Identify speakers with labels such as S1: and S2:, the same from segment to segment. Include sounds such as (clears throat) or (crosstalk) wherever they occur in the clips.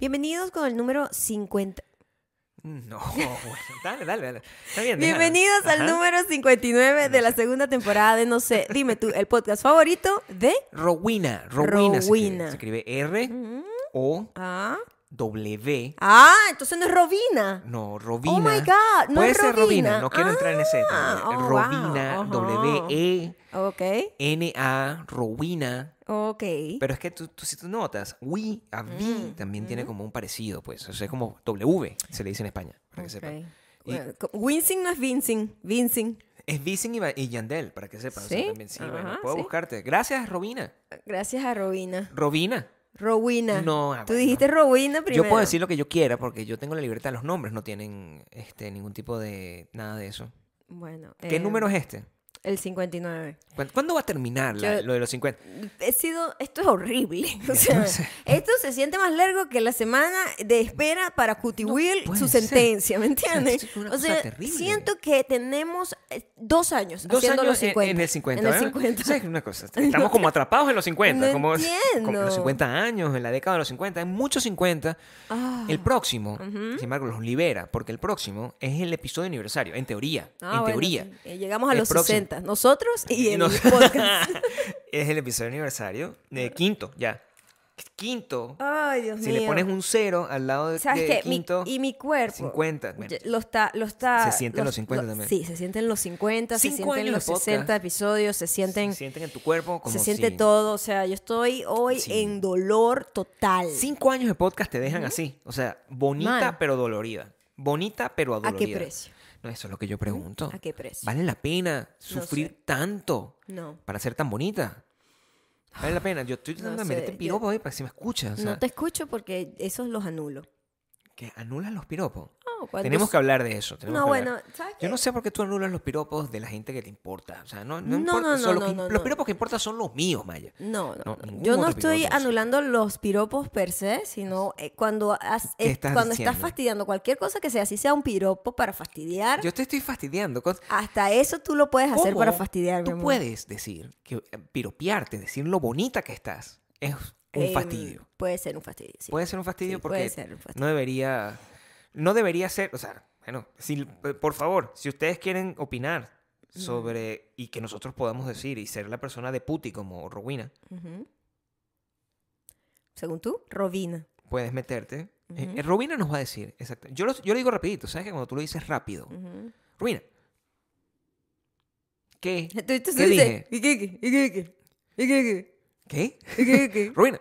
S1: Bienvenidos con el número
S2: (laughs)
S1: 50.
S2: No, (laughs) bueno, dale, dale, dale. Está bien, déjalo.
S1: Bienvenidos al
S2: Ajá.
S1: número 59 de la segunda temporada de No sé, dime tú, el podcast favorito
S2: (laughs)
S1: de...
S2: Rowena, Rowena. se
S1: Rowena.
S2: escribe- Se escribe, R O
S1: Ah,
S2: W.
S1: ah entonces no es Robina.
S2: No, Robina.
S1: Oh my God, no
S2: Puede
S1: es
S2: ser
S1: Robina.
S2: Robina, no quiero entrar en ese.
S1: Ah,
S2: detalle.
S1: oh, wow,
S2: Robina,
S1: ajá.
S2: W E
S1: Ok,
S2: N A, Rowena.
S1: ok.
S2: Pero es que tú, tú- si tú notas, we a vi
S1: Mm,
S2: también tiene como un parecido, pues. O sea, es como W, se le dice en España, para que sepan.
S1: Ok.
S2: Y-
S1: Bueno, co- Winsing no es Vincing, Vincing.
S2: Es Vicen y, Ba- y Yandel, para que sepan. O sea,
S1: ¿Sí?
S2: también, sí, bueno,
S1: Ajá,
S2: puedo
S1: sí.
S2: buscarte. Gracias, Robina.
S1: Gracias a Robina.
S2: Robina.
S1: Rowina.
S2: No, ah,
S1: Tú
S2: bueno.
S1: dijiste Robina primero.
S2: Yo puedo decir lo que yo quiera porque yo tengo la libertad. Los nombres no tienen este, ningún tipo de nada de eso.
S1: Bueno.
S2: ¿Qué
S1: eh,
S2: número es este?
S1: El 59.
S2: ¿Cuán- ¿Cuándo va a terminar la-
S1: Yo-
S2: lo de los 50?
S1: He sido, esto es horrible. (laughs) O sea, esto se siente más largo que la semana de espera para Cutie
S2: No
S1: Will
S2: puede
S1: su
S2: ser.
S1: sentencia, ¿me entiendes?
S2: esto es una
S1: O
S2: cosa
S1: sea,
S2: terrible.
S1: siento que tenemos eh, dos años
S2: Dos
S1: haciendo
S2: años
S1: los 50.
S2: En, en el 50.
S1: En el
S2: ¿verdad?
S1: 50.
S2: Sí, es una cosa. Estamos como atrapados en los 50.
S1: No
S2: como, como
S1: entiendo.
S2: los 50 años, en la década de los 50. Hay muchos 50.
S1: Ah.
S2: El próximo, sin embargo, los libera porque el próximo es el episodio aniversario, en teoría.
S1: Ah,
S2: en
S1: bueno,
S2: teoría.
S1: sí. Eh, Llegamos a
S2: El
S1: los
S2: próximo. (laughs)
S1: 60, nosotros y el
S2: No- (laughs)
S1: podcast.
S2: es el episodio aniversario de quinto, ya.
S1: Ah,
S2: Quinto.
S1: Ay, Dios
S2: si
S1: mío.
S2: le pones un cero al lado de,
S1: ¿Sabes
S2: de
S1: qué? Mi-
S2: quinto,
S1: y mi cuerpo.
S2: 50, bueno.
S1: ya- Lo está, lo está.
S2: Se sienten los 50 también.
S1: Sí, se sienten los 50, se
S2: Cinco
S1: sienten
S2: años
S1: los
S2: de podcast.
S1: 60 episodios, se sienten.
S2: se sienten en tu cuerpo como
S1: se siente
S2: si-
S1: todo. O sea, yo estoy hoy
S2: Sí.
S1: en dolor total.
S2: Cinco años de podcast te dejan así. O sea, bonita
S1: Mano.
S2: pero dolorida. Bonita pero
S1: qué
S2: adolorida.
S1: precio?
S2: No, eso es lo que yo pregunto.
S1: ¿A qué precio?
S2: ¿Vale la pena sufrir tanto
S1: No.
S2: para ser tan bonita? ¿Vale la pena? Yo estoy tratando de
S1: sé,
S2: meterte
S1: yo-
S2: piropo ahí para que si me escuchas. O sea,
S1: no te escucho porque esos los anulo.
S2: que anulas los piropos.
S1: No, cuando
S2: Tenemos
S1: es-
S2: que hablar de eso. tenemos
S1: Ah, No,
S2: que
S1: bueno,
S2: hablar.
S1: ¿sabes qué?
S2: Yo no sé por qué tú anulas los piropos de la gente que te importa. O sea, no,
S1: No,
S2: no, importa.
S1: no,
S2: o sea,
S1: no,
S2: los,
S1: no,
S2: que-
S1: no,
S2: los
S1: no.
S2: piropos que importan son los míos, Maya.
S1: No, no,
S2: No,
S1: no.
S2: ningún
S1: yo no
S2: otro
S1: estoy
S2: piropo, sí.
S1: anulando los piropos per se, sino eh, cuando, has-
S2: ¿Qué
S1: eh,
S2: estás
S1: cuando
S2: diciendo?
S1: estás fastidiando cualquier cosa que sea, si sea un piropo para fastidiar,
S2: Yo te estoy fastidiando. con-
S1: hasta eso tú lo puedes hacer
S2: ¿Cómo
S1: para fastidiar. mi
S2: Tú
S1: amor.
S2: puedes decir que eh, piropearte, decir lo bonita que estás, es un
S1: Em,
S2: fastidio.
S1: Puede ser un fastidio. sí.
S2: Puede ser un fastidio
S1: Sí,
S2: porque
S1: puede ser un fastidio.
S2: no debería no debería ser, o sea, bueno, si- eh, por favor, si ustedes quieren opinar sobre y que nosotros podamos decir y ser la persona de puti como Rowena,
S1: Ujú. Según tú, Robina.
S2: puedes meterte. Eh, eh, Rowena nos va a decir, exacto. Yo lo, yo lo digo rapidito, ¿sabes? Que cuando tú lo dices rápido.
S1: Ujú.
S2: Rowena. ¿Qué?
S1: Tú- tú
S2: ¿Qué
S1: dices,
S2: dije?
S1: "Iquique, iquique, iquique,
S2: ¿Qué? (laughs)
S1: iquique".
S2: Rowena.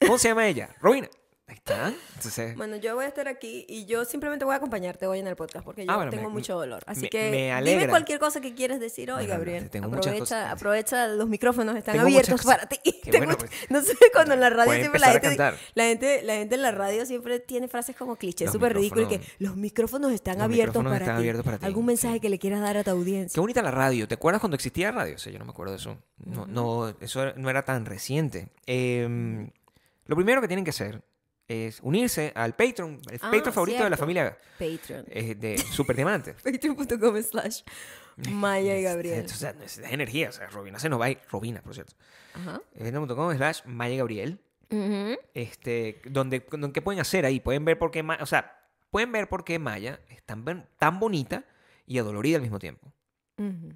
S2: ¿Cómo se llama ella? Rowena. Ahí está. Entonces,
S1: Bueno, yo voy a estar aquí y yo simplemente voy a acompañarte hoy en el podcast porque yo
S2: Ah, bueno,
S1: tengo
S2: me-
S1: mucho dolor. Así
S2: me-
S1: que
S2: me
S1: dime
S2: alegra.
S1: cualquier cosa que quieres decir hoy,
S2: Bueno,
S1: Gabriel.
S2: tengo muchas
S1: aprovecha,
S2: cosas.
S1: aprovecha, los micrófonos están
S2: Tengo muchas
S1: abiertos
S2: cosas.
S1: para ti. (laughs)
S2: Qué
S1: Tengo
S2: bueno,
S1: muchas-
S2: pues.
S1: No sé, cuando en la radio
S2: Puede
S1: siempre la
S2: empezar a
S1: gente,
S2: cantar.
S1: la gente, la gente en la radio siempre tiene frases como clichés
S2: Los
S1: súper ridículos y que
S2: micrófonos-
S1: los micrófonos están,
S2: Los
S1: abiertos,
S2: micrófonos
S1: para
S2: están
S1: ti.
S2: abiertos para ti,
S1: Algún
S2: sí.
S1: mensaje que le quieras dar a tu
S2: Qué
S1: audiencia.
S2: bonita la radio. ¿Te acuerdas cuando existía radio? O sea, yo no me acuerdo de eso. No, no, eso era- no era tan reciente. Em, lo primero que tienen que hacer es unirse al Patreon, el
S1: Ah,
S2: Patreon favorito de la
S1: cierto.
S2: familia
S1: Patreon.
S2: eh, de Super Diamante.
S1: Patreon.com slash Maya
S2: este,
S1: y Gabriel.
S2: O sea, necesitas energía. O sea, Robina se nos va a ir. Robina, por cierto.
S1: Ajá.
S2: Patreon.com slash Maya Gabriel.
S1: Ujú.
S2: Este, donde, donde- ¿Qué pueden hacer ahí? Pueden ver por qué Maya, o sea, pueden ver por qué Maya es tan, ben- tan bonita y adolorida al mismo tiempo.
S1: Ujú.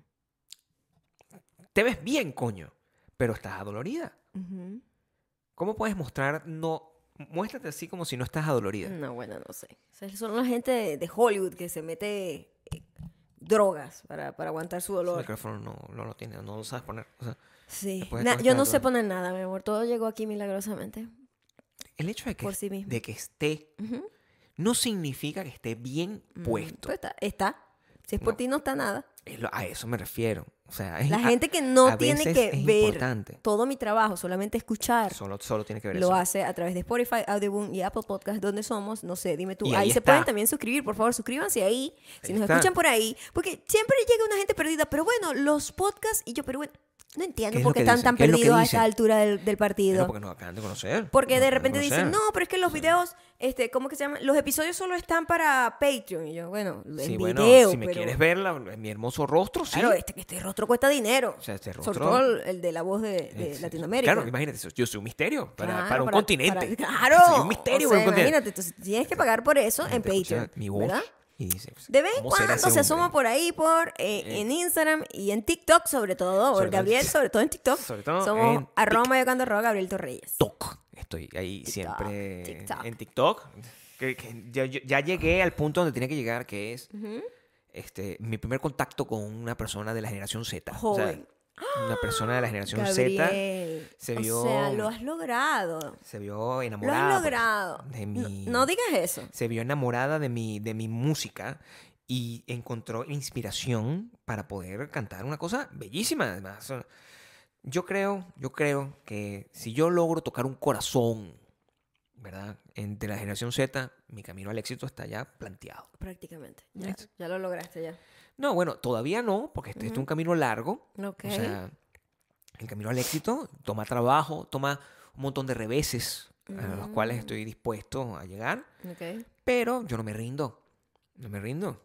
S2: Te ves bien, coño, pero estás adolorida.
S1: Ujú.
S2: ¿Cómo puedes mostrar no... Muéstrate así como si no estás adolorida.
S1: No, bueno, no sé. O sea, son la gente de, de Hollywood que se mete eh, drogas para, para aguantar su
S2: El
S1: dolor.
S2: micrófono no, no lo tiene, no lo sabes poner. O sea,
S1: Sí.
S2: Después de
S1: Na-
S2: todo
S1: yo
S2: este
S1: no sé
S2: dolor.
S1: poner nada, mi amor. Todo llegó aquí milagrosamente.
S2: el hecho de que,
S1: Por sí mismo.
S2: de que esté
S1: Ujú.
S2: no significa que esté bien puesto.
S1: Pues está, está. Si es por
S2: No.
S1: ti, no está nada.
S2: Es lo- a eso me refiero. O sea, es-
S1: La
S2: a-
S1: gente que no
S2: a
S1: tiene
S2: veces
S1: que
S2: es
S1: ver
S2: importante.
S1: todo mi trabajo, solamente escuchar,
S2: Solo, solo tiene que ver
S1: lo
S2: eso.
S1: hace a través de Spotify, Audioboom y Apple Podcast, donde somos, no sé, dime tú.
S2: Y
S1: Ahí,
S2: ahí
S1: se
S2: está.
S1: pueden también suscribir, por favor, suscríbanse ahí. Si
S2: Ahí
S1: nos
S2: está.
S1: escuchan por ahí, porque siempre llega una gente perdida, pero bueno, los podcasts y yo, pero bueno, No entiendo
S2: ¿Qué es
S1: por
S2: lo
S1: qué
S2: que
S1: están
S2: dicen?
S1: tan
S2: ¿Qué es lo que
S1: perdidos a
S2: dicen?
S1: esta altura del, del partido.
S2: Bueno, porque nos acaban de conocer.
S1: Porque
S2: Nos
S1: de
S2: acaban
S1: repente dicen, no,
S2: conocer.
S1: pero es que los videos, este, ¿cómo que se llaman? Los episodios solo están para Patreon. Y yo, bueno, el
S2: Sí,
S1: video,
S2: bueno, si me
S1: pero-
S2: quieres ver la- eh, mi hermoso rostro, sí.
S1: Claro, este, este rostro cuesta dinero.
S2: O sea, este
S1: Sobre
S2: rostro-
S1: todo el, el de la voz de, de
S2: Sí.
S1: Latinoamérica.
S2: Claro, imagínate, eso. yo soy un misterio para,
S1: Claro,
S2: para un
S1: para-
S2: continente.
S1: claro.
S2: Soy un misterio
S1: O
S2: para
S1: sea,
S2: un continente.
S1: Imagínate, entonces tienes que pagar por eso en
S2: Gente escucha
S1: Patreon.
S2: Mi voz.
S1: ¿verdad?
S2: Y dice, pues,
S1: De vez en
S2: ¿cómo será
S1: cuando
S2: ese
S1: se
S2: hombre?
S1: asoma por ahí, por eh, en Instagram y en TikTok sobre todo,
S2: Sobre
S1: porque
S2: todo en
S1: Gabriel,
S2: Tik-
S1: sobre todo en TikTok,
S2: sobre todo
S1: somos
S2: en
S1: arroba yo cuando arroba Gabriel Torreyes.
S2: TikTok. Estoy ahí siempre
S1: TikTok.
S2: en TikTok. Que- que ya, yo- ya llegué al punto donde tenía que llegar, que es este, mi primer contacto con una persona de la generación Z. O sea,
S1: Joven.
S2: una persona de la generación Z
S1: Gabriel,
S2: se
S1: o
S2: vio-
S1: sea, lo has logrado,
S2: se vio
S1: lo
S2: enamorada.
S1: has
S2: pues,
S1: logrado.
S2: De
S1: No-
S2: mi,
S1: No, digas eso.
S2: Se vio enamorada de mi, de mi música y encontró inspiración para poder cantar una cosa bellísima, además. Yo creo, yo creo que si yo logro tocar un corazón, ¿verdad? En- de la generación Z, mi camino al éxito está ya planteado.
S1: Prácticamente. Ya,
S2: Next.
S1: ya lo lograste ya.
S2: No, bueno, todavía no, porque este es un camino largo.
S1: Ok.
S2: O sea, el camino al éxito toma trabajo, toma un montón de reveses a los cuales estoy dispuesto a llegar.
S1: ok. (laughs)
S2: Pero yo no me rindo. No me rindo.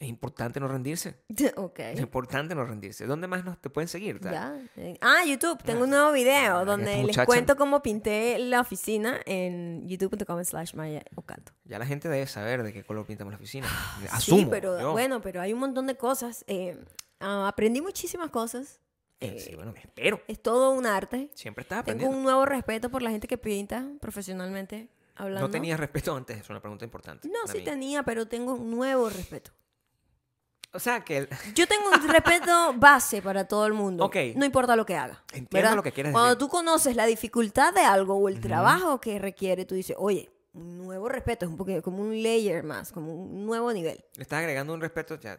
S2: Es importante no rendirse.
S1: Ok.
S2: Es importante no rendirse. ¿Dónde más nos te pueden seguir? tal?
S1: Ya. eh, Ah, YouTube. Tengo un nuevo
S2: Ah,
S1: video
S2: ya
S1: donde
S2: esta
S1: les
S2: muchacha-
S1: cuento cómo pinté la oficina en youtube.com slash maya Ocando.
S2: Ya la gente debe saber de qué color pintamos la oficina. Asumo.
S1: Ah, Sí, pero
S2: yo.
S1: bueno, pero hay un montón de cosas. eh, ah, aprendí muchísimas cosas.
S2: Eh, sí, bueno, espero.
S1: Es todo un arte.
S2: Siempre estás
S1: Tengo
S2: aprendiendo.
S1: un nuevo respeto por la gente que pinta profesionalmente hablando.
S2: No tenías respeto antes. Es una pregunta importante.
S1: No,
S2: para
S1: sí
S2: mí.
S1: tenía, pero tengo un nuevo respeto.
S2: O sea, que el- (laughs)
S1: Yo tengo un respeto base para todo el mundo.
S2: Ok.
S1: No importa lo que haga.
S2: Entiendo
S1: ¿verdad?
S2: lo que quieres
S1: Cuando
S2: decir.
S1: tú conoces la dificultad de algo o el trabajo que requiere, tú dices, oye, un nuevo respeto, es un poquito como un layer más, como un nuevo nivel.
S2: le estás agregando un respeto. Ya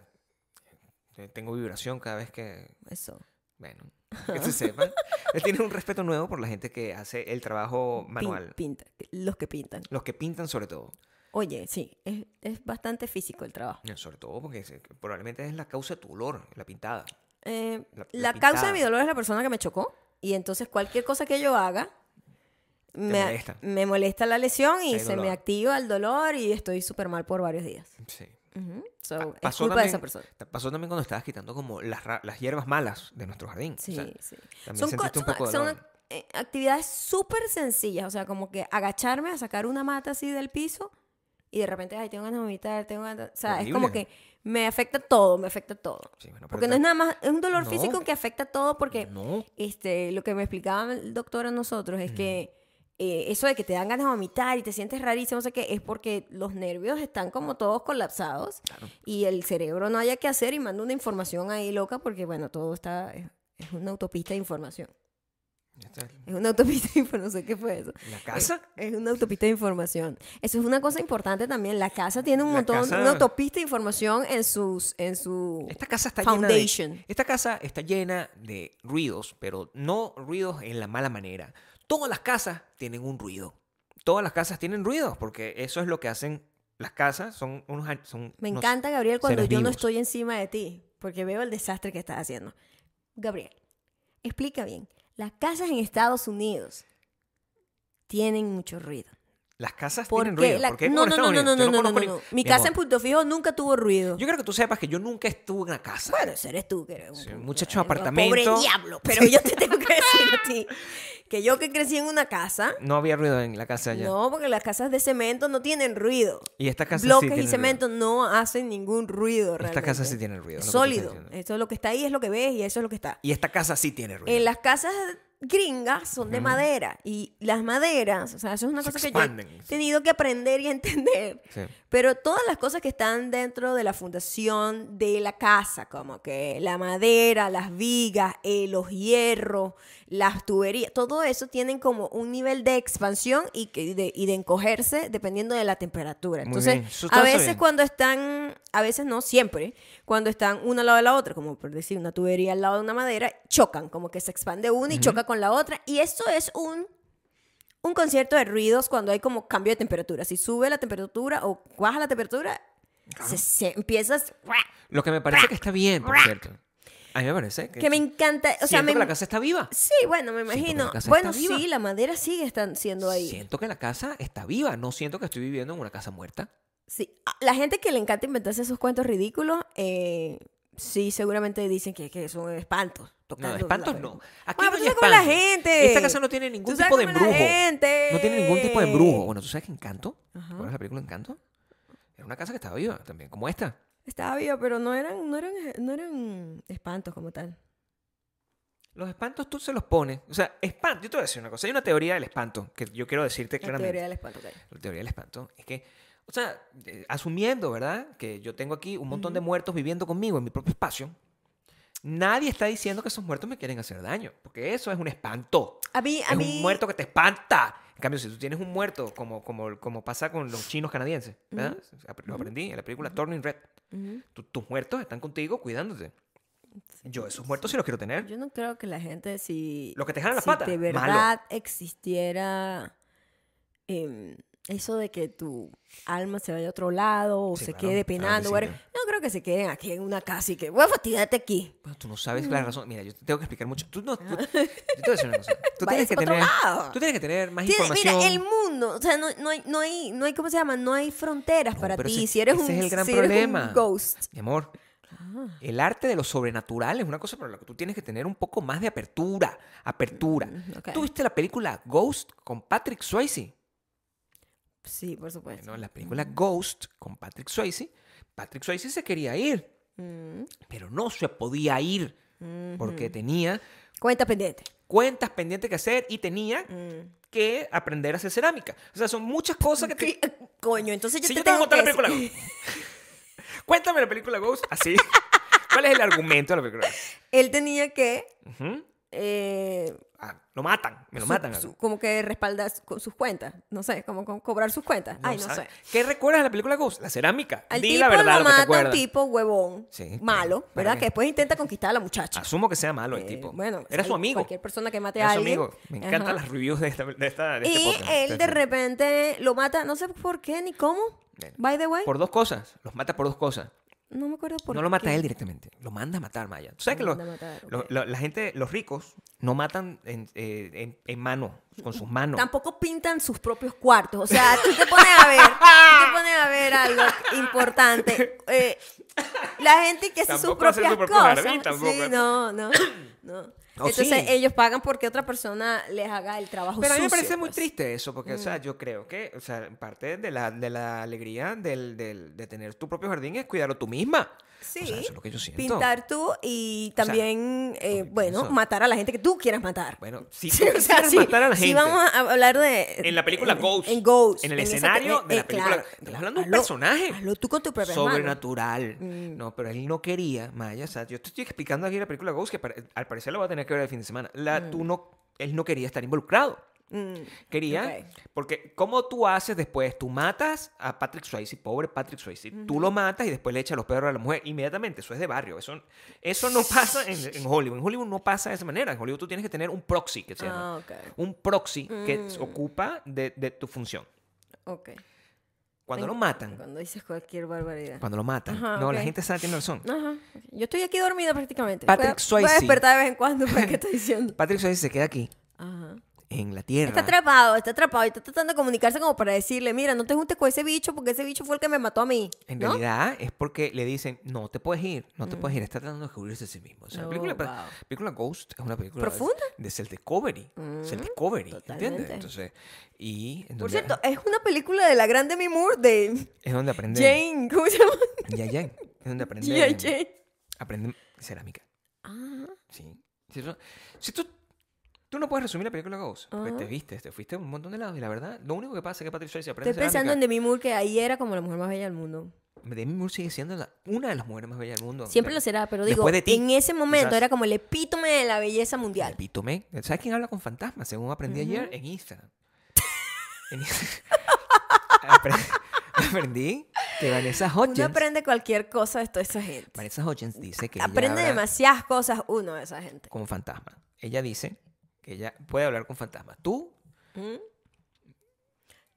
S2: Eh, tengo vibración cada vez que.
S1: Eso.
S2: Bueno, que se
S1: (laughs)
S2: sepa. Él tiene un respeto nuevo por la gente que hace el trabajo
S1: Pin-
S2: manual.
S1: pinta, los que pintan.
S2: Los que pintan, sobre todo.
S1: Oye, sí, es, es bastante físico el trabajo.
S2: No, Sobre todo porque se- que probablemente es la causa de tu dolor, la pintada.
S1: Eh,
S2: La-
S1: la
S2: la
S1: causa de
S2: pintada.
S1: mi dolor es la persona que me chocó. Y entonces cualquier cosa que yo haga, me
S2: molesta.
S1: me molesta la lesión y
S2: El
S1: se me
S2: dolor.
S1: activa el dolor y estoy súper mal por varios días.
S2: Sí.
S1: Ujú. So,
S2: Pa-
S1: es culpa de
S2: también-
S1: esa persona.
S2: ta- Pasó también cuando estabas quitando como las, ra- las hierbas malas de nuestro jardín. O
S1: Sí,
S2: sea,
S1: sí.
S2: también
S1: Son, co-
S2: sentiste un
S1: son-
S2: poco de
S1: son
S2: dolor.
S1: ac- eh, actividades súper sencillas. O sea, como que agacharme a sacar una mata así del piso y de repente, ay, tengo ganas de vomitar, tengo ganas... O sea, es como
S2: Horrible.
S1: que me afecta todo, me afecta todo.
S2: Sí, bueno, pero
S1: Porque no
S2: ta-
S1: es nada más, es un dolor
S2: No. Mm.
S1: físico que afecta todo porque
S2: No.
S1: este, lo que me explicaba el doctor a nosotros es que
S2: Mm.
S1: eh, eso de que te dan ganas de vomitar y te sientes rarísimo, no sé qué, es porque los nervios están como todos colapsados
S2: Claro.
S1: y el cerebro no haya qué hacer y manda una información ahí loca porque, bueno, todo está, es, es una autopista de información.
S2: Ya está.
S1: Es una (laughs) autopista de información, no sé qué fue eso.
S2: La casa.
S1: Es una autopista de información. Eso es una cosa importante también. La casa tiene un
S2: La
S1: montón,
S2: casa-
S1: una autopista de información en sus, en su...
S2: Esta casa está llena.
S1: Foundation.
S2: De, esta casa está llena de ruidos, pero no ruidos en la mala manera. Todas las casas tienen un ruido. Todas las casas tienen ruidos, porque eso es lo que hacen las casas. Son unos. an- Son
S1: Me
S2: unos-
S1: encanta, Gabriel, cuando yo
S2: seres
S1: no
S2: vivos.
S1: estoy encima de ti, porque veo el desastre que estás haciendo. Gabriel, explica bien. Las casas en Estados Unidos tienen mucho ruido.
S2: Las casas
S1: ¿Por
S2: tienen
S1: qué?
S2: ruido.
S1: La-
S2: ¿Por qué?
S1: No,
S2: Como en
S1: no, no,
S2: Estados
S1: no, no,
S2: Unidos.
S1: no,
S2: Yo
S1: no,
S2: conozco
S1: no,
S2: ni-
S1: no. Mi
S2: Mi
S1: casa
S2: amor,
S1: en Punto Fijo nunca tuvo ruido.
S2: Yo creo que tú sepas que yo nunca estuve en una casa.
S1: Bueno, eso eres tú, que eres un,
S2: Sí,
S1: puto,
S2: muchacho
S1: eres un
S2: apartamento.
S1: Pobre diablo, pero yo te tengo que decir a ti que yo que crecí en una casa,
S2: No había ruido en la casa allá.
S1: no, porque las casas de cemento no tienen ruido.
S2: Y esta casa sí
S1: Bloques
S2: tiene
S1: y
S2: ruido.
S1: cemento no hacen ningún ruido realmente.
S2: Esta casa sí tiene ruido.
S1: Es
S2: es lo que te estoy
S1: sólido.
S2: diciendo.
S1: Eso es lo que está ahí, es lo que ves y eso es lo que está.
S2: Y esta casa sí tiene ruido.
S1: En las casas gringas son de madera y las maderas, o sea, eso es una
S2: Se
S1: cosa que yo
S2: expanden.
S1: he tenido que aprender y entender.
S2: Sí.
S1: Pero todas las cosas que están dentro de la fundación de la casa, como que la madera, las vigas, eh, los hierros, las tuberías, todo eso tienen como un nivel de expansión y, que- y de, y de encogerse dependiendo de la temperatura.
S2: Muy
S1: Entonces,
S2: bien. Eso está
S1: a
S2: bien.
S1: veces cuando están, a veces no, siempre, cuando están una al lado de la otra, como por decir una tubería al lado de una madera, chocan, como que se expande una y choca con la otra. Y esto es un un concierto de ruidos cuando hay como cambio de temperatura. Si sube la temperatura o baja la temperatura, se, se empiezas...
S2: Lo que me parece que está bien, por cierto. A mí me parece que,
S1: Que me encanta. O sea,
S2: siento
S1: me,
S2: que la casa está viva.
S1: Sí, bueno, me
S2: Siento que la
S1: imagino.
S2: casa está
S1: Bueno,
S2: viva.
S1: sí, la madera sigue están siendo ahí.
S2: Siento que la casa está viva. No siento que estoy viviendo en una casa muerta.
S1: Sí. Ah, La gente que le encanta inventarse esos cuentos ridículos, eh, sí, seguramente dicen que, que son espantos.
S2: No,
S1: tocando
S2: espantos
S1: la-
S2: no. Aquí
S1: Bueno, pero
S2: no hay
S1: tú sabes cómo la
S2: espantos.
S1: gente.
S2: Esta casa no tiene ningún
S1: Tú sabes
S2: tipo de
S1: cómo la
S2: embrujo.
S1: gente.
S2: No tiene ningún tipo de embrujo. Bueno, tú sabes que Encanto,
S1: Ajá.
S2: ¿te acuerdas la película Encanto? Era una casa que estaba viva también, como esta.
S1: Estaba viva, pero no eran, no eran, no eran espantos como tal.
S2: Los espantos tú se los pones. O sea, espanto. Yo te voy a decir una cosa. Hay una teoría del espanto que yo quiero decirte
S1: La teoría
S2: claramente.
S1: del espanto. ok.
S2: La teoría del espanto es que, o sea, eh, asumiendo, ¿verdad? Que yo tengo aquí un montón de muertos viviendo conmigo en mi propio espacio. Nadie está diciendo que esos muertos me quieren hacer daño, porque eso es un espanto.
S1: A mí, a
S2: es
S1: mí.
S2: un muerto que te espanta. En cambio, si tú tienes un muerto, como, como, como pasa con los chinos canadienses, ¿verdad? Lo aprendí en la película Turning Red.
S1: Ujú.
S2: Tu- tus muertos están contigo cuidándote. Yo esos muertos sí los quiero tener.
S1: Yo no creo que la gente, si.
S2: Los que te jalan las
S1: si
S2: patas,
S1: de
S2: malo.
S1: verdad existiera em, eso de que tu alma se vaya a otro lado o
S2: Sí,
S1: se
S2: claro,
S1: quede
S2: claro que
S1: penando.
S2: sí,
S1: whatever,
S2: claro.
S1: No creo que se queden aquí en una casa y que voy a fastidiarte aquí.
S2: Bueno, tú no sabes
S1: Mm.
S2: la razón. Mira, yo te tengo que explicar mucho. Tú no. tú- yo te voy a decir una cosa.
S1: (laughs)
S2: Tú tienes,
S1: Váyase pa' Ah.
S2: que
S1: otro
S2: tener,
S1: lado.
S2: tú tienes que tener más
S1: Tiene-
S2: información.
S1: mira, el mundo, o sea, no, no hay, no hay, no hay, ¿cómo se llama? No hay fronteras
S2: No,
S1: para
S2: pero
S1: ti.
S2: ese-
S1: si eres
S2: ese
S1: un,
S2: es el gran
S1: si eres un
S2: problema.
S1: ghost.
S2: Mi amor,
S1: Ah.
S2: el arte de lo sobrenatural es una cosa para la que tú tienes que tener un poco más de apertura. Apertura.
S1: Mm, ok.
S2: ¿Tú viste la película Ghost con Patrick Swayze?
S1: Sí, por supuesto.
S2: Bueno, la película Ghost con Patrick Swayze, Patrick Swayze se quería ir,
S1: Mm,
S2: pero no se podía ir
S1: mm.
S2: porque tenía
S1: Cuenta pendiente.
S2: cuentas pendientes que hacer y tenía
S1: Mm.
S2: que aprender a hacer cerámica. O sea, son muchas cosas que... te-
S1: eh, Coño, entonces yo
S2: Si
S1: te
S2: yo te voy a
S1: tengo
S2: contar la
S1: que
S2: película
S1: decir-
S2: Ghost. Cuéntame la película Ghost así. ¿Cuál es el argumento de la película?
S1: (laughs) Él tenía que
S2: Ujú.
S1: eh,
S2: Ah, lo matan, me lo
S1: su-
S2: matan.
S1: su- como que respaldar su- con sus cuentas. No sé, como co- cobrar sus cuentas. Ay, no sé.
S2: ¿sabes? ¿Qué recuerdas de la película Ghost? La cerámica.
S1: Al
S2: Di
S1: tipo
S2: la verdad
S1: lo
S2: lo que te
S1: mata un
S2: acuerdas.
S1: tipo huevón,
S2: Sí, claro.
S1: malo,
S2: ¿Para
S1: ¿verdad?
S2: qué?
S1: Que después intenta conquistar a la muchacha.
S2: Asumo que sea malo el
S1: Eh,
S2: tipo.
S1: bueno,
S2: era su
S1: hay
S2: amigo.
S1: Cualquier persona que mate
S2: Era
S1: a
S2: su
S1: alguien.
S2: amigo. Me encantan
S1: Ajá.
S2: las reviews de, esta, de, esta, de este
S1: Y
S2: podcast.
S1: él de
S2: Entonces,
S1: repente lo mata, no sé por qué ni cómo.
S2: Bueno,
S1: By the way,
S2: Por dos cosas. Los mata por dos cosas.
S1: no me acuerdo por
S2: No lo mata
S1: qué.
S2: él directamente. Lo manda a matar, Maya. Tú sabes
S1: Lo
S2: que los-
S1: manda a matar,
S2: lo-
S1: ok.
S2: lo- la gente, los ricos, no matan en, eh, en- en mano, con sus manos.
S1: Tampoco pintan sus propios cuartos. O sea, tú te pones a ver, tú te pones a ver algo importante. Eh, la gente que hace sus
S2: Tampoco hace
S1: propias
S2: su propio
S1: cosas.
S2: jardín, tampoco.
S1: Sí, no, no, no.
S2: Oh,
S1: Entonces
S2: sí.
S1: ellos pagan porque otra persona les haga el trabajo
S2: Pero a mí me
S1: sucio,
S2: parece muy
S1: pues.
S2: triste eso, porque, o sea, yo creo que, o sea, parte de la, de la alegría del, del- de tener tu propio jardín es cuidarlo tú misma.
S1: Sí.
S2: O sea, eso es lo que yo siento.
S1: Pintar tú y
S2: sea,
S1: también, eh,
S2: yo
S1: bueno,
S2: pienso-
S1: matar a la gente que tú quieras matar. (laughs)
S2: Bueno, si
S1: Sí,
S2: tú
S1: o sea,
S2: quisieras
S1: sí,
S2: matar a la
S1: sí
S2: gente.
S1: vamos a hablar de...
S2: En la película
S1: en-
S2: Ghost.
S1: En Ghost.
S2: En el
S1: esa-
S2: escenario de la
S1: eh,
S2: película. Estamos hablando de un personaje.
S1: Hazlo tú con tu propia Mm.
S2: sobrenatural. No, pero él no quería, Maya. O sea, yo te estoy explicando aquí la película Ghost, que para- al parecer la voy a tener que ver el fin de semana. La,
S1: Mm.
S2: tú no, él no quería estar involucrado. Quería,
S1: ok.
S2: porque ¿cómo tú haces después? Tú matas a Patrick Swayze, pobre Patrick Swayze. Tú lo matas y después le echas los perros a la mujer inmediatamente. Eso es de barrio. Eso, eso
S1: (laughs)
S2: no pasa en, en Hollywood. En Hollywood no pasa de esa manera. En Hollywood tú tienes que tener un proxy, que se llama.
S1: Ah, Mm. ok.
S2: Un proxy que se ocupa de, de tu función.
S1: Ok.
S2: Cuando
S1: En-
S2: lo matan,
S1: Cuando dices cualquier barbaridad.
S2: cuando lo matan.
S1: Ajá,
S2: no, la
S1: ok.
S2: gente sabe, tiene razón.
S1: Ajá. ok. Yo estoy aquí dormida prácticamente.
S2: Patrick
S1: Voy a- Voy
S2: Swayze.
S1: a despertar de vez en cuando para
S2: (laughs)
S1: qué estoy diciendo.
S2: Patrick Swayze se queda aquí,
S1: Ajá.
S2: en la tierra.
S1: Está atrapado, está atrapado y está tratando de comunicarse como para decirle, mira, no te juntes con ese bicho porque ese bicho fue el que me mató a mí.
S2: En
S1: ¿No? Mm.
S2: realidad es porque le dicen, no te puedes ir, no te puedes ir, está tratando de descubrirse a sí mismo. O sea, la
S1: Oh,
S2: película, pa-
S1: wow.
S2: película Ghost es una película
S1: ¿Profunda? Mm,
S2: de self-discovery. self-discovery, ¿entiendes?
S1: totalmente.
S2: Entonces, y en
S1: Por
S2: donde-
S1: cierto, es una película de la grande Demi Moore de
S2: es donde aprende.
S1: Jane, ¿cómo se llama?
S2: Ya, Jane.
S1: (laughs)
S2: Es donde aprende.
S1: G.I. Jane.
S2: Aprende cerámica.
S1: Ah,
S2: Sí. Si, tú- si tú, tú no puedes resumir la película Ghost, porque te viste, te fuiste a un montón de lados y la verdad, lo único que pasa es que Patrick Swayze aprende
S1: estoy pensando en
S2: cerámica.
S1: Demi Moore que ahí era como la mujer más bella del mundo.
S2: Demi Moore sigue siendo la- una de las mujeres más bellas del mundo.
S1: Siempre
S2: La-
S1: lo será, pero
S2: Después
S1: digo,
S2: de ti,
S1: en ese momento
S2: quizás.
S1: era como el epítome de la belleza mundial.
S2: Epítome. ¿Sabes quién habla con fantasmas? Según aprendí ayer
S1: (laughs)
S2: en Instagram. En Inst- (laughs) Apre- aprendí que Vanessa Hodgins.
S1: Uno aprende cualquier cosa de toda esa gente.
S2: Vanessa Hodgins dice que ella
S1: Aprende
S2: habla
S1: demasiadas cosas uno de esa gente.
S2: con fantasmas. Ella dice que ella puede hablar con fantasmas. Tú,
S1: ¿Mm?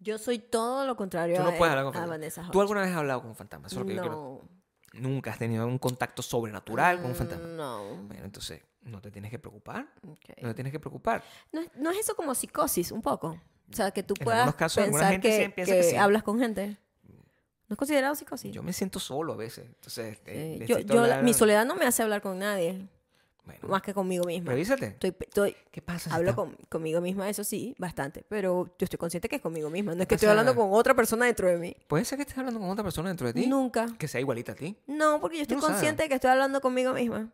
S1: Yo soy todo lo contrario
S2: tú
S1: a,
S2: no puedes hablar con
S1: a
S2: fantasmas.
S1: Vanessa
S2: ¿Tú
S1: Hudgens.
S2: alguna vez has hablado con fantasmas? Eso es lo que yo quiero-
S1: no. mm,
S2: Nunca has tenido un contacto sobrenatural con un fantasma.
S1: No.
S2: Bueno, entonces no te tienes que preocupar.
S1: ok.
S2: No te tienes que preocupar.
S1: ¿No, es- no es eso como psicosis, un poco? O sea, que tú
S2: En
S1: puedas
S2: algunos casos, alguna
S1: pensar
S2: gente
S1: que,
S2: sí piensa
S1: que
S2: que sí.
S1: hablas con gente. ¿No es considerado psicosis?
S2: Yo me siento solo a veces. Entonces,
S1: Sí.
S2: este,
S1: Yo-
S2: necesito
S1: yo-
S2: hablar-
S1: mi soledad no me hace hablar con nadie,
S2: Bueno,
S1: más que conmigo misma.
S2: revísate.
S1: Estoy, estoy-
S2: ¿Qué pasa? si
S1: hablo
S2: estás-
S1: con- conmigo misma, eso sí, bastante, pero yo estoy consciente que es conmigo misma, no es que
S2: pasa?
S1: estoy hablando con otra persona dentro de mí.
S2: Puede ser que estés hablando con otra persona dentro de ti.
S1: Nunca.
S2: Que sea igualita a ti.
S1: No, porque yo estoy
S2: No sabe.
S1: consciente de que estoy hablando conmigo misma.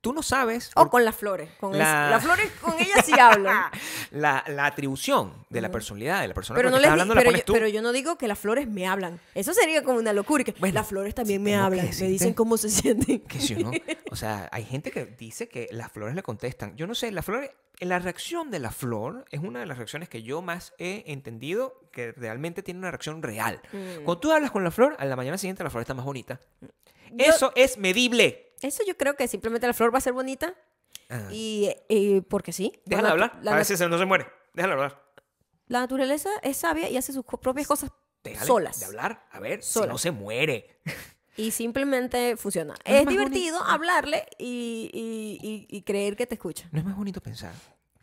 S2: Tú no sabes.
S1: O
S2: por-
S1: con las flores. Con el-
S2: La-
S1: las flores, con ellas sí
S2: (laughs)
S1: hablo.
S2: la, la atribución de la personalidad de la persona
S1: Mm. Pero,
S2: con
S1: no
S2: la
S1: les
S2: que
S1: di-
S2: estás hablando la
S1: pero,
S2: pones
S1: yo,
S2: tú.
S1: pero yo no digo que las flores me hablan. Eso sería como una locura. y Que
S2: Bueno,
S1: las flores también
S2: si
S1: me
S2: tengo que
S1: hablan. Me
S2: decirte-
S1: dicen cómo se (laughs) sienten.
S2: Que si
S1: (laughs)
S2: uno- o sea, hay gente que dice que las flores le contestan. Yo no sé, las flores, la reacción de la flor es una de las reacciones que yo más he entendido que realmente tiene una reacción real.
S1: Mm.
S2: Cuando tú hablas con la flor, a la mañana siguiente la flor está más bonita.
S1: Yo-
S2: Eso es medible.
S1: Eso yo creo que simplemente la flor va a ser bonita.
S2: Ah,
S1: Y, y porque sí. por
S2: Déjala
S1: natu-
S2: hablar.
S1: La,
S2: a
S1: nat-
S2: veces no se muere. Déjala hablar.
S1: la naturaleza es sabia y hace sus co- propias cosas
S2: Déjale
S1: solas.
S2: de hablar. A ver si
S1: Solas.
S2: no se muere.
S1: Y simplemente funciona.
S2: Es
S1: Es
S2: más
S1: divertido
S2: bonito.
S1: hablarle y, y- y- y creer que te escucha.
S2: ¿No es más bonito pensar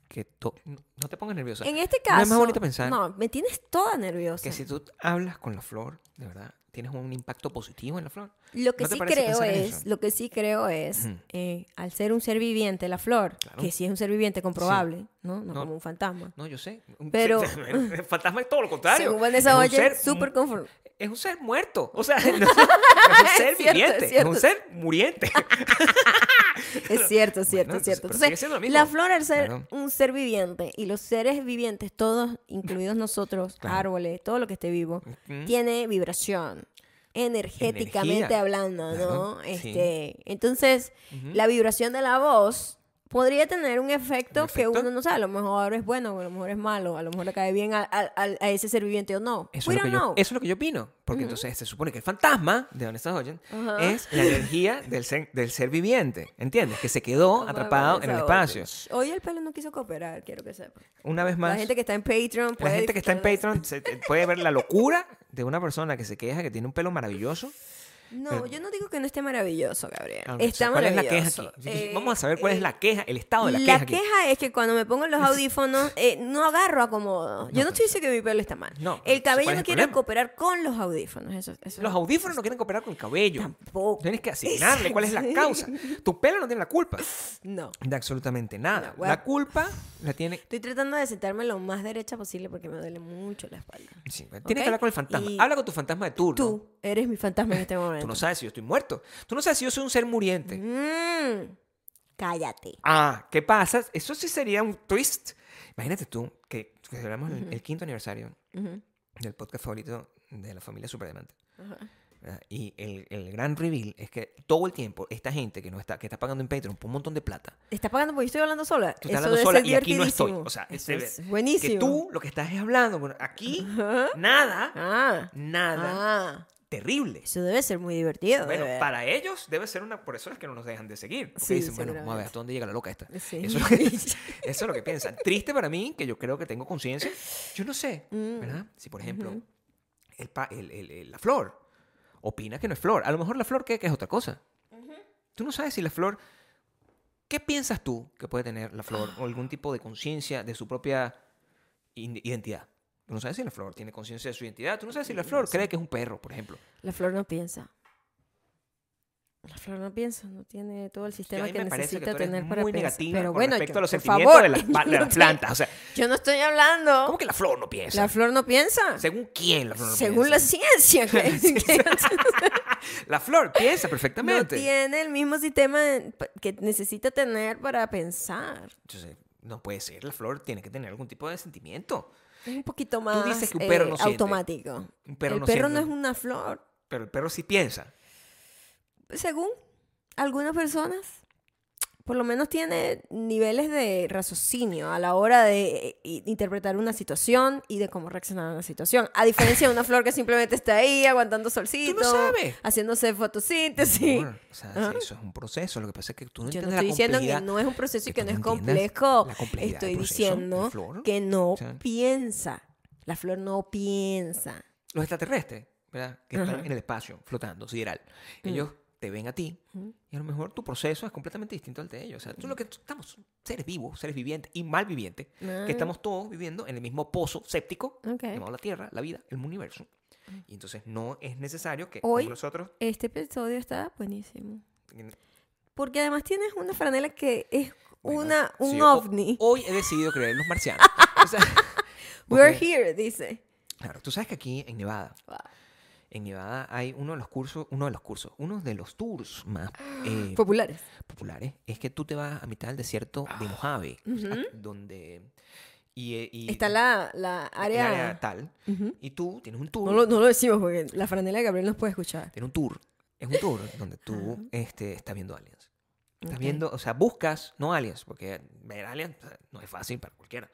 S2: que... to- No no te pongas nerviosa.
S1: En este
S2: no
S1: caso.
S2: es más bonito pensar
S1: No, me tienes toda nerviosa.
S2: que si tú hablas con la flor, de verdad, tienes un impacto positivo en la flor.
S1: Lo que
S2: ¿No te
S1: sí
S2: parece
S1: creo
S2: pensar en
S1: es,
S2: eso?
S1: lo que sí creo es,
S2: Ujú.
S1: eh, al ser un ser viviente, la flor,
S2: Claro.
S1: que sí es un ser viviente comprobable, ¿no? No,
S2: No.
S1: como un fantasma.
S2: No, yo sé. Un-
S1: Pero-
S2: el fantasma es todo lo contrario.
S1: Según
S2: Es
S1: Vanessa
S2: un
S1: Oye,
S2: ser-
S1: súper
S2: un-
S1: conforme.
S2: Es un ser muerto. O sea,
S1: (laughs)
S2: (laughs) no- es un ser
S1: Es cierto, es
S2: viviente. Es,
S1: cierto. Ah,
S2: un ser muriente.
S1: Es cierto, es
S2: (laughs)
S1: cierto, es
S2: entonces,
S1: cierto.
S2: pero sigue
S1: Entonces,
S2: siendo lo mismo.
S1: la flor al ser
S2: Claro.
S1: un ser viviente y los seres vivientes, todos, incluidos nosotros,
S2: Claro.
S1: árboles, todo lo que esté vivo,
S2: Ujú.
S1: tiene vibración, energéticamente
S2: Energía.
S1: hablando, ¿no?
S2: Claro, sí.
S1: Este, Entonces, la vibración de la voz podría tener un efecto,
S2: ¿Un
S1: que
S2: efecto?
S1: uno no sabe, a lo mejor es bueno, o a lo mejor es malo, a lo mejor le cae bien a, a- a- a ese ser viviente o no.
S2: Eso
S1: We
S2: es, lo que
S1: don't
S2: yo,
S1: know.
S2: eso es lo que yo opino. Porque entonces se supone que el fantasma de Vanessa Hodgins
S1: Ajá.
S2: es la energía del ser, del ser viviente. ¿Entiendes? Que se quedó
S1: Vamos a
S2: atrapado
S1: ver
S2: en el
S1: esa
S2: espacio.
S1: otra. Shh, Hoy el pelo no quiso cooperar, quiero que sepa.
S2: Una vez más.
S1: La gente que está en Patreon
S2: La
S1: puede
S2: gente que está en
S1: disfrutar de-
S2: Patreon se- eh, puede ver la locura de una persona que se queja que tiene un pelo maravilloso.
S1: No,
S2: Pero-
S1: yo no digo que no esté maravilloso, Gabriel.
S2: Ah, o sea,
S1: está
S2: ¿Cuál es la
S1: maravilloso.
S2: queja aquí?
S1: Eh,
S2: Vamos a saber cuál es la queja, el estado de la,
S1: la
S2: queja. aquí.
S1: queja es que cuando me pongo los audífonos eh, no agarro acomodo. yo no estoy diciendo que mi pelo está mal.
S2: pues No, pues,
S1: el cabello
S2: ¿cuál es
S1: no
S2: el
S1: quiere
S2: problema?
S1: cooperar con los audífonos. Eso, eso-
S2: Los audífonos no quieren cooperar con el cabello.
S1: Tampoco.
S2: Tienes que asignarle cuál es la causa. Tu pelo no tiene la culpa
S1: No.
S2: de absolutamente nada.
S1: No, bueno.
S2: La culpa la tiene.
S1: Estoy tratando de sentarme lo más derecha posible porque me duele mucho la espalda.
S2: sí, tienes
S1: Ok.
S2: que hablar con el fantasma.
S1: Y-
S2: Habla con tu fantasma de turno.
S1: Tú eres mi fantasma en este momento.
S2: (laughs) Tú no sabes si yo estoy muerto. Tú no sabes si yo soy un ser muriente.
S1: Mm, cállate.
S2: Ah, ¿qué pasa? Eso sí sería un twist. Imagínate tú que que celebramos el- el quinto aniversario
S1: Ujú,
S2: del podcast favorito de la familia Superdemante.
S1: ajá.
S2: ¿verdad? Y el, el gran reveal es que todo el tiempo esta gente que no está que está pagando en Patreon por un montón de plata,
S1: ¿Estás pagando porque yo estoy hablando sola?
S2: tú estás
S1: Eso
S2: hablando
S1: debe
S2: sola
S1: ser
S2: y aquí no estoy.
S1: divertidísimo.
S2: O sea,
S1: Eso
S2: este-
S1: es buenísimo.
S2: que tú lo que estás es hablando. Bueno, aquí
S1: Ajá.
S2: nada,
S1: Ah,
S2: nada
S1: ah,
S2: terrible.
S1: eso debe ser muy divertido. de
S2: Bueno,
S1: ver.
S2: para ellos debe ser una por eso es que no nos dejan de seguir. Porque
S1: Sí,
S2: dicen, bueno, vamos a ver
S1: seguramente.
S2: hasta dónde llega la loca esta.
S1: Sí.
S2: Eso, es lo que, eso
S1: (laughs)
S2: (laughs) es lo que piensan. Triste para mí, que yo creo que tengo conciencia. Yo no sé,
S1: Mm.
S2: ¿verdad? Si, por ejemplo, el pa- el- el- el- la flor opina que no es flor. A lo mejor la flor, ¿qué, qué es otra cosa? Tú no sabes si la flor... ¿Qué piensas tú que puede tener la flor o algún tipo de conciencia de su propia in- identidad? Tú no sabes si la flor tiene conciencia de su identidad. Tú no sabes si la flor cree que es un perro, por ejemplo.
S1: La flor no piensa. La flor no piensa, no tiene todo el
S2: Yo- a
S1: sistema
S2: mí
S1: que
S2: me parece
S1: necesita
S2: que tú eres
S1: tener para
S2: muy
S1: pensar.
S2: negativa
S1: Pero
S2: con
S1: bueno,
S2: respecto
S1: yo-
S2: a los
S1: por
S2: sentimientos
S1: favor,
S2: de las, pa- de
S1: yo (laughs)
S2: las
S1: no
S2: plantas. O sea,
S1: estoy- Yo no estoy hablando.
S2: ¿cómo que la flor no piensa?
S1: La flor no piensa.
S2: ¿Según quién la flor no
S1: Según la
S2: piensa? (laughs)
S1: ciencia. que- que
S2: La flor piensa
S1: no
S2: perfectamente.
S1: tiene el mismo sistema que necesita tener para pensar.
S2: Entonces, no puede ser. La flor tiene que tener algún tipo de sentimiento.
S1: Es un poquito más eh,
S2: dices que un perro no siente.
S1: automático.
S2: Un perro
S1: el
S2: no
S1: perro no
S2: siente.
S1: es una flor.
S2: Pero el perro sí piensa.
S1: según algunas personas, por lo menos tiene niveles de raciocinio a la hora de eh, i- interpretar una situación y de cómo reaccionar a una situación. A diferencia de una flor que simplemente está ahí aguantando solcito,
S2: sabes.
S1: (laughs) haciéndose fotosíntesis.
S2: Amor, o sea,
S1: Ajá.
S2: eso es un proceso. Lo que pasa es que tú no
S1: Yo no
S2: entiendes
S1: estoy
S2: la
S1: diciendo que
S2: complejidad.
S1: no es un proceso y que
S2: que tú
S1: no es
S2: no entiendas
S1: complejo.
S2: la complejidad
S1: Estoy
S2: del proceso de la
S1: diciendo
S2: flor.
S1: que no
S2: O sea.
S1: piensa. La flor no piensa.
S2: Los extraterrestres ¿verdad? Que están
S1: Ajá.
S2: en el espacio, flotando, sideral.
S1: Mm.
S2: Ellos te ven a ti
S1: Ujú.
S2: y a lo mejor tu proceso es completamente distinto al de ellos. O sea, tú
S1: Mm.
S2: lo que tú- estamos, seres vivos, seres vivientes y mal vivientes, que estamos todos viviendo en el mismo pozo séptico
S1: Ok. Mm.
S2: llamado la Tierra, la vida, el universo. Y entonces no es necesario que
S1: Hoy-
S2: como nosotros...
S1: Este episodio está buenísimo. Porque además tienes una franela que es
S2: Bueno,
S1: una, un
S2: sí, yo-
S1: ovni.
S2: Hoy he decidido creer en los
S1: (laughs)
S2: marcianos. O sea,
S1: We're
S2: porque-
S1: here, dice.
S2: Claro, tú sabes que aquí en Nevada,
S1: Wow.
S2: en Nevada hay uno de los cursos, uno de los cursos, uno de los tours
S1: (gasps)
S2: más eh,
S1: Populares.
S2: populares es que tú te vas a mitad del desierto de
S1: Ah.
S2: Mojave, o sea, donde y, eh, y-
S1: Está la, la
S2: el
S1: área.
S2: tal
S1: Ujú.
S2: y tú tienes un tour,
S1: no, lo, no lo decimos porque la franela de Gabriel nos puede escuchar.
S2: tienes un tour, es un tour donde
S1: (laughs)
S2: tú este, estás viendo aliens. Estás
S1: Ok.
S2: viendo, o sea, buscas, no aliens, porque ver aliens o sea, no es fácil para cualquiera,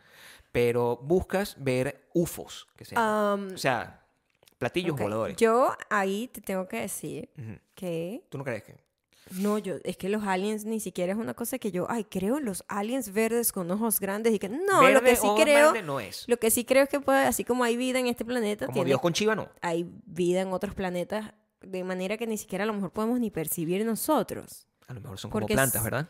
S2: pero buscas ver UFOs, que se llaman.
S1: Um,
S2: o sea, platillos
S1: ok.
S2: eh, voladores.
S1: Yo ahí te tengo que decir
S2: Ujú.
S1: que
S2: ¿Tú no crees que?
S1: No, yo, es que los aliens ni siquiera es una cosa que yo, ay, creo en los aliens verdes con ojos grandes y que no, lo
S2: Verde
S1: que sí
S2: o
S1: creo,
S2: verde no es.
S1: lo que sí creo es que puede, así como hay vida en este planeta,
S2: Como
S1: tiene-
S2: Dios con Chiva, no.
S1: hay vida en otros planetas de manera que ni siquiera a lo mejor podemos ni percibir nosotros.
S2: A lo mejor son como
S1: Porque
S2: plantas,
S1: es-
S2: ¿verdad?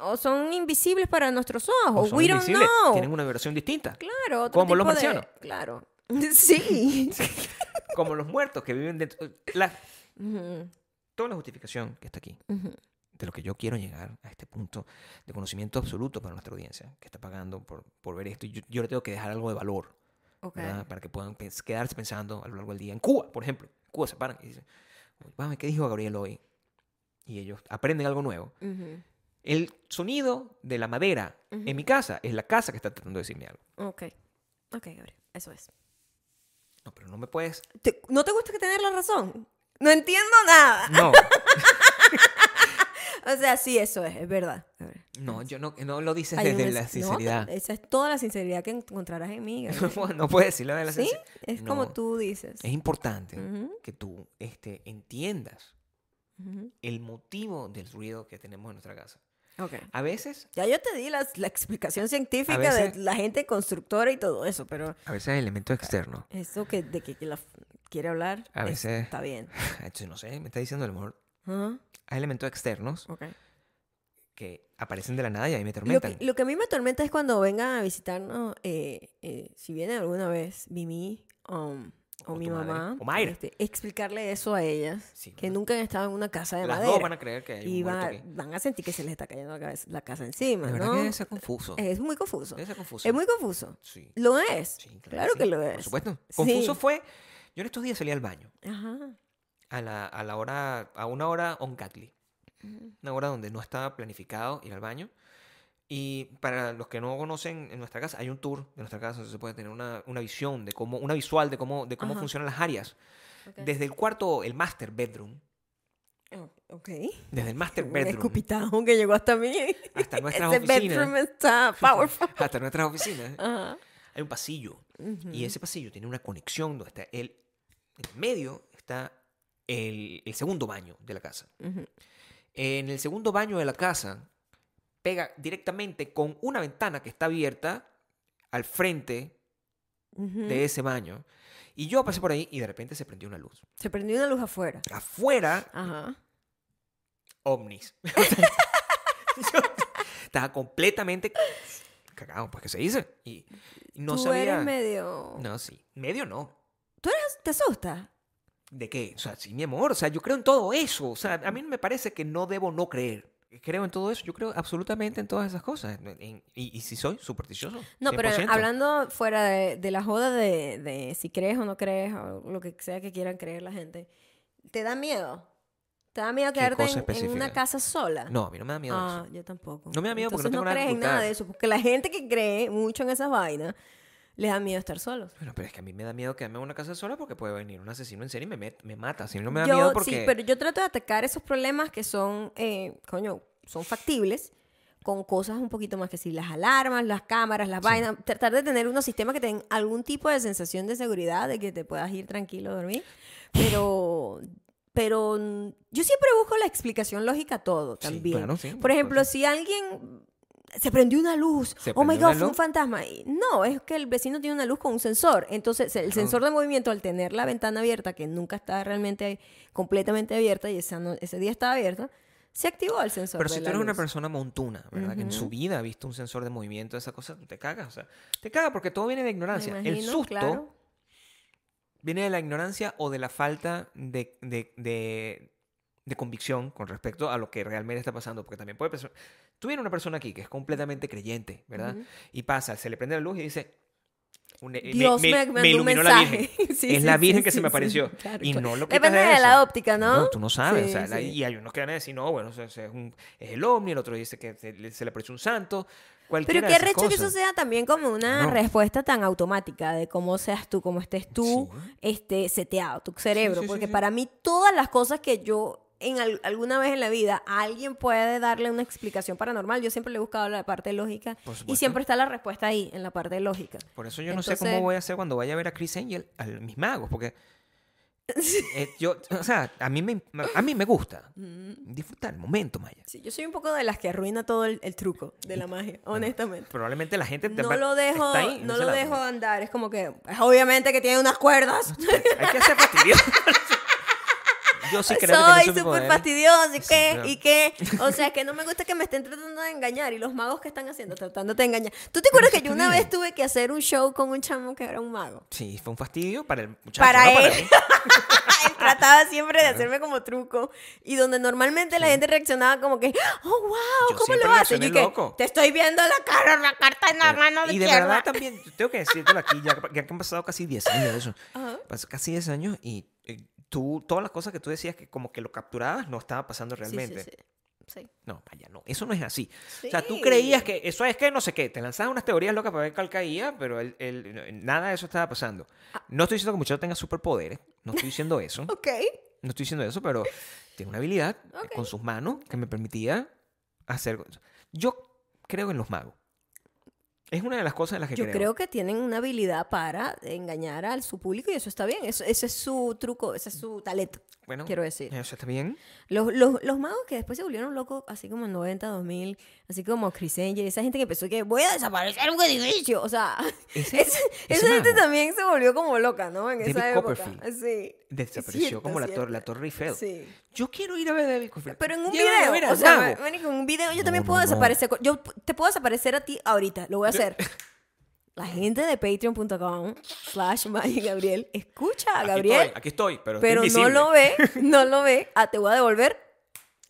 S1: O son invisibles para nuestros ojos,
S2: O son
S1: Oh, we don't
S2: invisibles,
S1: know.
S2: Tienen una vibración distinta.
S1: Claro, otro
S2: Como los
S1: tipo de-
S2: marcianos. (laughs)
S1: Claro. Sí.
S2: Como los muertos que viven dentro. la-
S1: Ujú,
S2: toda la justificación que está aquí,
S1: ujú.
S2: de lo que yo quiero llegar a este punto de conocimiento absoluto para nuestra audiencia que está pagando por, por ver esto, y yo, yo le tengo que dejar algo de valor,
S1: Ok.
S2: ¿verdad? Para que puedan pens- quedarse pensando a lo largo del día. En Cuba, por ejemplo. En Cuba se paran y dicen, vamos, ¿qué dijo Gabriel hoy? Y ellos aprenden algo nuevo.
S1: Ujú,
S2: El sonido de la madera en mi casa es la casa que está tratando de decirme algo.
S1: Ok. Ok, Gabriel, eso es.
S2: No, pero no me (laughs) puedes.
S1: ¿Te- ¿No te gusta que tener la razón? No entiendo nada.
S2: No,
S1: O sea, sí, eso es, es verdad.
S2: no, yo no, no lo dices
S1: Hay un
S2: desde
S1: mes-
S2: la
S1: no,
S2: (laughs) sinceridad.
S1: esa es toda la sinceridad que encontrarás en
S2: (laughs)
S1: mí.
S2: No,
S1: Gabriel.
S2: puedo- no puedes decirlo desde la
S1: ¿Sí?
S2: sinceridad.
S1: Es
S2: No.
S1: como tú dices.
S2: Es importante
S1: Ujú,
S2: que tú este, entiendas
S1: ujú.
S2: el motivo del ruido que tenemos en nuestra casa.
S1: Ok.
S2: A veces,
S1: Ya yo te di las- la, explicación científica
S2: veces-
S1: de la gente constructora y todo eso, pero
S2: a veces elementos externos.
S1: eso que, de que, que la f- quiere hablar
S2: A
S1: es-
S2: (laughs) veces-
S1: está bien.
S2: Entonces, no sé, me está diciendo a lo mejor.
S1: Ajá,
S2: Hay elementos externos
S1: ok.
S2: que aparecen de la nada y a mí me
S1: Lo
S2: atormentan.
S1: que, lo que a mí me atormenta es cuando vengan a visitarnos, eh, eh, si viene alguna vez Mimi um, o,
S2: O
S1: mi
S2: tu madre,
S1: mamá,
S2: o Mayra.
S1: este, explicarle eso a ellas,
S2: Sí,
S1: que
S2: ¿no?
S1: nunca han estado en una casa de
S2: Las
S1: madera.
S2: dos van a creer que hay
S1: y
S2: un
S1: va-
S2: muerto aquí.
S1: van a sentir que se les está cayendo la, cabeza- la casa encima,
S2: De verdad
S1: ¿no?
S2: que debe ser confuso.
S1: Es muy confuso.
S2: Debe ser confuso.
S1: Es muy confuso.
S2: Sí.
S1: Lo es.
S2: Sí,
S1: claro que
S2: sí,
S1: lo es.
S2: Por supuesto.
S1: Sí.
S2: Confuso fue. Yo en estos días salí al baño
S1: Ajá.
S2: a la, a la hora, a una hora ungodly. Una hora donde no estaba planificado ir al baño. Y para los que no conocen en nuestra casa, hay un tour de nuestra casa donde se puede tener una, una visión de cómo, una visual de cómo, de cómo
S1: Ajá.
S2: funcionan las áreas.
S1: Ok.
S2: Desde el cuarto, el master bedroom,
S1: Oh, ok.
S2: desde el
S1: (laughs)
S2: master
S1: Un
S2: Este bedroom
S1: escupitajo que llegó hasta mí. (laughs)
S2: hasta nuestras
S1: Ese bedroom
S2: oficinas, (laughs)
S1: está powerful.
S2: hasta nuestras oficinas,
S1: Ajá.
S2: hay un pasillo
S1: Ujú.
S2: Y ese pasillo tiene una conexión donde está el. En el medio está el, el segundo baño de la casa.
S1: Ujú.
S2: En el segundo baño de la casa pega directamente con una ventana que está abierta al frente
S1: Ujú.
S2: de ese baño. Y yo pasé por ahí y de repente se prendió una luz.
S1: Se prendió una luz afuera.
S2: Afuera,
S1: Ajá.
S2: ovnis. (laughs) O sea, yo estaba completamente cagado, pues, ¿qué se dice? Y no
S1: Tú
S2: sabía.
S1: eres medio...
S2: No, sí. Medio no.
S1: ¿Te asusta?
S2: ¿De qué? O sea, sí, mi amor, o sea, yo creo en todo eso. O sea, a mí me parece que no debo no creer. Creo en todo eso, yo creo absolutamente en todas esas cosas. En- en- y, y si soy supersticioso.
S1: No, pero
S2: 100%.
S1: hablando fuera de, de la joda de, de si crees o no crees o lo que sea que quieran creer la gente, ¿te da miedo? ¿Te da miedo
S2: ¿Qué
S1: quedarte
S2: cosa
S1: en- en,
S2: específica?
S1: una casa sola?
S2: No, a mí no me da miedo
S1: Ah,
S2: eso.
S1: yo tampoco.
S2: No me da miedo porque no
S1: Entonces
S2: tengo nada que
S1: crees en nada
S2: ocultar.
S1: de eso, porque la gente que cree mucho en esas vainas les da miedo estar solos.
S2: Bueno, pero es que a mí me da miedo quedarme en una casa sola porque puede venir un asesino en serie y me, met- me mata. Si no me da
S1: yo,
S2: miedo porque.
S1: Sí, pero yo trato de atacar esos problemas que son, eh, coño, son factibles con cosas un poquito más que sí, las alarmas, las cámaras, las vainas, tratar de tener unos sistemas que tengan algún tipo de sensación de seguridad, de que te puedas ir tranquilo a dormir, pero, pero mm, yo siempre busco la explicación lógica a todo
S2: Sí,
S1: también.
S2: claro, sí,
S1: Por ejemplo,
S2: supuesto.
S1: si alguien se prendió una luz.
S2: Se
S1: oh my
S2: prendió
S1: God,
S2: una
S1: fue un
S2: luz.
S1: fantasma. Y no, es que el vecino tiene una luz con un sensor. Entonces, el sensor de movimiento, al tener la ventana abierta, que nunca está realmente completamente abierta, y esa no- ese día estaba abierta, se activó el sensor.
S2: Pero
S1: de
S2: si tú
S1: la
S2: eres una
S1: luz.
S2: persona montuna, ¿verdad? Que en su vida ha visto un sensor de movimiento, esa cosa, te cagas. O sea, te cagas porque todo viene de
S1: Me
S2: ignorancia. el
S1: imagino,
S2: susto
S1: claro.
S2: viene de la ignorancia o de la falta de, de- de- de convicción con respecto a lo que realmente está pasando. Porque también puede pasar. Tú vienes una persona aquí que es completamente creyente, ¿verdad?
S1: Ujú.
S2: Y pasa, se le prende la luz y dice. un- eh, me-
S1: Dios me, mandó un
S2: iluminó la
S1: mensaje. (laughs)
S2: Virgen.
S1: Sí, sí,
S2: es la
S1: sí,
S2: Virgen que
S1: sí,
S2: se me
S1: sí,
S2: apareció.
S1: claro,
S2: y
S1: claro.
S2: no lo quitas
S1: Depende de, la
S2: eso.
S1: óptica, ¿no?
S2: No, tú no sabes. o
S1: Sí,
S2: sea, la-
S1: sí.
S2: Y hay unos que van a decir, no, bueno, o sea, es, un- es el ovni, el otro dice que se, le- se le apareció un santo.
S1: Pero
S2: Cualquiera
S1: qué
S2: de esas
S1: arrecho que eso
S2: cosas.
S1: sea también como una
S2: No.
S1: respuesta tan automática de cómo seas tú, cómo estés tú, este, seteado, tu cerebro.
S2: Sí, sí, sí,
S1: porque
S2: sí.
S1: para mí todas las cosas que yo en al- alguna vez en la vida alguien puede darle una explicación paranormal, yo siempre le he buscado la parte lógica
S2: Por
S1: y
S2: supuesto.
S1: siempre está la respuesta ahí, en la parte lógica.
S2: Por eso yo no sé
S1: Entonces-
S2: cómo voy a hacer cuando vaya a ver a Chris Angel, a mis magos,
S1: (laughs)
S2: porque eh, yo, o sea, a mí me, a mí me gusta
S1: Mm.
S2: disfrutar el momento, Maya.
S1: Sí, yo soy un poco de las que arruina todo el, el truco de la magia, honestamente.
S2: Probablemente la gente te
S1: No
S2: va-
S1: lo dejo,
S2: está ahí,
S1: no
S2: se
S1: lo
S2: la-
S1: dejo andar, es como que pues, obviamente que tiene unas cuerdas.
S2: Hay que
S1: (laughs)
S2: ser fastidioso. yo sí creo que
S1: Soy
S2: eso es mi
S1: súper
S2: poder.
S1: fastidioso y
S2: Sí,
S1: qué,
S2: claro.
S1: y qué. O sea, que no me gusta que me estén tratando de engañar y los magos que están haciendo, tratando de engañar. ¿Tú te acuerdas
S2: eso
S1: que yo
S2: está
S1: una
S2: bien.
S1: vez tuve que hacer un show con un chamo que era un mago? (laughs)
S2: Sí, fue un fastidio para el muchacho.
S1: Para
S2: no
S1: él.
S2: mí.
S1: él trataba siempre de hacerme como truco y donde normalmente la gente reaccionaba como que, oh, wow,
S2: Yo
S1: ¿cómo
S2: siempre
S1: lo haces?
S2: reaccioné
S1: Y que,
S2: loco.
S1: te estoy viendo la cara, la carta en la mano
S2: y de
S1: izquierda".
S2: verdad también, tengo que decírtelo aquí, ya, ya que han pasado casi 10 años de eso.
S1: Ajá.
S2: Pasó casi 10 años y eh, tú, todas las cosas que tú decías que como que lo capturabas no estaba pasando
S1: Sí, sí,
S2: realmente.
S1: sí. Sí.
S2: No, vaya, no, eso no es así. O sea, tú
S1: Sí.
S2: creías que eso es que no sé qué, te lanzabas unas teorías locas para ver cuál caía, pero el- el- nada de eso estaba pasando. No estoy diciendo que el muchacho tenga superpoderes, no estoy diciendo eso,
S1: Ah. (laughs) Ok.
S2: no estoy diciendo eso, pero tiene una habilidad eh,
S1: Ok.
S2: con sus manos que me permitía hacer cosas. Yo creo en los magos. Es una de las cosas en las que
S1: Yo
S2: creo.
S1: creo que tienen una habilidad para engañar a su público y eso está bien. Eso, ese es su truco, ese es su talento,
S2: bueno,
S1: quiero decir.
S2: eso está bien.
S1: Los, los, los magos que después se volvieron locos, así como en 90, 2000, así como Chris Angel, esa gente que empezó que voy a desaparecer un edificio. O sea, (laughs)
S2: Ese-
S1: ese-
S2: ese
S1: esa gente
S2: mago.
S1: también se volvió como loca, ¿no? En esa
S2: David
S1: época.
S2: Copperfield.
S1: Sí. (laughs)
S2: Desapareció
S1: Cierto,
S2: como la,
S1: cierto.
S2: torre, la Torre Eiffel.
S1: Sí.
S2: Yo quiero ir a ver a David Copperfield.
S1: Pero en un
S2: Llévame a
S1: video,
S2: ver al
S1: o sea,
S2: mago.
S1: marico, en un video yo
S2: No,
S1: también
S2: no,
S1: puedo
S2: no.
S1: desaparecer. con- Yo p- te puedo desaparecer a ti ahorita, lo voy a
S2: (laughs)
S1: hacer. La gente de patreon.com slash Maya y Gabriel escucha a
S2: Aquí
S1: Gabriel,
S2: estoy, aquí estoy, pero, estoy
S1: pero no
S2: invisible.
S1: lo
S2: (laughs)
S1: ve, no lo ve. Ah, te voy a devolver.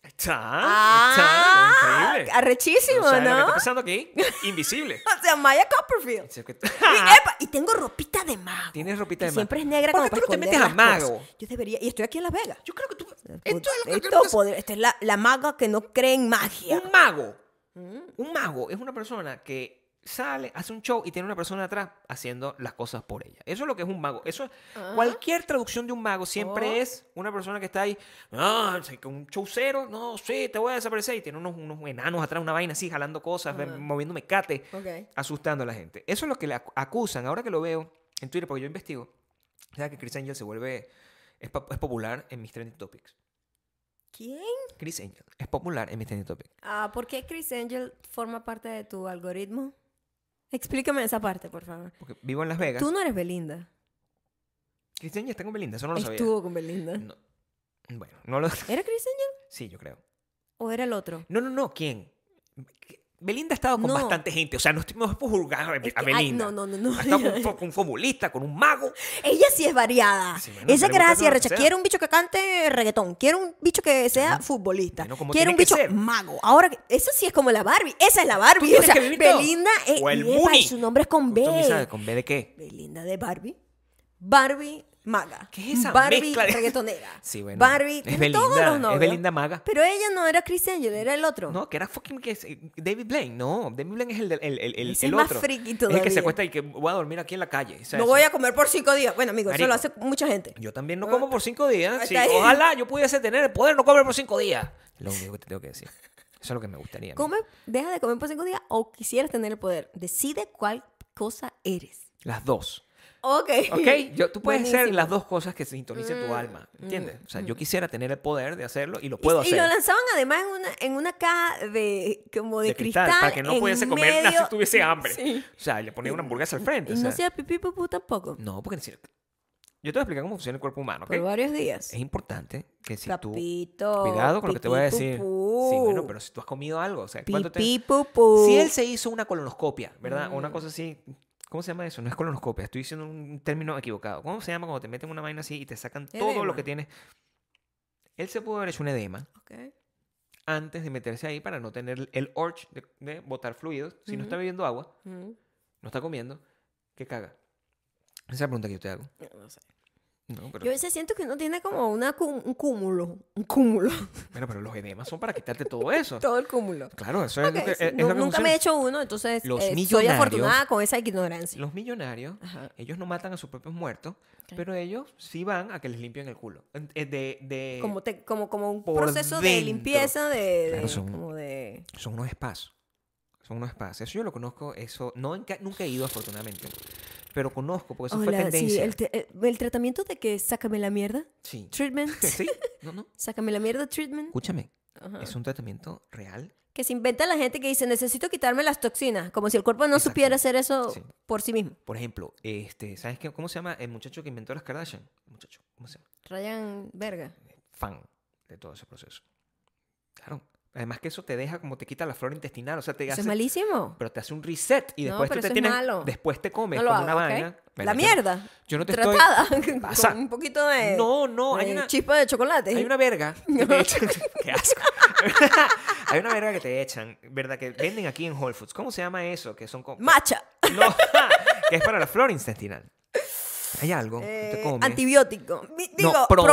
S2: Está,
S1: Ah,
S2: está, increíble.
S1: arrechísimo,
S2: sabes
S1: (laughs)
S2: lo que
S1: ¿no?
S2: está pasando aquí? Invisible.
S1: O sea, Maya Copperfield.
S2: Así que-
S1: Y, epa, y tengo ropita de mago.
S2: Ah. Tienes ropita
S1: que
S2: de mago.
S1: Siempre es negra
S2: ¿Por
S1: como
S2: qué
S1: para
S2: tú no te
S1: esconder
S2: metes a
S1: las cosas.
S2: mago?
S1: Yo debería, y estoy aquí en Las Vegas.
S2: (laughs) Yo creo que tú. Esto
S1: Esto,
S2: es lo que tú
S1: esto
S2: no-
S1: poder- esta es la, la maga que no cree en magia.
S2: Un mago. Un mago es una persona que sale, hace un show y tiene una persona atrás haciendo las cosas por ella. Eso es lo que es un mago. Eso
S1: Ah.
S2: cualquier traducción de un mago siempre
S1: Oh.
S2: es una persona que está ahí, ah, sí, con un showcero, no, sí, te voy a desaparecer y tiene unos, unos enanos atrás, una vaina así jalando cosas, ve- moviendo mecate,
S1: Ok.
S2: asustando a la gente. Eso es lo que le ac- acusan. Ahora que lo veo en Twitter porque yo investigo, ya que Chris Angel se vuelve es, pa- es popular en mis trending topics.
S1: ¿Quién?
S2: Chris Angel es popular en mis trending topics.
S1: Ah, ¿Por qué Chris Angel forma parte de tu algoritmo? Explícame esa parte, por favor.
S2: Porque vivo en Las Vegas.
S1: Tú no eres Belinda.
S2: Chris Angel está con Belinda, eso no lo sabía.
S1: Estuvo con Belinda.
S2: No. Bueno, no lo. (laughs)
S1: ¿Era Chris Angel
S2: Sí, yo creo.
S1: o era el otro?
S2: No, no, no, ¿quién? Belinda ha estado con
S1: No.
S2: bastante gente. O sea, no estoy no es por juzgar a,
S1: Es que-
S2: a
S1: ay,
S2: Belinda. Ah,
S1: no, no, no, no.
S2: Ha estado
S1: (laughs)
S2: con, un fo- con un futbolista, con un mago.
S1: Ella sí es variada.
S2: Sí,
S1: Esa
S2: bueno, pero le gusta
S1: gracia,
S2: todo lo que
S1: Recha.
S2: sea.
S1: Quiero un bicho que cante reggaetón. Quiero un bicho que sea futbolista.
S2: bueno, como
S1: Quiero
S2: tiene
S1: un
S2: que
S1: bicho
S2: ser.
S1: mago. Ahora, que- esa sí es como la Barbie. Esa es la Barbie.
S2: tienes
S1: O sea,
S2: que vivir todo.
S1: Belinda es.
S2: O el
S1: y epa,
S2: Muni.
S1: y su nombre es con
S2: Tú ni sabes,
S1: B.
S2: ¿Con B de qué?
S1: Belinda de Barbie. Barbie maga.
S2: ¿Qué es esa
S1: Barbie
S2: mezcla de-
S1: reggaetonera.
S2: (laughs) Sí, bueno.
S1: Barbie.
S2: Es
S1: tiene
S2: Belinda,
S1: todos los
S2: es
S1: novios.
S2: Belinda maga.
S1: Pero ella no era Chris Angel, era el otro.
S2: No, que era fucking que es- eh, David Blaine. No, David Blaine es el, del- el, el, el,
S1: Ese
S2: el
S1: es más
S2: otro.
S1: friki
S2: Es el que
S1: todavía.
S2: se acuesta y que voy a dormir aquí en la calle. O sea,
S1: No
S2: eso-
S1: voy a comer por cinco días. Bueno, amigo, eso
S2: Marico.
S1: lo hace mucha gente.
S2: Yo también no como por cinco días. sí.
S1: Hasta ahí.
S2: ojalá yo pudiese tener el poder de no comer por cinco días. Lo único que te tengo que decir. Eso es lo que me gustaría. a mí.
S1: Come, deja de comer por cinco días o quisieras tener el poder. Decide cuál cosa eres.
S2: Las dos.
S1: Ok.
S2: ¿Ok? Yo, tú puedes ser
S1: Buenísimo.
S2: las dos cosas que sintonice tu
S1: Mm,
S2: alma, ¿entiendes?
S1: mm,
S2: O sea,
S1: mm.
S2: yo quisiera tener el poder de hacerlo y lo
S1: Y-
S2: puedo
S1: y,
S2: hacer.
S1: lo lanzaban además en una, en una caja de, como de,
S2: De cristal, para que no
S1: en
S2: pudiese comer nada si
S1: medio-
S2: tuviese hambre.
S1: Sí.
S2: O sea, le ponía una hamburguesa al frente.
S1: Y
S2: o
S1: no
S2: sea.
S1: hacía pipí pupú tampoco.
S2: No, porque en serio, yo te voy a explicar cómo funciona el cuerpo humano, ¿ok?
S1: Por varios días.
S2: Es importante que si tú...
S1: Papito.
S2: Cuidado con lo que te voy a
S1: pipí,
S2: decir.
S1: pupú.
S2: Sí, bueno, pero si tú has comido algo, o sea, ¿cuánto te-
S1: Pipí pupú.
S2: Si él se hizo una colonoscopia, ¿verdad? O una
S1: Mm.
S2: cosa así... ¿Cómo se llama eso? No es colonoscopia, estoy diciendo un término equivocado. ¿Cómo se llama cuando te meten una vaina así y te sacan todo lo
S1: Edema.
S2: que tienes? Él se pudo haber hecho un edema
S1: Ok.
S2: antes de meterse ahí para no tener el urge de, de botar fluidos. Si no está
S1: Ujú.
S2: bebiendo agua,
S1: Mm,
S2: no está comiendo, ¿qué caga? Esa es la pregunta que yo te hago.
S1: no sé.
S2: No, pero,
S1: Yo a veces siento que uno tiene como una, cu- un cúmulo. Un
S2: (laughs)
S1: cúmulo.
S2: bueno, pero los edemas son para quitarte todo eso.
S1: (laughs) Todo el cúmulo.
S2: Claro, eso es
S1: Ok,
S2: lo que, es-
S1: sí.
S2: es
S1: Nu-
S2: lo que
S1: nunca
S2: funciona.
S1: me he hecho uno, entonces
S2: Los
S1: eh, soy
S2: millonarios-
S1: afortunada con esa ignorancia.
S2: Los millonarios,
S1: Ajá.
S2: ellos no matan a sus propios muertos,
S1: Ok.
S2: pero ellos sí van a que les limpien el culo. En- eh, De, de-
S1: como, te- como, como un
S2: por
S1: proceso de
S2: dentro.
S1: limpieza, de, de-
S2: Claro, son-
S1: como de...
S2: Son unos espacios. Son unos espacios. Eso yo lo conozco, eso no nunca, nunca he ido afortunadamente, pero conozco porque pues eso fue
S1: Hola, sí,
S2: tendencia.
S1: el, te- el- el tratamiento de que sácame la mierda,
S2: Sí.
S1: treatment,
S2: (laughs) Sí. No, no.
S1: sácame la mierda, treatment,
S2: Escúchame,
S1: Ajá.
S2: es un tratamiento real
S1: que se inventa la gente que dice, necesito quitarme las toxinas, como si el cuerpo no
S2: Exacto.
S1: supiera hacer eso
S2: Sí.
S1: por sí mismo.
S2: Por ejemplo, este, ¿sabes qué? ¿Cómo se llama el muchacho que inventó las Kardashian? El muchacho, ¿cómo se llama?
S1: Ryan, verga.
S2: Fan de todo ese proceso. Claro. Además que eso te deja como te quita la flora intestinal, o sea, te
S1: Eso
S2: hace,
S1: es malísimo.
S2: pero te hace un reset y
S1: No,
S2: después
S1: pero
S2: tú te
S1: eso es
S2: tienes,
S1: malo.
S2: después te comes
S1: No lo
S2: como una
S1: hago, ¿ok?
S2: vaina.
S1: La
S2: Bueno, yo-
S1: mierda.
S2: Yo no te estoy- (laughs)
S1: Tratada. eh.
S2: pasa?
S1: Con un poquito de,
S2: No, no, hay
S1: de
S2: una,
S1: chispa de chocolate.
S2: hay una verga.
S1: (laughs)
S2: que te echan- (laughs) Qué asco. hay una verga que te echan, verdad, que venden aquí en Whole Foods. ¿Cómo se llama eso? Que son como-
S1: Macha.
S2: no, (laughs) que es para la flora intestinal. Hay algo que
S1: Eh,
S2: Oh, te comes.
S1: antibiótico. Mi-
S2: No,
S1: Digo,
S2: probiótico.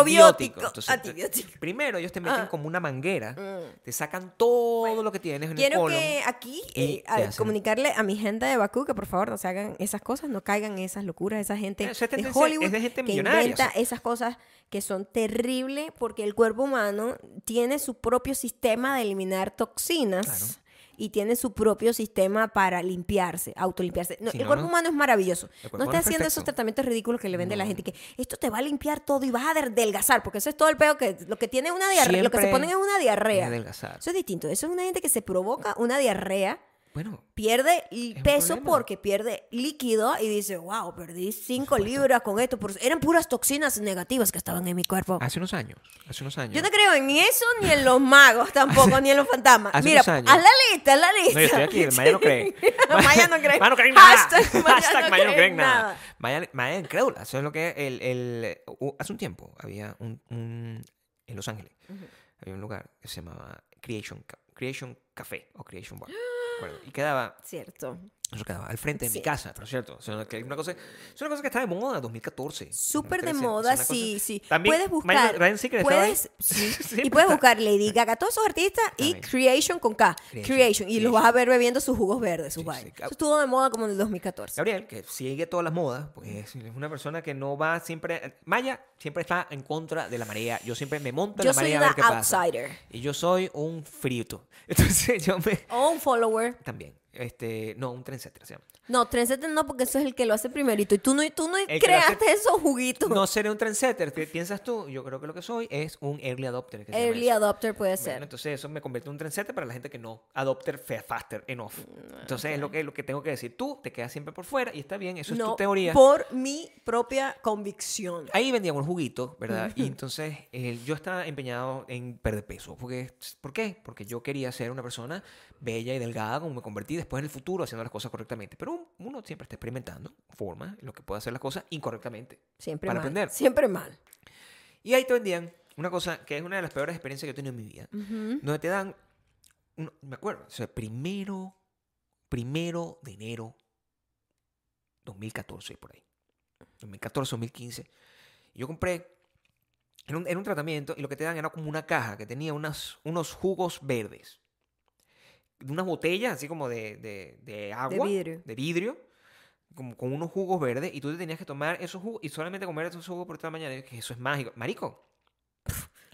S1: probiótico.
S2: Entonces, te-
S1: antibiótico.
S2: Primero ellos te meten
S1: Ah.
S2: como una manguera,
S1: Mm.
S2: te sacan todo lo que tienes en el
S1: Quiero
S2: colon.
S1: que aquí
S2: y
S1: eh,
S2: te
S1: a-
S2: hacen-
S1: comunicarle a mi gente de Bakú que por favor no se hagan esas cosas, no caigan en esas locuras, esa gente
S2: Esa
S1: de
S2: tendencia
S1: Hollywood
S2: es de gente
S1: que
S2: millonaria,
S1: inventa
S2: o sea.
S1: esas cosas que son terribles porque el cuerpo humano tiene su propio sistema de eliminar toxinas.
S2: Claro.
S1: Y tiene su propio sistema para limpiarse, autolimpiarse. No,
S2: Si
S1: el
S2: no,
S1: cuerpo
S2: no-
S1: humano es maravilloso.
S2: cuerpo
S1: No
S2: humano
S1: está
S2: es
S1: haciendo esos
S2: perfecto.
S1: tratamientos ridículos que le vende la gente que esto te va a limpiar todo y vas a adelgazar, porque eso es todo el peo que lo que tiene una diarrea, lo que se
S2: Siempre
S1: ponen es una
S2: Es
S1: diarrea.
S2: adelgazar.
S1: Eso es distinto. Eso es una gente que se provoca una diarrea,
S2: Bueno,
S1: pierde l-
S2: Es un
S1: peso
S2: problema.
S1: porque pierde líquido y dice, wow, perdí 5
S2: supuesto.
S1: libras con esto. por- Eran puras toxinas negativas que estaban en mi cuerpo.
S2: hace unos años, hace unos años.
S1: Yo no creo en eso ni en los magos tampoco, ni en los fantasmas.
S2: hace
S1: Mira,
S2: unos años-
S1: haz la lista, haz la lista.
S2: No, yo estoy aquí, el Maya no cree.
S1: (laughs) Maya no cree.
S2: (laughs) Maya no cree en nada.
S1: Hashtag Maya no
S2: Maya
S1: cree en nada.
S2: Maya, Maya es incrédula. Eso es lo que el, el- u- hace un tiempo había un, un- en Los Ángeles, había un lugar que se llamaba Creation, Ca- Creation Café o Creation Bar. Recuerdo. Y quedaba
S1: Cierto.
S2: Eso quedaba al frente de
S1: Sí.
S2: mi casa, por cierto. O sea, que es, una cosa, es una cosa que está de moda 2014.
S1: Súper de
S2: 2013.
S1: moda,
S2: Es una cosa-
S1: sí, sí.
S2: También
S1: puedes buscar.
S2: Ryan- Ryan Seacrest estaba ahí.
S1: puedes, sí,
S2: (laughs) Siempre
S1: y puedes
S2: está.
S1: buscar Lady Gaga, todos esos artistas y
S2: También.
S1: Creation con K. Creation.
S2: Creation,
S1: y los
S2: Creation.
S1: vas a ver bebiendo sus jugos verdes, sus
S2: Sí,
S1: vainas.
S2: sí,
S1: Eso
S2: claro.
S1: estuvo de moda como en el 2014.
S2: Gabriel, que sigue todas las modas, pues es una persona que no va siempre... Maya siempre está en contra de la marea. Yo siempre me monto en
S1: Yo
S2: la
S1: soy
S2: marea
S1: una
S2: a ver qué pasa.
S1: outsider.
S2: Y yo soy un frito. (laughs) Entonces yo me... (laughs)
S1: O un follower.
S2: También. Este, no, un trendsetter se llama.
S1: No, trendsetter no, porque eso es el que lo hace primerito. Y tú no, y tú no
S2: que lo
S1: creaste esos juguitos.
S2: No seré un trendsetter. ¿Qué piensas tú? Yo creo que lo que soy es un early adopter. que se llama
S1: Early
S2: eso.
S1: adopter puede
S2: Bueno,
S1: ser.
S2: entonces eso me convierte en un trendsetter para la gente que no adopter fa- faster enough.
S1: Mm,
S2: Entonces es lo que, lo que tengo que decir. Tú te quedas siempre por fuera y está bien, eso es
S1: no,
S2: tu teoría.
S1: por mi propia convicción.
S2: Ahí vendían un juguito, ¿verdad? Y entonces eh, yo estaba empeñado en perder peso. Porque, ¿Por qué? Porque yo quería ser una persona bella y delgada como me convertí después en el futuro haciendo las cosas correctamente. Pero un- uno siempre está experimentando formas, en lo que puede hacer las cosas incorrectamente.
S1: Siempre
S2: para
S1: mal.
S2: aprender.
S1: Siempre mal.
S2: Y ahí te vendían una cosa que es una de las peores experiencias que yo he tenido en mi vida.
S1: Ujú.
S2: donde te dan, un- me acuerdo, o sea, primero, primero de enero 2014, por ahí. 2014, 2015. Y Yo compré en un, en un tratamiento y lo que te dan era como una caja que tenía unas, unos jugos verdes. Unas botellas así como de, de, de agua.
S1: vidrio.
S2: de vidrio, como con unos jugos verdes y tú te tenías que tomar esos jugos y solamente comer esos jugos por toda la mañana. Y yo dije, eso es mágico. Marico,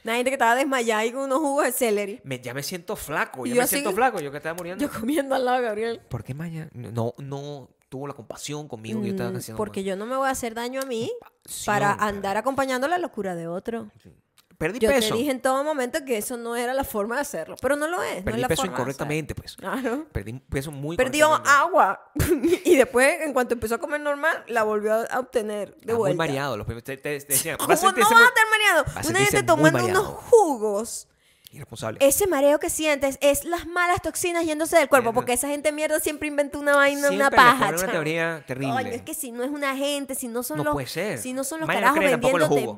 S1: La gente que estaba desmayada y con unos jugos de celery.
S2: me, ya me siento flaco,
S1: Y
S2: ya
S1: yo
S2: me
S1: así-
S2: siento flaco, yo que estaba muriendo.
S1: Yo comiendo al lado de Gabriel.
S2: ¿Por qué Maya? No, no, tuvo la compasión conmigo que yo estaba
S1: Mm,
S2: haciendo.
S1: Porque yo no me voy a hacer daño a mí
S2: Compasión,
S1: para
S2: cara.
S1: andar acompañando la locura de otro.
S2: Sí. Perdí
S1: Yo
S2: peso.
S1: te dije en todo momento que eso no era la forma de hacerlo, pero no lo es. no es
S2: Perdí
S1: la
S2: peso
S1: forma de
S2: incorrectamente, pues.
S1: hacerlo. Claro.
S2: Perdí peso muy
S1: Perdió
S2: correctamente.
S1: agua (laughs) y después, en cuanto empezó a comer normal, la volvió a obtener de
S2: Ah, muy
S1: vuelta.
S2: mareado. Los primeros- te, te- te
S1: (laughs)
S2: decían,
S1: ¿Cómo
S2: "Vas a
S1: no
S2: sentirse
S1: vas a
S2: muy-".
S1: estar mareado?
S2: a
S1: Una
S2: sentirse
S1: gente
S2: muy
S1: tomando
S2: mareado.
S1: unos jugos.
S2: Irresponsable.
S1: Ese mareo que sientes es las malas toxinas yéndose del cuerpo,
S2: Mierda.
S1: porque esa gente mierda siempre inventa una vaina,
S2: Siempre
S1: una
S2: le
S1: paja.
S2: ponen una
S1: chamo.
S2: teoría terrible.
S1: Coño, es que este si no es una gente, si no son
S2: No
S1: los
S2: puede ser.
S1: si no son los
S2: Maya no
S1: carajos
S2: cree tampoco en los
S1: vendiéndote
S2: jugos.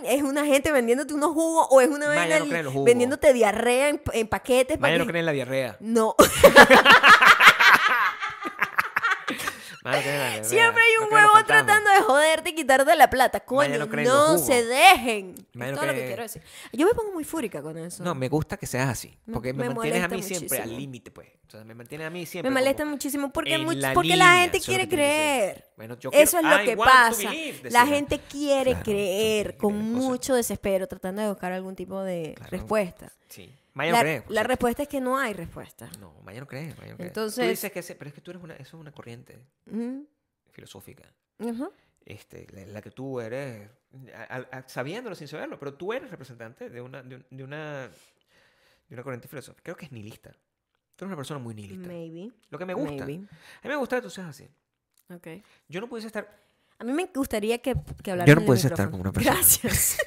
S1: Bitcoin, es una gente vendiéndote unos jugos o es una
S2: Maya
S1: vaina
S2: no cree en los jugos.
S1: vendiéndote diarrea en, en paquetes.
S2: Maya
S1: para
S2: no
S1: que-
S2: cree en
S1: (laughs)
S2: la diarrea.
S1: No.
S2: Maya no cree en la diarrea.
S1: Siempre hay
S2: No
S1: un
S2: cree en los
S1: huevo
S2: fantasmas.
S1: tratando de joderte y quitarte la plata. Coño,
S2: Maya no cree en
S1: no
S2: los jugos.
S1: se dejen.
S2: Maya
S1: Es
S2: no
S1: todo lo que
S2: cree-
S1: quiero decir. Yo me pongo muy fúrica con eso.
S2: No, me gusta que seas así.
S1: Me-
S2: Porque me,
S1: Mm, me
S2: mantienes a mí
S1: molesta
S2: siempre al
S1: muchísimo.
S2: límite, pues. O sea, me mantienes a mí siempre.
S1: me molesta
S2: como-
S1: muchísimo porque,
S2: en
S1: much-
S2: la
S1: porque la
S2: línea,
S1: gente
S2: eso es
S1: quiere
S2: lo que tiene que ser.
S1: creer.
S2: Bueno, yo
S1: eso es
S2: quiero- Ah,
S1: lo
S2: I
S1: que
S2: want to
S1: pasa.
S2: believe, decía.
S1: La gente quiere
S2: Claro,
S1: creer
S2: sí,
S1: con
S2: gran cosa.
S1: mucho desespero, tratando de buscar algún tipo de
S2: Claro.
S1: respuesta.
S2: Sí. Maya no
S1: la,
S2: cree. por
S1: la
S2: cierto.
S1: respuesta es que no hay respuesta.
S2: No, Maya no cree. Maya no cree.
S1: Entonces-
S2: Tú dices que ese- pero es que tú eres una, eso es una corriente
S1: Ujú,
S2: filosófica.
S1: ujú.
S2: Este, la, la que tú eres, a- a- a- sabiéndolo sin saberlo, pero tú eres representante de una, de, un- de una, de una corriente filosófica. Creo que es nihilista. Tú eres una persona muy nihilista.
S1: Maybe.
S2: Lo que me gusta.
S1: maybe.
S2: A mí me gusta que tú seas así.
S1: Ok.
S2: Yo no pudiese estar
S1: A mí me gustaría que, que hablaran
S2: Yo
S1: en
S2: no
S1: el
S2: puedo estar
S1: micrófono.
S2: con una persona. (laughs)
S1: Gracias.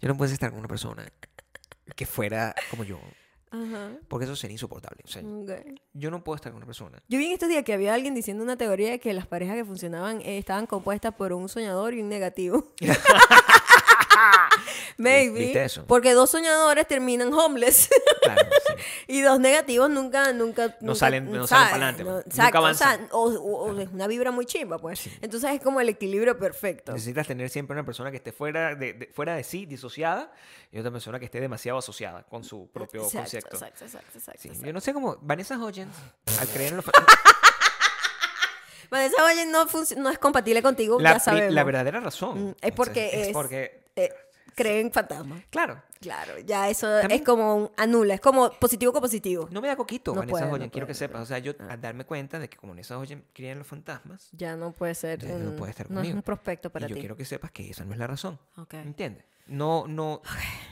S2: Yo no puedes estar con una persona que fuera como yo,
S1: Ajá.
S2: porque eso sería insoportable. O sea,
S1: Ok.
S2: yo no puedo estar con una persona.
S1: Yo vi en estos días que había alguien diciendo una teoría de que las parejas que funcionaban eh, estaban compuestas por un soñador y un
S2: (laughs)
S1: negativo. (laughs) Maybe.
S2: ¿Viste eso?
S1: Porque dos soñadores terminan homeless
S2: Claro, (laughs) sí.
S1: y dos negativos nunca, nunca,
S2: No
S1: nunca-
S2: salen- no salen
S1: ¿sabes?
S2: pa'lante, pues.
S1: No,
S2: nunca
S1: exacto, o sea,
S2: avanzan.
S1: o- o- o es una vibra muy chimba, pues. Entonces es como el equilibrio perfecto.
S2: Necesitas tener siempre una persona que esté fuera de, de- fuera de sí, disociada, y otra persona que esté demasiado asociada con su propio
S1: exacto,
S2: concepto.
S1: exacto, exacto, exacto,
S2: Sí,
S1: exacto.
S2: Yo no sé cómo Vanessa Hodgins, al creer en los...
S1: Vanessa Valle no, func- no es compatible contigo,
S2: la,
S1: ya
S2: pri- la
S1: sabemos.
S2: verdadera
S1: Mm,
S2: razón.
S1: es porque
S2: Entonces,
S1: es-
S2: porque,
S1: Eh, creen fantasmas.
S2: claro,
S1: Claro, ya eso
S2: También-
S1: es como un anula, es como positivo con positivo.
S2: no me da coquito
S1: No
S2: Vanessa
S1: puede, no
S2: Hodgins, quiero
S1: puede,
S2: que
S1: no
S2: sepas. O sea, yo
S1: Ah.
S2: al darme cuenta de que como Vanessa Hodgins cría en los fantasmas,
S1: Ya no puede ser.
S2: Ya no
S1: un-
S2: puede estar
S1: no es
S2: conmigo.
S1: un prospecto para
S2: y yo
S1: ti. Ah.
S2: quiero que sepas que esa no es la razón.
S1: Ok.
S2: ¿Entiendes? No, no.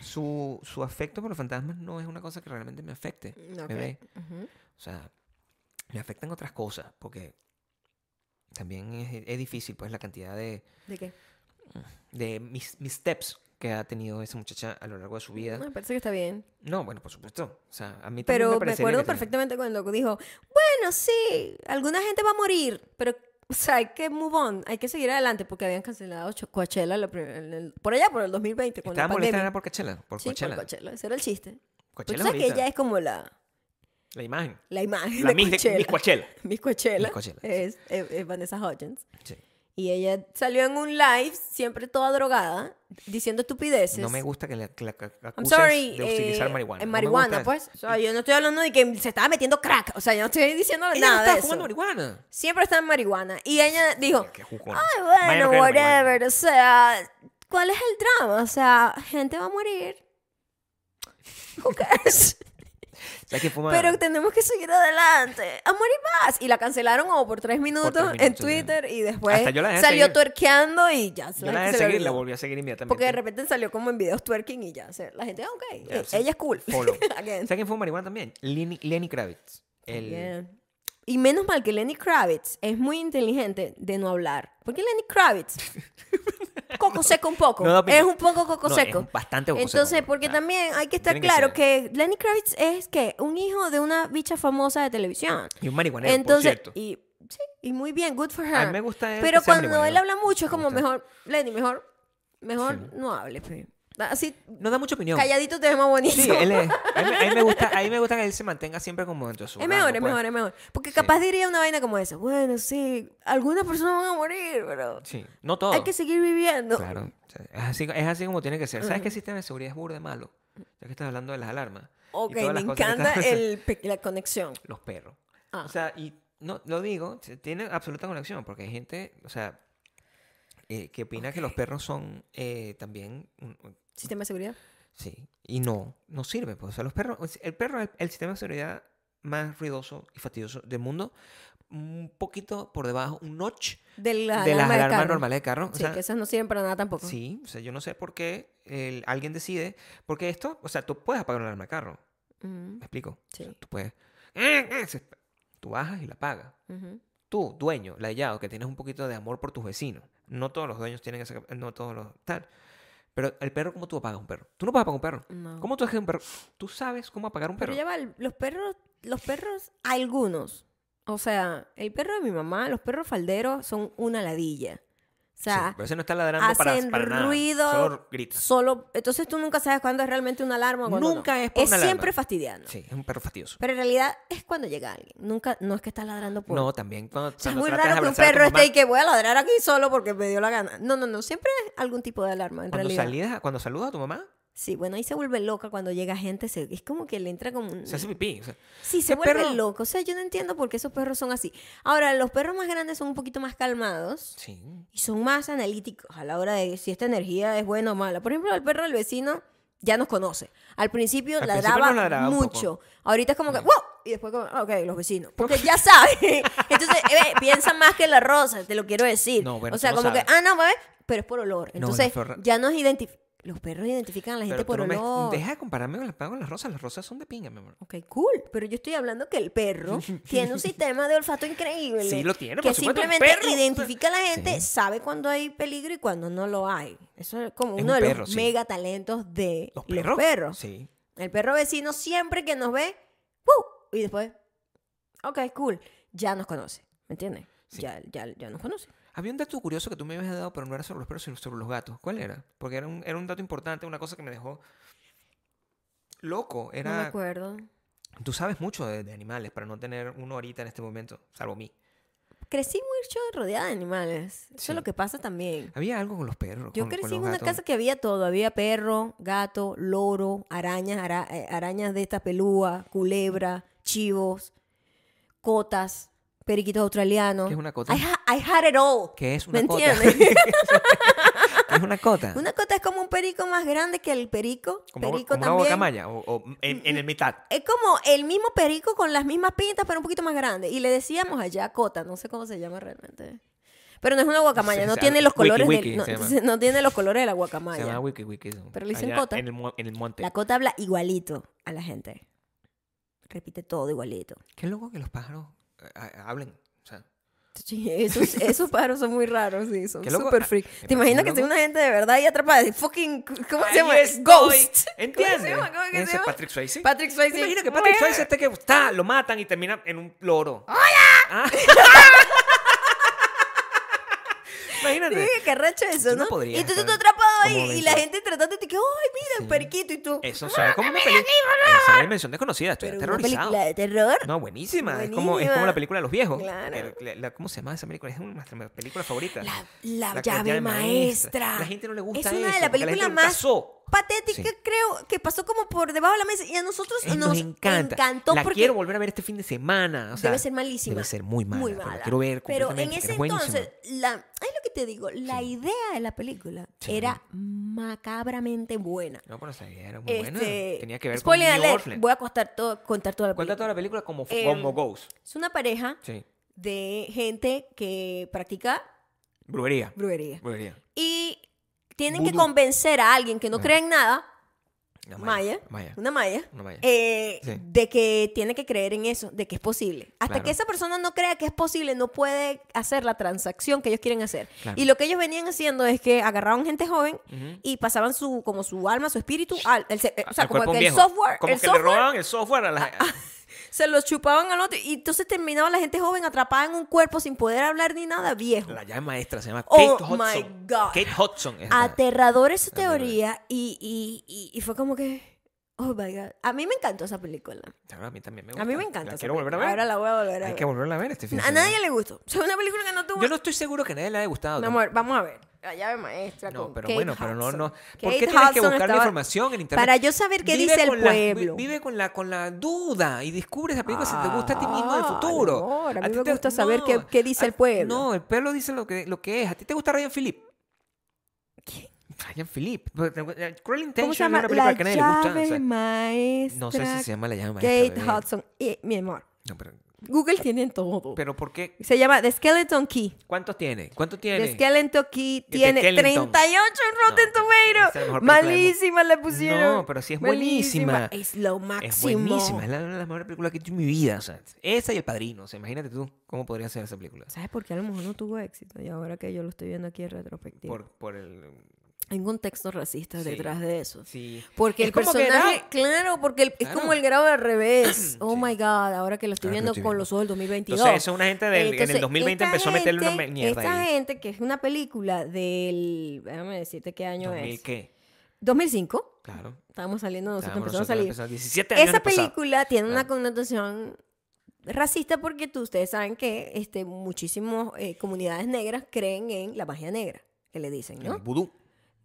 S2: Su, su afecto por los fantasmas no es una cosa que realmente me afecte.
S1: Ok.
S2: bebé.
S1: Ujú.
S2: O sea, me afectan otras cosas porque también es, es difícil, pues, la cantidad de,
S1: ¿De qué?
S2: de mis, mis steps que ha tenido esa muchacha a lo largo de su vida.
S1: Me Ah, parece que está bien.
S2: No, bueno, por supuesto. O sea, a mí también
S1: Pero
S2: me
S1: me
S2: parecería
S1: acuerdo
S2: que tenía-
S1: perfectamente cuando dijo, bueno, sí, alguna gente va a morir, pero o sea, hay que move on, hay que seguir adelante porque habían cancelado Cho- Coachella la pri- en el- por allá, por el 2020, con
S2: Estaba
S1: la
S2: molesta
S1: pandemia.
S2: era por Coachella. Por
S1: Sí, por
S2: Coachella.
S1: Coachella, ese era el chiste. Pero
S2: Coachella
S1: tú sabes que
S2: ahorita,
S1: ella es como la,
S2: La imagen.
S1: la imagen
S2: La
S1: de
S2: mis de-
S1: Coachella.
S2: mis Coachella.
S1: (laughs) Miss Coachella
S2: Miss Coachella, sí.
S1: es, es- es Vanessa Hudgens.
S2: Sí.
S1: Y ella salió en un live, siempre toda drogada, diciendo estupideces.
S2: No me gusta que la, que la que
S1: I'm
S2: acuses
S1: sorry.
S2: de utilizar
S1: eh,
S2: marihuana.
S1: En
S2: No me gusta
S1: marihuana,
S2: eso.
S1: pues. O sea, yo no estoy hablando de que se estaba metiendo crack. O sea, yo no estoy diciendo
S2: Ella no
S1: nada
S2: estaba
S1: de eso.
S2: fumando marihuana.
S1: Siempre está en marihuana. Y ella dijo,
S2: Qué jugón.
S1: ay,
S2: Vaya,
S1: bueno,
S2: no creo en la marihuana.
S1: whatever. O sea, ¿cuál es el drama? O sea, gente va a morir. Who
S2: (laughs)
S1: cares?
S2: ¿Sabes quién fuma?
S1: Pero tenemos que seguir adelante. A morir más. Y la cancelaron como por tres minutos en
S2: minutos, sí.
S1: Twitter y después
S2: Hasta yo la dejé
S1: salió
S2: seguir.
S1: tuerqueando y ya.
S2: Yo
S1: gente
S2: la dejé
S1: se le
S2: seguir, la
S1: olvidó.
S2: volví a seguir inmediatamente.
S1: Porque de repente salió como en videos twerking y ya. o sea, la gente, ah, ok,
S2: Ya,
S1: eh,
S2: sí.
S1: ella es cool. (laughs)
S2: Follow.
S1: Again.
S2: ¿Sabes quién fuma marihuana también? Lenny, Lenny Kravitz. El...
S1: Again. Y menos mal que Lenny Kravitz es muy inteligente de no hablar. Porque Lenny
S2: (laughs)
S1: Kravitz, coco seco un poco.
S2: No da opinión.
S1: es un poco coco
S2: No, es
S1: seco.
S2: bastante coco
S1: Entonces,
S2: seco,
S1: porque
S2: claro.
S1: también hay que estar
S2: Tiene que
S1: claro
S2: ser.
S1: que, Lenny Kravitz es que un hijo de una bicha famosa de televisión.
S2: Y un marihuanero,
S1: Entonces,
S2: por cierto.
S1: y sí, y muy bien, good for her.
S2: A mí me gusta él
S1: Pero
S2: que sea
S1: cuando él
S2: marihuanero.
S1: habla mucho es
S2: Me
S1: como
S2: gusta.
S1: mejor, Lenny, mejor, mejor
S2: Sí.
S1: no hable, pe. Así
S2: No da mucha opinión.
S1: calladito te vemos bonito.
S2: Sí,
S1: (laughs)
S2: él es... A mí, a mí me gusta, a mí me gusta que él se mantenga siempre como dentro de su
S1: Es
S2: rango,
S1: mejor, es
S2: pues.
S1: mejor, es mejor. Porque capaz diría una vaina como esa. Bueno, sí, algunas personas van a morir, pero
S2: Sí, no todo.
S1: hay que seguir viviendo.
S2: Oh. Claro. O sea, Es así, es así como tiene que ser. ¿Sabes qué sistema de seguridad es burda de malo? Ya que estás hablando de las alarmas. y
S1: Ok,
S2: todas
S1: me
S2: las cosas que
S1: encanta
S2: (laughs) estás-
S1: el, pe- la conexión.
S2: los perros.
S1: Ah.
S2: O sea, y no lo digo, se- tiene absoluta conexión, porque hay gente, o sea, eh, que opina que los perros son eh, también, un- un-
S1: Sistema de seguridad.
S2: sí, y no, no sirve. Pues, o sea, los perros, el perro es el sistema de seguridad más ruidoso y fastidioso del mundo un poquito por debajo, un notch
S1: De las
S2: de las
S1: alarmas de
S2: alarmas
S1: carro.
S2: normales de carro. O
S1: Sí,
S2: sea,
S1: que esas no sirven para nada tampoco.
S2: sí, o sea, yo no sé por qué el- alguien decide, porque esto, o sea, tú puedes apagar una alarma de carro,
S1: Ujú,
S2: ¿me explico? O sea,
S1: Sí.
S2: tú puedes, ¡eh, se- tú bajas y la apagas.
S1: ujú.
S2: Tú, dueño, layado, que tienes un poquito de amor por tus vecinos. No todos los dueños tienen esa cap- no todos los tal. Pero el perro, ¿cómo tú apagas un perro? Tú no puedes apagar un perro.
S1: No.
S2: ¿Cómo tú apagas un perro? Tú sabes cómo apagar un
S1: Pero
S2: perro.
S1: ya va, el- los perros, los perros, algunos. O sea, el perro de mi mamá, los perros falderos son una ladilla. O
S2: Sí,
S1: sea,
S2: pero ese no está ladrando para,
S1: hacen
S2: para nada.
S1: ruido,
S2: Solo gritas.
S1: solo. Entonces tú nunca sabes cuándo es realmente una alarma o cuándo no.
S2: Nunca es por una alarma.
S1: siempre fastidiando.
S2: Sí, es un perro fastidioso.
S1: Pero en realidad es cuando llega alguien. Nunca, no es que está ladrando por.
S2: No, también cuando,
S1: O sea, es
S2: cuando
S1: muy
S2: tratas de
S1: raro que un
S2: abrazar a tu
S1: perro
S2: mamá,
S1: esté y que voy a ladrar aquí solo porque me dio la gana. No, no, no. Siempre es algún tipo de alarma, en
S2: Cuando,
S1: realidad.
S2: salidas- cuando saludas a tu mamá,
S1: Sí, bueno, ahí se vuelve loca cuando llega gente. se- es como que le entra como un...
S2: se hace pipí. o sea,
S1: Sí, se
S2: ¿Qué
S1: vuelve
S2: perro?
S1: loco. O sea, yo no entiendo por qué esos perros son así. Ahora, los perros más grandes son un poquito más calmados
S2: sí.
S1: y son más analíticos a la hora de si esta energía es buena o mala. Por ejemplo, el perro del vecino ya nos conoce. Al principio
S2: Al principio
S1: ladraba
S2: nos ladraba un Mm.
S1: mucho. Ahorita es como que ¡wow! Y después como, "Ah, ok, los vecinos. Porque
S2: Uf.
S1: ya saben. (laughs) Entonces, eh, piensan más que la rosa, te lo quiero decir.
S2: No, bueno,
S1: o sea,
S2: tú no
S1: como que,
S2: sabes.
S1: ah, no, ¿ves? pero es por olor.
S2: No, la
S1: Entonces,
S2: flor-
S1: ya nos identifican. Los perros identifican a la gente
S2: Pero tú
S1: por
S2: no me-
S1: olor.
S2: deja de compararme con las, con las rosas. Las rosas son de pinga, mi amor.
S1: Ok, cool. Pero yo estoy hablando que el
S2: (laughs)
S1: perro tiene un sistema de olfato increíble.
S2: Sí, lo tiene,
S1: Que
S2: por supuesto, un
S1: simplemente
S2: perro.
S1: identifica a la gente,
S2: Sí.
S1: sabe cuando hay peligro y cuando no lo hay. Eso es como
S2: Es
S1: uno
S2: un
S1: de
S2: perro,
S1: los
S2: sí.
S1: mega talentos de
S2: ¿Los perros? Sí.
S1: El perro vecino siempre que nos ve, ¡puu! y después, ok, cool. Ya nos conoce. ¿Me entiendes?
S2: Sí.
S1: Ya, ya, ya nos conoce.
S2: Había un dato curioso que tú me habías dado, pero no era sobre los perros, sino sobre los gatos. ¿Cuál era? Porque era un, era un dato importante, una cosa que me dejó loco.
S1: No me
S2: Era,
S1: acuerdo.
S2: tú sabes mucho de, de animales, para no tener uno ahorita en este momento, salvo mí.
S1: Crecí mucho rodeada de animales. Eso
S2: Sí.
S1: es lo que pasa también.
S2: Había algo con los perros.
S1: Yo
S2: con- con
S1: crecí
S2: los
S1: en una
S2: gatos.
S1: casa que había todo. Había perro, gato, loro, arañas, ara- eh, arañas de estas pelúa, culebra, chivos, cotas, periquitos australianos.
S2: ¿Qué es una cota?
S1: I, ha- I had it all.
S2: ¿Qué es
S1: ¿Me
S2: una cota?
S1: entiendes?
S2: ¿Qué (laughs) es una cota?
S1: una cota es como un perico más grande que el perico.
S2: como
S1: perico
S2: como una
S1: también. Mm,
S2: guacamaya, o, o en, en el mitad.
S1: Es como el mismo perico con las mismas pintas, pero un poquito más grande. Y le decíamos allá cota, no sé cómo se llama realmente. Pero no es una guacamaya,
S2: Sí,
S1: no
S2: se
S1: tiene
S2: llama-
S1: los colores
S2: wiki,
S1: del-
S2: wiki
S1: no,
S2: se llama.
S1: se- (laughs) no tiene los colores de la
S2: Se llama
S1: guacamaya.
S2: Wiki Wiki. eso.
S1: Pero le dicen
S2: Allá
S1: cota.
S2: En el, mo- en el monte.
S1: La cota habla igualito a la gente. Repite todo igualito.
S2: Qué loco que los pájaros eh, ha- hablen. O sea,
S1: Sí, (laughs) Esos, esos pájaros son muy raros, sí, son
S2: Qué loco.
S1: super
S2: Ah,
S1: freak.
S2: me
S1: ¿Te imaginas
S2: parece
S1: que sea
S2: loco.
S1: una gente de verdad y atrapada de fucking, ¿cómo se
S2: Ahí
S1: llama?
S2: estoy.
S1: Ghost. ¿Cómo se
S2: ¿Entiendes?
S1: llama? ¿Cómo que se
S2: Ese es
S1: llama?
S2: Patrick Swayze.
S1: Patrick Swayze.
S2: Imagina que
S1: (laughs)
S2: Patrick Swayze esté que está, lo matan y termina en un loro. Ah.
S1: (laughs)
S2: ¡Hola! (laughs) Imagínate.
S1: Sí, qué racho eso,
S2: Tú
S1: ¿no?
S2: no podrías
S1: y entonces tú
S2: estar
S1: atrapado
S2: como
S1: ahí y la
S2: dentro.
S1: gente tratando de que, ay, mira, el periquito y tú.
S2: Eso suena como una película. Esa es la dimensión desconocida. Estoy
S1: Pero una
S2: aterrorizado.
S1: película de terror.
S2: No, buenísima. Es, como, es como
S1: Buenísima.
S2: la película de los viejos.
S1: Claro.
S2: El- la- la- ¿Cómo se llama esa película? Es una de mis películas favoritas.
S1: La, la
S2: La
S1: llave maestra.
S2: La gente no le gusta
S1: Es una
S2: eso,
S1: de las
S2: porque a la gente
S1: películas
S2: le
S1: más
S2: pasó.
S1: patéticas,
S2: Sí.
S1: creo, que pasó como por debajo de la mesa. Y a nosotros
S2: Eh,
S1: nos,
S2: nos encanta.
S1: encantó
S2: la
S1: porque
S2: quiero volver a ver este fin de semana. O sea,
S1: debe ser malísima.
S2: Debe ser muy mala.
S1: Muy
S2: pero la
S1: mala.
S2: quiero ver
S1: Pero en
S2: completamente,
S1: ese
S2: porque es buenísima.
S1: entonces, la, es lo que te digo, la idea de la película
S2: Sí.
S1: era macabramente buena.
S2: No, pero esa idea era muy buena.
S1: Este,
S2: Tenía que ver
S1: spoiler
S2: con New
S1: alert,
S2: Orleans.
S1: Voy a contar, todo, contar toda la
S2: Cuenta
S1: película.
S2: toda la película como,
S1: Em,
S2: como Ghost.
S1: Es una pareja
S2: Sí.
S1: de gente que practica
S2: Brujería.
S1: brujería.
S2: Brujería.
S1: Y tienen que
S2: Vudú.
S1: convencer a alguien que no
S2: Ajá.
S1: cree en nada,
S2: Una
S1: Maya,
S2: Maya.
S1: una maya,
S2: Una maya.
S1: eh,
S2: Pues, Sí.
S1: de que tiene que creer en eso, de que es posible. Hasta
S2: Claro.
S1: que esa persona no crea que es posible, no puede hacer la transacción que ellos quieren hacer.
S2: Claro.
S1: Y lo que ellos venían haciendo es que agarraban gente joven
S2: Ujú.
S1: y pasaban su como su alma, su espíritu, al, el se- eh, o sea,
S2: Al
S1: como
S2: cuerpo
S1: que el
S2: viejo.
S1: software,
S2: Como
S1: el
S2: que
S1: software Ah,
S2: le robaban el software a la
S1: se los chupaban al otro y entonces terminaba la gente joven atrapada en un cuerpo sin poder hablar ni nada viejo.
S2: La llave maestra se llama
S1: Oh
S2: Kate Hudson.
S1: my God.
S2: Kate Hudson. es la-
S1: Aterrador esa
S2: Aterrador.
S1: teoría y, y- y- y fue como que, oh my god, a mí me encantó esa película.
S2: Claro, A mí también me gusta.
S1: A mí me encanta.
S2: La
S1: esa
S2: quiero volver a
S1: película.
S2: ver.
S1: Ahora la voy a volver a
S2: Hay
S1: ver.
S2: que volverla a ver este fin de
S1: A
S2: semana.
S1: nadie le gustó. O sea, una película que no tuvo.
S2: Yo no estoy seguro que a nadie le haya gustado.
S1: Mi amor, vamos a ver. La llave maestra.
S2: No,
S1: con
S2: pero
S1: Kate
S2: bueno, pero no, no.
S1: Hudson.
S2: ¿Por
S1: Kate
S2: qué tienes que
S1: Hudson
S2: buscar la
S1: estaba-
S2: información en internet?
S1: Para yo saber qué
S2: Vive
S1: dice el
S2: con la- vi-
S1: pueblo.
S2: vive con la, con la duda y descubre esa película si te gusta a ti mismo en el
S1: Ah,
S2: futuro.
S1: amor, a mí
S2: ti
S1: me
S2: te-
S1: gusta saber qué- qué dice
S2: a-
S1: el pueblo.
S2: No, el pueblo dice lo que, lo que es. ¿A ti te gusta Ryan Philip?
S1: ¿Qué?
S2: Ryan Philip. Pero, eh, Cruel Intention
S1: ¿Cómo
S2: es
S1: se llama?
S2: una película
S1: La
S2: que a nadie le gusta. o
S1: llave
S2: sea,
S1: maestra.
S2: no sé si se llama La llave maestra.
S1: Kate
S2: bebé.
S1: Hudson. Y, mi amor,
S2: No, pero
S1: Google tiene todo.
S2: Pero ¿por qué?
S1: Se llama The Skeleton Key.
S2: ¿Cuánto tiene? ¿Cuánto tiene?
S1: The Skeleton Key
S2: The
S1: tiene
S2: Skeleton.
S1: 38 en Rotten
S2: No, esa es la
S1: Tomatoes.
S2: mejor película del
S1: Malísima la pusieron.
S2: No, pero sí es buenísima.
S1: Es lo máximo.
S2: Es buenísima, es la, una de las mejores películas que he hecho en mi vida. o sea, esa y El Padrino. O sea, imagínate tú cómo podría ser esa película.
S1: ¿Sabes por qué a lo mejor no tuvo éxito? Y ahora que yo lo estoy viendo aquí en retrospectiva.
S2: Por, por el...
S1: Hay un contexto racista
S2: Sí.
S1: detrás de eso.
S2: Sí.
S1: Porque
S2: Es
S1: el
S2: como que era-
S1: personaje, claro, porque el- es
S2: Claro.
S1: como el grado al
S2: (clears throat)
S1: revés. Oh
S2: Sí.
S1: my God, ahora que lo estoy
S2: Ahora que
S1: viendo
S2: lo estoy
S1: con
S2: viendo.
S1: los ojos del 2022.
S2: Entonces, eso es una gente del- en el
S1: Entonces,
S2: 2020
S1: esta
S2: empezó a meterle una
S1: gente-
S2: mierda
S1: Esta
S2: ahí.
S1: gente, que es una película del, déjame decirte qué año
S2: 2000
S1: es.
S2: qué?
S1: 2005,
S2: Claro.
S1: estábamos saliendo, nosotros
S2: Estábamos
S1: empezamos a
S2: nosotros
S1: salir.
S2: empezando 17 años
S1: Esa
S2: de pasar.
S1: película tiene una
S2: Claro.
S1: connotación racista porque tú, ustedes saben que este, muchísimas eh, comunidades negras creen en la magia negra, que le dicen,
S2: El
S1: ¿no?
S2: vudú.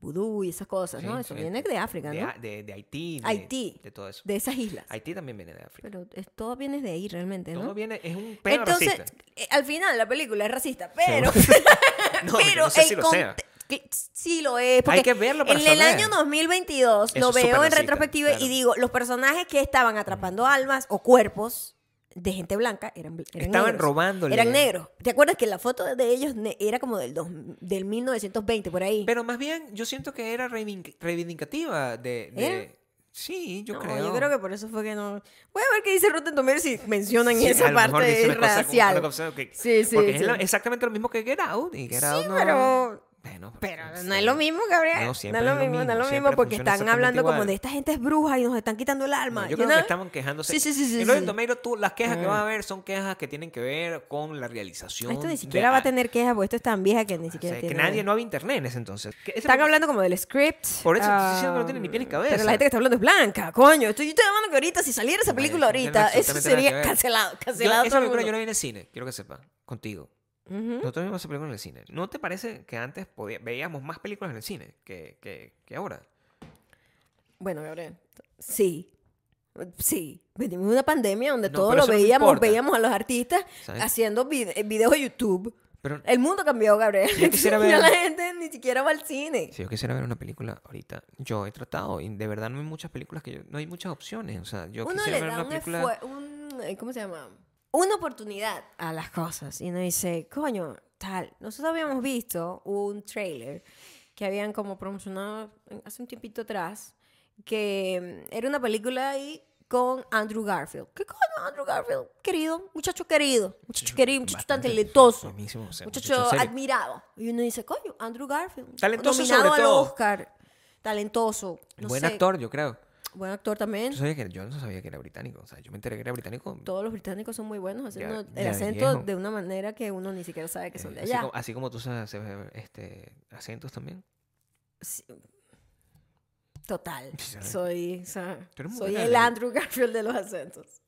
S1: Vudú y esas cosas, ¿no?
S2: Sí,
S1: Eso
S2: sí.
S1: viene de África,
S2: De,
S1: ¿no?
S2: A- de- de Haití. De,
S1: Haití.
S2: De todo eso.
S1: De esas islas.
S2: Haití también viene de África.
S1: Pero es- todo viene de ahí realmente, ¿no?
S2: Todo viene... Es un pedo
S1: Entonces,
S2: racista.
S1: eh, al final la película es racista,
S2: (laughs)
S1: pero... (laughs)
S2: No, yo
S1: pero
S2: no sé
S1: el
S2: si lo sea.
S1: conte- que- Sí lo es, porque
S2: Hay que verlo para
S1: en el
S2: saber.
S1: año 2022
S2: Eso
S1: lo
S2: es súper
S1: veo en
S2: racista,
S1: retrospectiva y
S2: claro.
S1: digo, los personajes que estaban atrapando almas o cuerpos de gente blanca eran, bl- eran
S2: Estaban
S1: negros.
S2: robándole.
S1: Eran negros. ¿Te acuerdas que la foto de ellos ne- era como del, dos- del 1920 por ahí?
S2: Pero más bien, yo siento que era reivindic- reivindicativa de... de-
S1: ¿Era?
S2: Sí, yo
S1: No,
S2: creo.
S1: yo creo que por eso fue que no. Voy a ver qué dice Rotten Tomatoes si mencionan
S2: Sí, a
S1: esa
S2: lo mejor dice
S1: parte
S2: una cosa como-
S1: racial.
S2: una cosa que-
S1: Sí, sí,
S2: Porque es
S1: sí.
S2: la- exactamente lo mismo que Get Out. Y Get Out no,
S1: pero-
S2: Bueno,
S1: Pero
S2: pues,
S1: no es lo mismo, Gabriel.
S2: No,
S1: No,
S2: siempre
S1: es lo
S2: es lo
S1: mismo, no es
S2: mismo,
S1: lo mismo
S2: siempre
S1: porque
S2: funciona
S1: están hablando
S2: exactamente
S1: como
S2: igual.
S1: de esta gente es bruja y nos están quitando el alma.
S2: No,
S1: you
S2: yo creo
S1: know?
S2: que estaban quejándose.
S1: Sí, sí, sí, sí,
S2: En Rotten
S1: sí. Mm.
S2: Tomatoes, tú, las quejas que va a haber son quejas que tienen que ver con la realización.
S1: Esto
S2: de-
S1: ni siquiera va a tener quejas, porque esto es tan vieja que ni
S2: o sea,
S1: siquiera
S2: Ah, que
S1: tiene.
S2: nadie, no había internet en ese entonces. Que ese
S1: Están
S2: momento-
S1: hablando como del script.
S2: Por eso te estoy diciendo que no
S1: ah,
S2: tiene ni pies ni cabeza.
S1: Pero la gente que está hablando es blanca, coño. Estoy, yo estoy hablando que ahorita, si saliera esa
S2: Vale,
S1: película
S2: no tiene
S1: ahorita, eso
S2: absolutamente nada que
S1: sería
S2: ver.
S1: cancelado.
S2: Yo-
S1: Cancelado
S2: esa
S1: todo el
S2: película yo la
S1: mundo. ¿Mm?
S2: vi en el cine, quiero que sepas, contigo.
S1: Ujú.
S2: Nosotros vimos esa película en el cine. ¿No te parece que antes podía- veíamos más películas en el cine que, que, que ahora?
S1: Bueno, Gabriel. Sí. Sí. Venimos de una pandemia donde
S2: No,
S1: todo
S2: pero
S1: lo
S2: eso no me
S1: veíamos,
S2: importa.
S1: veíamos a los artistas
S2: ¿Sabes?
S1: haciendo vide- videos de YouTube.
S2: Pero
S1: El mundo cambió, Gabriel.
S2: Yo quisiera
S1: (laughs)
S2: ver-
S1: Ya la gente ni siquiera va al cine.
S2: si yo quisiera ver una película ahorita, yo he tratado y de verdad no hay muchas películas que yo, no hay muchas opciones. O sea, yo
S1: uno
S2: quisiera
S1: le
S2: ver
S1: da
S2: una
S1: un,
S2: película.
S1: esfue- un- eh, ¿cómo se llama? Una oportunidad a las cosas. Y uno dice, coño, tal. Nosotros habíamos visto un trailer que habían como promocionado en- hace un tiempito atrás, que mm, era una película ahí con Andrew Garfield. ¿Qué coño, Andrew Garfield? Querido, muchacho querido, muchacho querido, muchacho tan
S2: Bastante,
S1: talentoso.
S2: buenísimo, o sea,
S1: muchacho
S2: muchacho serio.
S1: admirado. Y uno dice, coño, Andrew Garfield.
S2: Talentoso
S1: nominado
S2: sobre
S1: al
S2: todo.
S1: Oscar. Talentoso. no
S2: Buen
S1: sé,
S2: actor, yo creo.
S1: Buen actor también.
S2: Yo, sabía que, yo no sabía que era británico. O sea, yo me enteré que era británico.
S1: todos los británicos son muy buenos haciendo
S2: Ya-
S1: el
S2: ya
S1: acento
S2: viejo.
S1: de una manera que uno ni siquiera sabe que son
S2: eh,
S1: de
S2: así,
S1: allá.
S2: como, así como tú sabes hacer, este, acentos también.
S1: Sí. Total.
S2: Sí, ¿sabes?
S1: Soy, o sea,
S2: Tú eres muy
S1: soy
S2: buena,
S1: el
S2: Lili.
S1: Andrew Garfield de los acentos. (laughs)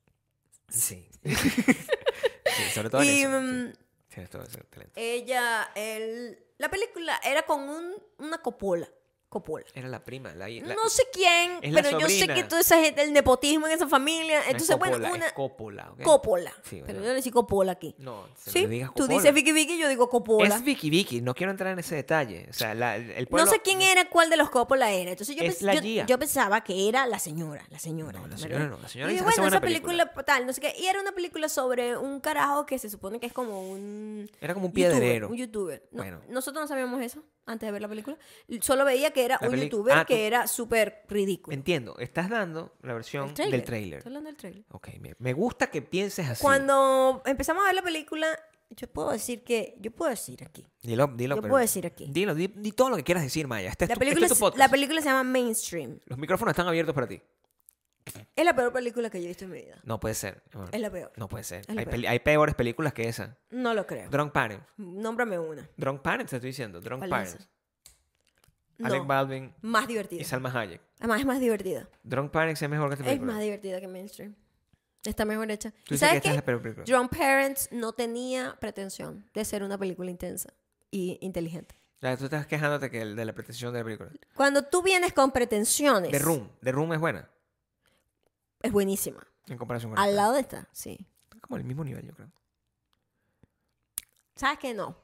S2: Sí. Sí, sobre todo en
S1: Y
S2: eso, sí.
S1: mm,
S2: Tienes todo ese talento.
S1: ella, el- la película era con un, una copola. Copola.
S2: Era la prima. La, la-
S1: no sé quién,
S2: es la
S1: pero yo sé
S2: sobrina.
S1: que toda esa gente, el nepotismo en esa familia.
S2: no es
S1: Entonces, bueno,
S2: Coppola, es
S1: una
S2: Coppola, ¿ok?
S1: copola.
S2: Sí,
S1: pero
S2: bueno.
S1: yo le digo copola aquí.
S2: No, se
S1: ¿Sí?
S2: lo digas
S1: Tú
S2: Coppola.
S1: dices Vicky Vicky, yo digo copola.
S2: Es Vicky Vicky, no quiero entrar en ese detalle. O sea, la- el pueblo...
S1: No sé quién era, cuál de los Coppola era. Entonces yo,
S2: eh, Es
S1: pens-
S2: la
S1: yo-
S2: guía.
S1: yo pensaba que era la señora, la señora.
S2: No, la
S1: ¿me
S2: señora
S1: entiendes?
S2: no, la señora
S1: y
S2: hizo-
S1: bueno,
S2: hace buena
S1: esa película, tal, no sé qué. Y era una película sobre un carajo que se supone que es como un...
S2: Era como un
S1: youtuber,
S2: piedrero.
S1: un youtuber. No,
S2: Bueno.
S1: Nosotros no sabíamos eso antes de ver la película. Solo veía que era
S2: La
S1: un
S2: peli-
S1: youtuber
S2: Ah, tú-
S1: que era súper ridículo.
S2: Entiendo, estás dando la versión
S1: El tráiler.
S2: del trailer.
S1: Estoy hablando del tráiler.
S2: Ok, me, me gusta que pienses así.
S1: Cuando empezamos a ver la película, yo puedo decir que... Yo puedo decir aquí.
S2: Dilo, dilo.
S1: Yo
S2: pero-
S1: puedo decir aquí.
S2: Dilo, di, di todo lo que quieras decir, Maya. Este es
S1: La
S2: tu, este
S1: película,
S2: es tu
S1: se-
S2: podcast.
S1: la película se llama Mainstream.
S2: Los micrófonos están abiertos para ti.
S1: Es la peor película que yo he visto en mi vida.
S2: No puede ser. amor.
S1: Es la peor.
S2: No puede ser.
S1: Es la
S2: Hay,
S1: peor.
S2: peli- hay peores películas que esa.
S1: No lo creo.
S2: Drunk Parents.
S1: Nómbrame una.
S2: Drunk Parents, te estoy diciendo. Drunk
S1: ¿Cuál es
S2: Parents.
S1: esa?
S2: Alec
S1: No,
S2: Baldwin
S1: más
S2: y
S1: divertida.
S2: Salma Hayek.
S1: Además es más divertida.
S2: Drunk Parents es mejor que esta
S1: Es
S2: película.
S1: más divertida que Mainstream. Está mejor hecha. ¿Y
S2: Tú dices que
S1: sabes
S2: esta es
S1: qué?
S2: la peor película.
S1: Drunk Parents no tenía pretensión de ser una película intensa y inteligente.
S2: Ya, tú estás quejándote que el- de la pretensión de la película.
S1: Cuando tú vienes con pretensiones,
S2: The Room. The Room es buena.
S1: es buenísima.
S2: En comparación con
S1: Al
S2: esta.
S1: lado de esta, sí.
S2: Como el mismo nivel, yo creo.
S1: ¿Sabes qué? No.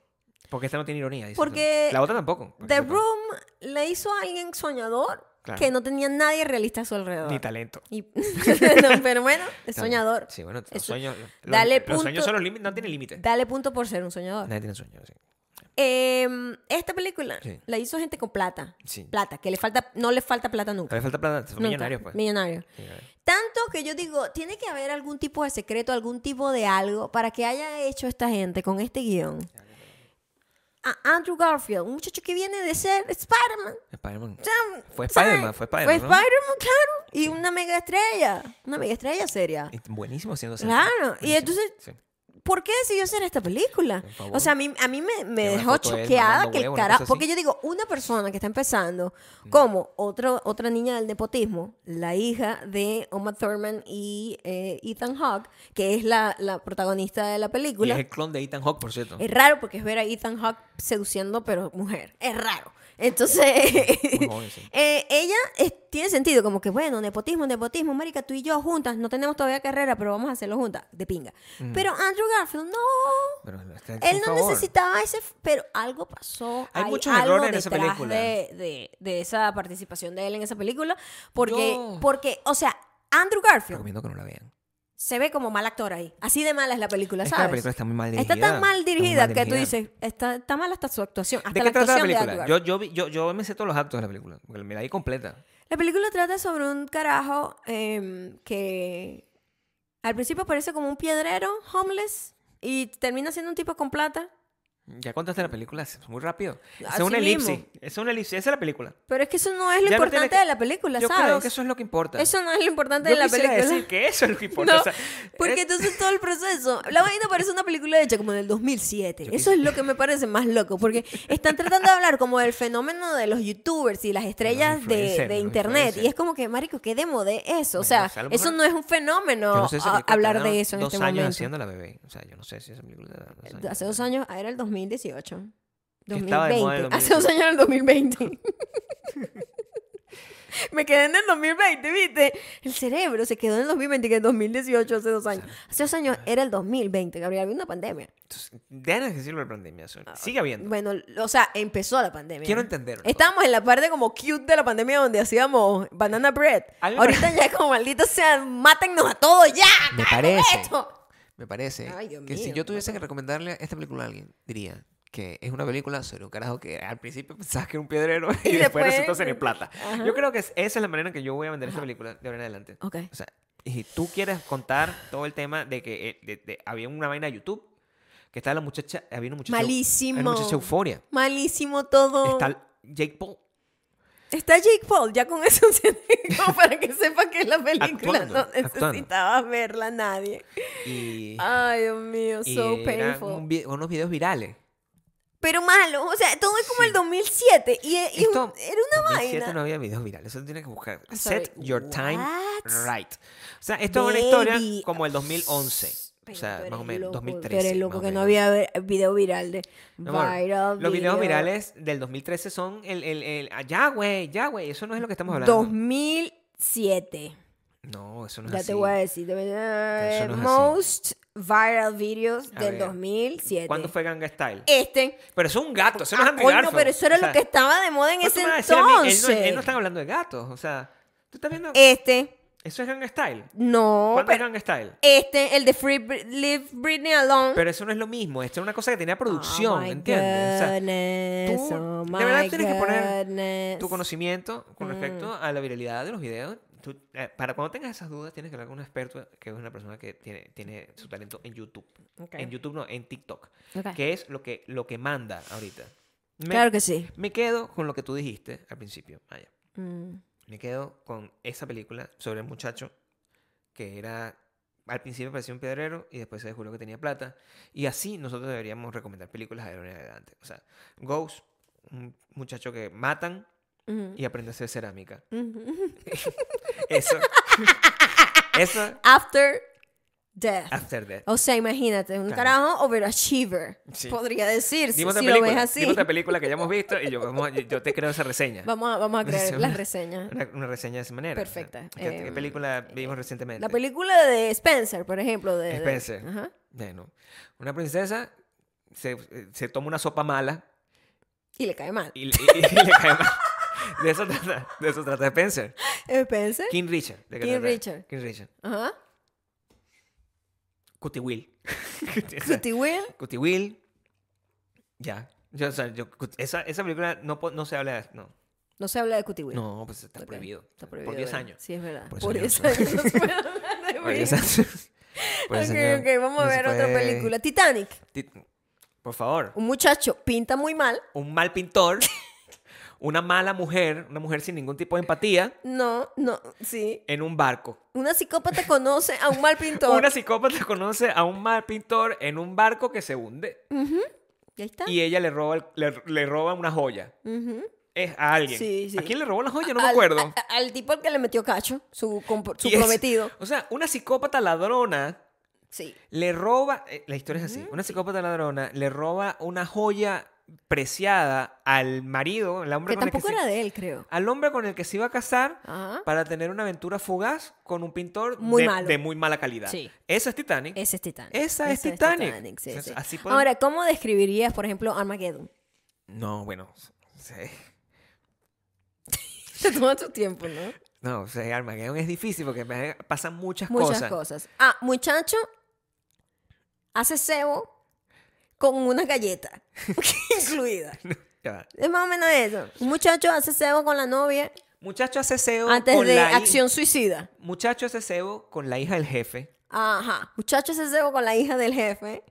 S2: Porque esta no tiene ironía. dices tú.
S1: Porque
S2: La otra tampoco.
S1: The Room le hizo a alguien soñador
S2: claro.
S1: que no tenía nadie realista a su alrededor.
S2: Ni talento.
S1: Y- (laughs) No, pero bueno, es
S2: Tal-
S1: soñador.
S2: Sí, bueno, los
S1: Eso-
S2: sueños. los-
S1: dale
S2: los
S1: punto-
S2: sueños son los límites, no tienen límite.
S1: Dale punto por ser un soñador.
S2: Nadie tiene sueños, sí.
S1: Em, esta película
S2: Sí.
S1: la hizo gente con plata.
S2: Sí.
S1: Plata, que le falta, no le falta plata nunca.
S2: Todavía falta plata, son
S1: Nunca.
S2: millonarios, pues.
S1: Millonario.
S2: Sí, claro.
S1: Tanto que yo digo, tiene que haber algún tipo de secreto, algún tipo de algo para que haya hecho esta gente con este guión. A Andrew Garfield, un muchacho que viene de ser Spider-Man.
S2: Spider-Man.
S1: O sea,
S2: Fue
S1: ¿sabes?
S2: Spider-Man, fue
S1: Fue
S2: Spider-Man. ¿no?
S1: Spider-Man, claro. Y una mega estrella. Una mega estrella seria.
S2: Y Buenísimo haciendo selfies.
S1: Claro, y
S2: Buenísimo,
S1: entonces-
S2: sí.
S1: ¿Por qué decidió hacer esta película?
S2: Por favor.
S1: O sea, a mí, a mí me, me
S2: Tiene una
S1: dejó
S2: foto de él
S1: choqueada
S2: mamando
S1: que el
S2: huevo, una
S1: carajo.
S2: cosa así. Mm.
S1: Porque yo digo, una persona que está empezando, como otro, otra niña del nepotismo, la hija de Oma Thurman y eh, Ethan Hawke, que es la, la protagonista de la
S2: Y es
S1: película. Er
S2: el clon de Ethan Hawke, por cierto.
S1: Es raro porque es ver a Ethan Hawke seduciendo, pero mujer. Es raro. Entonces,
S2: (laughs) Muy joven, sí.
S1: eh, ella es- tiene sentido, como que bueno, nepotismo, nepotismo, marica, tú y yo juntas, no tenemos todavía carrera, pero vamos a hacerlo juntas, de pinga. Pero Andrew Garfield, no.
S2: Pero está-
S1: Él
S2: por
S1: no
S2: favor.
S1: necesitaba ese, f- pero algo pasó.
S2: Hay muchos
S1: algo
S2: errores en esa
S1: detrás
S2: película.
S1: De, de- de esa participación de él en esa película, porque,
S2: Yo-
S1: porque, o sea, Andrew Garfield
S2: Recomiendo que no la vean.
S1: se ve como mal actor ahí. Así de mala es la película,
S2: Es que
S1: ¿sabes?
S2: la película está muy mal dirigida.
S1: Está tan mal
S2: muy
S1: dirigida que tú
S2: dirigida.
S1: dices, está, está mal hasta su actuación. Hasta
S2: ¿De
S1: la
S2: qué trata la
S1: actuación de
S2: película?
S1: Andrew
S2: Yo, yo, vi- yo, yo me sé todos los actos de la película. Porque me la di completa.
S1: La película trata sobre un carajo em, que al principio parece como un piedrero, homeless, y termina siendo un tipo con plata.
S2: Ya contaste la película, es muy rápido. Es
S1: Así
S2: una elipsis.
S1: mismo.
S2: Es una elipsis. Esa es la película.
S1: Pero es que eso no es lo
S2: Ya no
S1: importante
S2: tiene que-
S1: de la película,
S2: Yo
S1: ¿sabes?
S2: creo que eso es lo que importa.
S1: Eso no es lo importante
S2: Yo
S1: de la
S2: quisiera
S1: película.
S2: decir que eso es
S1: (laughs)
S2: lo que importa.
S1: No,
S2: o sea,
S1: Porque
S2: es-
S1: entonces todo el proceso, la vaina parece una película hecha como del 2007.
S2: Yo
S1: Eso es lo que me parece más loco, porque están tratando de hablar como del fenómeno de los youtubers y las estrellas de,
S2: influencers,
S1: de
S2: los
S1: internet.
S2: influencers.
S1: Y es como que, marico, ¿qué demo de eso? O
S2: Bueno,
S1: sea,
S2: o sea, a lo
S1: eso
S2: mejor-
S1: no es un fenómeno
S2: yo no sé si
S1: a-
S2: la película
S1: hablar
S2: tardaron
S1: de eso en
S2: dos
S1: este
S2: años
S1: momento.
S2: haciendo la bebé. O sea, yo no sé si esa película. tardaron dos años.
S1: Hace dos años, ah, era el 2018.
S2: Que estaba de
S1: 2020.
S2: moda el
S1: Hace dos años era el
S2: (laughs)
S1: 2020. Me quedé en el 2020, ¿viste? El cerebro se quedó en el 2020, que es 2018, hace dos años. Hace dos años era el 2020, Gabriel, había una pandemia.
S2: Entonces, Dejan de decirlo de pandemia. o sea,
S1: Ah,
S2: Sigue habiendo.
S1: Bueno, o sea, empezó la pandemia.
S2: Quiero entenderlo.
S1: Estábamos en la parte como cute de la pandemia donde hacíamos banana bread.
S2: A mí me
S1: Ahorita ya es como maldito sean, mátennos a todos ya.
S2: Me
S1: ¡Acabemos
S2: parece.
S1: esto!
S3: Me parece
S1: Ay, Dios
S3: que si
S1: mío,
S3: yo
S1: qué
S3: tuviese que recomendarle esta película a alguien, diría que es una película sobre un carajo que al principio pensabas que era un piedrero y,
S1: (laughs) Y
S3: después
S1: después-
S3: resultó ser en plata.
S1: Ajá.
S2: Yo creo que es- esa es la manera en que yo voy a vender esta película de ahora en adelante.
S1: Ok.
S2: O sea, y si tú quieres contar todo el tema de que eh, de- de- había una vaina de YouTube que estaba la muchacha, había una muchacha,
S1: Malísimo.
S2: Hay una muchacha euforia.
S1: Malísimo todo.
S2: Está Jake Paul
S1: Está Jake Paul, ya con eso (laughs) se como para que sepa que la película
S2: Actuando,
S1: no necesitaba verla nadie.
S2: y,
S1: Ay, Dios mío,
S2: y
S1: Ah, so
S2: eran
S1: painful.
S2: un vi- unos videos virales.
S1: Pero malo, o sea, todo es como el 2007 y, y
S2: Esto,
S1: un- era una
S2: 2007
S1: vaina.
S2: no había videos virales, eso tienes que buscar.
S1: I'm
S2: Set
S1: sorry,
S2: your time
S1: what?
S2: right. O sea, esto es una
S1: Baby.
S2: historia como el 2011. O
S1: Pero
S2: sea,
S1: tú eres
S2: más o menos,
S1: loco,
S2: 2013.
S1: Tú eres loco
S2: más o
S1: que no
S2: menos.
S1: había ver- video viral de
S2: Mi amor,
S1: viral
S2: los videos
S1: video.
S2: virales del 2013 son el, el, el ah, ya güey, ya güey, eso no es lo que estamos hablando.
S1: 2007.
S2: No, eso no es
S1: Ya
S2: así.
S1: te voy a decir. eh,
S2: no es así.
S1: most viral videos
S2: A
S1: del
S2: ver,
S1: 2007.
S2: ¿Cuándo fue Ganga Style?
S1: Este.
S2: pero eso es un gato, eso no es
S1: Ah,
S2: Andy
S1: coño,
S2: Garfield.
S1: pero eso era
S2: O sea,
S1: lo que estaba de moda en
S2: ¿cómo tú
S1: ese
S2: me vas a
S1: entonces.
S2: decir a mí? Él no, él no está hablando de gatos, o sea, tú estás viendo
S1: Este,
S2: eso es Ganga Style.
S1: no,
S2: ¿Cuándo es
S1: pero
S2: Ganga Style?
S1: este, el de Free Brit- Leave Britney Alone.
S2: Pero eso no es lo mismo, esto es una cosa que tenía producción,
S1: Oh my
S2: ¿entiendes? O sea,
S1: goodness,
S2: tú-
S1: oh
S2: de verdad
S1: my
S2: tienes que poner
S1: goodness.
S2: tu conocimiento con respecto
S1: Mm.
S2: a la viralidad de los videos. tú, eh, para cuando tengas esas dudas, tienes que hablar con un experto que es una persona que tiene, tiene su talento en YouTube.
S1: Ok.
S2: En YouTube no, en TikTok.
S1: Ok.
S2: Que es lo que, lo que manda ahorita. Me,
S1: Claro que sí.
S2: me quedo con lo que tú dijiste al principio, Maya.
S1: Mm.
S2: Me quedo con esa película sobre el muchacho que era. Al principio parecía un pedrero y después se descubrió que tenía plata. Y así nosotros deberíamos recomendar películas de ahora en adelante. O sea, Ghost, un muchacho que matan
S1: Mm.
S2: y aprende a hacer cerámica.
S1: Mm.
S2: Eso. Eso.
S1: After death.
S2: After that.
S1: O sea, imagínate, un
S2: Claro.
S1: carajo overachiever.
S2: Sí.
S1: Podría decirse, si
S2: Dime otra,
S1: lo
S2: película,
S1: ves así.
S2: dime otra película que ya hemos visto y yo, vamos, yo- yo te creo esa reseña.
S1: Vamos a, vamos a creer
S2: Una-
S1: las
S2: (laughs)
S1: reseñas.
S2: Una, una reseña de esa manera.
S1: Perfecta.
S2: ¿Qué, qué
S1: Em,
S2: película vimos recientemente?
S1: La película de Spencer, por ejemplo. De, de-
S2: Spencer.
S1: Ajá.
S2: Bueno, una princesa se, se toma una sopa mala
S1: Y le cae mal.
S2: y, y- y le cae mal. De eso trata, de eso trata Spencer.
S1: Spencer.
S2: King Richard. de que
S1: King
S2: trata-
S1: Richard.
S2: King Richard. (laughs)
S1: Ajá.
S2: Cutie Will. (laughs)
S1: Cutie Will.
S2: Cutie Will. Ya. Yo, o sea, yo- esa, esa película no, po- no se habla de... No,
S1: No se habla de Cutie Will.
S2: no pues está
S1: Ok,
S2: prohibido.
S1: Está prohibido.
S2: Por 10
S1: ¿verdad?
S2: años.
S1: Sí, es verdad.
S2: Por
S1: Por,
S2: eso yo-
S1: 10 años (laughs) no se puede hablar de
S2: (laughs) Por 10
S1: Will. (laughs)
S2: años. Por 10
S1: Ok,
S2: años.
S1: ok, vamos a
S2: No se
S1: ver otra
S2: puede-
S1: película. Titanic.
S2: Ti- Por favor.
S1: Un muchacho pinta muy mal.
S2: un mal pintor, (laughs) una mala mujer, una mujer sin ningún tipo de empatía,
S1: No, no, sí.
S2: en un barco.
S1: Una psicópata conoce a un mal pintor.
S2: (laughs) Una psicópata (laughs) conoce a un mal pintor en un barco que se hunde
S1: Y ahí está.
S2: y ella le roba, el- le, le roba una joya.
S1: Ujú.
S2: Es a alguien.
S1: Sí, sí.
S2: ¿A quién le robó la (laughs) joya? No me
S1: Al- (laughs)
S2: acuerdo.
S1: a- a- al tipo al que le metió cacho, su, comp- su
S2: (laughs) Y es-
S1: prometido.
S2: O sea, una psicópata ladrona
S1: Sí.
S2: le roba, eh, la historia es así, una psicópata ladrona le roba una joya preciada al marido, el hombre
S1: Que
S2: con el que
S1: tampoco
S2: se-
S1: era de él, creo. Ah,
S2: al hombre con el que se iba a casar
S1: Ajá.
S2: para tener una aventura fugaz con un pintor
S1: Muy
S2: de,
S1: malo.
S2: de muy mala calidad.
S1: Sí.
S2: Esa es Titanic.
S1: Ese es Titanic.
S2: Esa es
S1: Ese
S2: Titanic.
S1: sí,
S2: Entonces,
S1: sí.
S2: así podemos-
S1: Ahora, ¿cómo describirías, por ejemplo, Armageddon? (laughs)
S2: No, bueno. se-
S1: Te toma tu tiempo, ¿no?
S2: No, o sea, Armageddon es difícil porque me- pasan muchas,
S1: Muchas
S2: cosas.
S1: cosas. Ah, muchacho hace cebo con una galleta (laughs) incluida.
S2: (laughs) Ya va.
S1: Es más o menos eso. Un muchacho hace cebo con la novia
S2: Muchacho hace cebo
S1: antes
S2: con
S1: de
S2: la hi-
S1: acción suicida.
S2: Muchacho hace cebo con la hija del jefe
S1: Ajá. Muchacho hace cebo con la hija del jefe.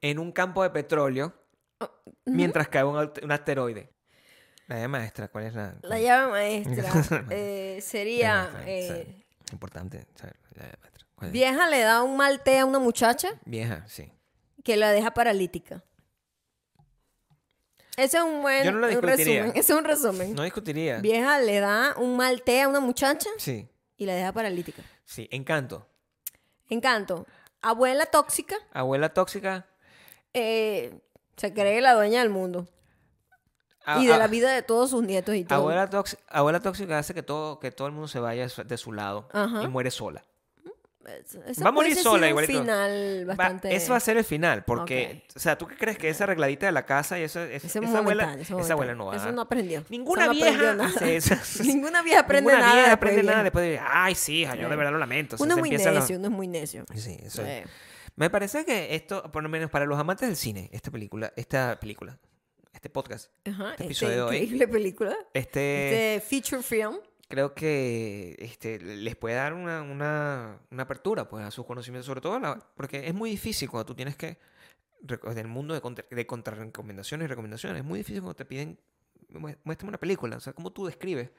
S2: en un campo de petróleo
S1: Oh,
S2: mientras cae un, alt- un asteroide. La llave maestra, ¿cuál es la...?
S1: La llave
S2: (laughs)
S1: maestra eh,
S2: la
S1: sería...
S2: llave maestra,
S1: eh,
S2: sí. Importante saber la llave maestra. ¿Cuál es?
S1: vieja le da un mal té a una muchacha
S2: Vieja, sí.
S1: que la deja paralítica. Ese es un buen
S2: Yo no lo
S1: un
S2: discutiría.
S1: resumen. (laughs) Ese es un resumen.
S2: No discutiría.
S1: Vieja le da un mal té a una muchacha
S2: Sí,
S1: y la deja paralítica.
S2: sí. Encanto.
S1: Encanto. Abuela tóxica
S2: Abuela tóxica.
S1: eh, se cree la dueña del mundo
S2: a-
S1: y de
S2: a-
S1: la vida de todos sus nietos y todo.
S2: Ah, Abuela, tóx- abuela tóxica hace que todo, que todo el mundo se vaya su- de su lado
S1: Ajá.
S2: y muere sola.
S1: Eso- eso
S2: va a morir
S1: puede ser
S2: sola
S1: un
S2: igualito.
S1: final
S2: Va-
S1: bastante...
S2: eso va a ser el final, porque, o sea, ¿tú qué crees que esa arregladita de la casa y esa, es-
S1: Ese
S2: esa
S1: momentáneo,
S2: abuela,
S1: ese
S2: esa
S1: momentáneo.
S2: abuela no va?
S1: Eso no aprendió.
S2: Ninguna
S1: Eso no aprendió
S2: vieja
S1: nada. (laughs)
S2: hace eso.
S1: Ninguna vieja aprende
S2: Ninguna
S1: nada.
S2: vieja
S1: después
S2: aprende
S1: de vieja.
S2: nada después de, ay, sí, hija, yo de verdad lo
S1: Uno
S2: lamento.
S1: es
S2: Entonces
S1: muy
S2: empiezan
S1: necio,
S2: los-
S1: uno es muy necio.
S2: Sí, eso
S1: Eh,
S2: es. Me parece que esto, por lo menos para los amantes del cine, esta película, esta película, este podcast,
S1: ajá,
S2: este
S1: este
S2: episodio de hoy,
S1: increíble película.
S2: este
S1: Este feature film.
S2: creo que este, les puede dar una, una, una apertura pues, a sus conocimientos, sobre todo a la- porque es muy difícil cuando tú tienes que, reco- en el mundo de, contra- de contrarrecomendaciones y recomendaciones, es muy difícil cuando te piden, "Mué- muéstrame una película, o sea, ¿cómo tú describes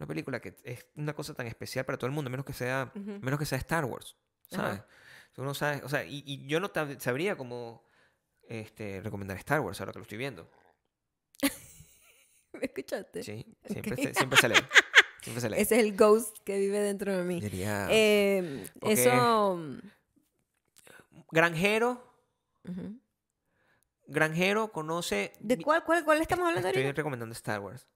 S2: una película que es una cosa tan especial para todo el mundo, a menos que sea, a
S1: Ujú.
S2: menos que sea Star Wars,
S1: Ajá.
S2: ¿sabes? Tú no sabes, o sea, y, y yo no tab- sabría cómo este, recomendar Star Wars ahora que lo estoy viendo.
S1: (laughs) ¿Me escuchaste?
S2: Sí, siempre, se, siempre se lee. Siempre se lee.
S1: Ese es el ghost que vive dentro de mí.
S2: Diría,
S1: Eh,
S2: ok.
S1: Eso.
S2: granjero
S1: ujú.
S2: Granjero conoce.
S1: ¿De
S2: mi-
S1: cuál, cuál, cuál estamos hablando
S2: Estoy
S1: ahorita?
S2: recomendando Star Wars.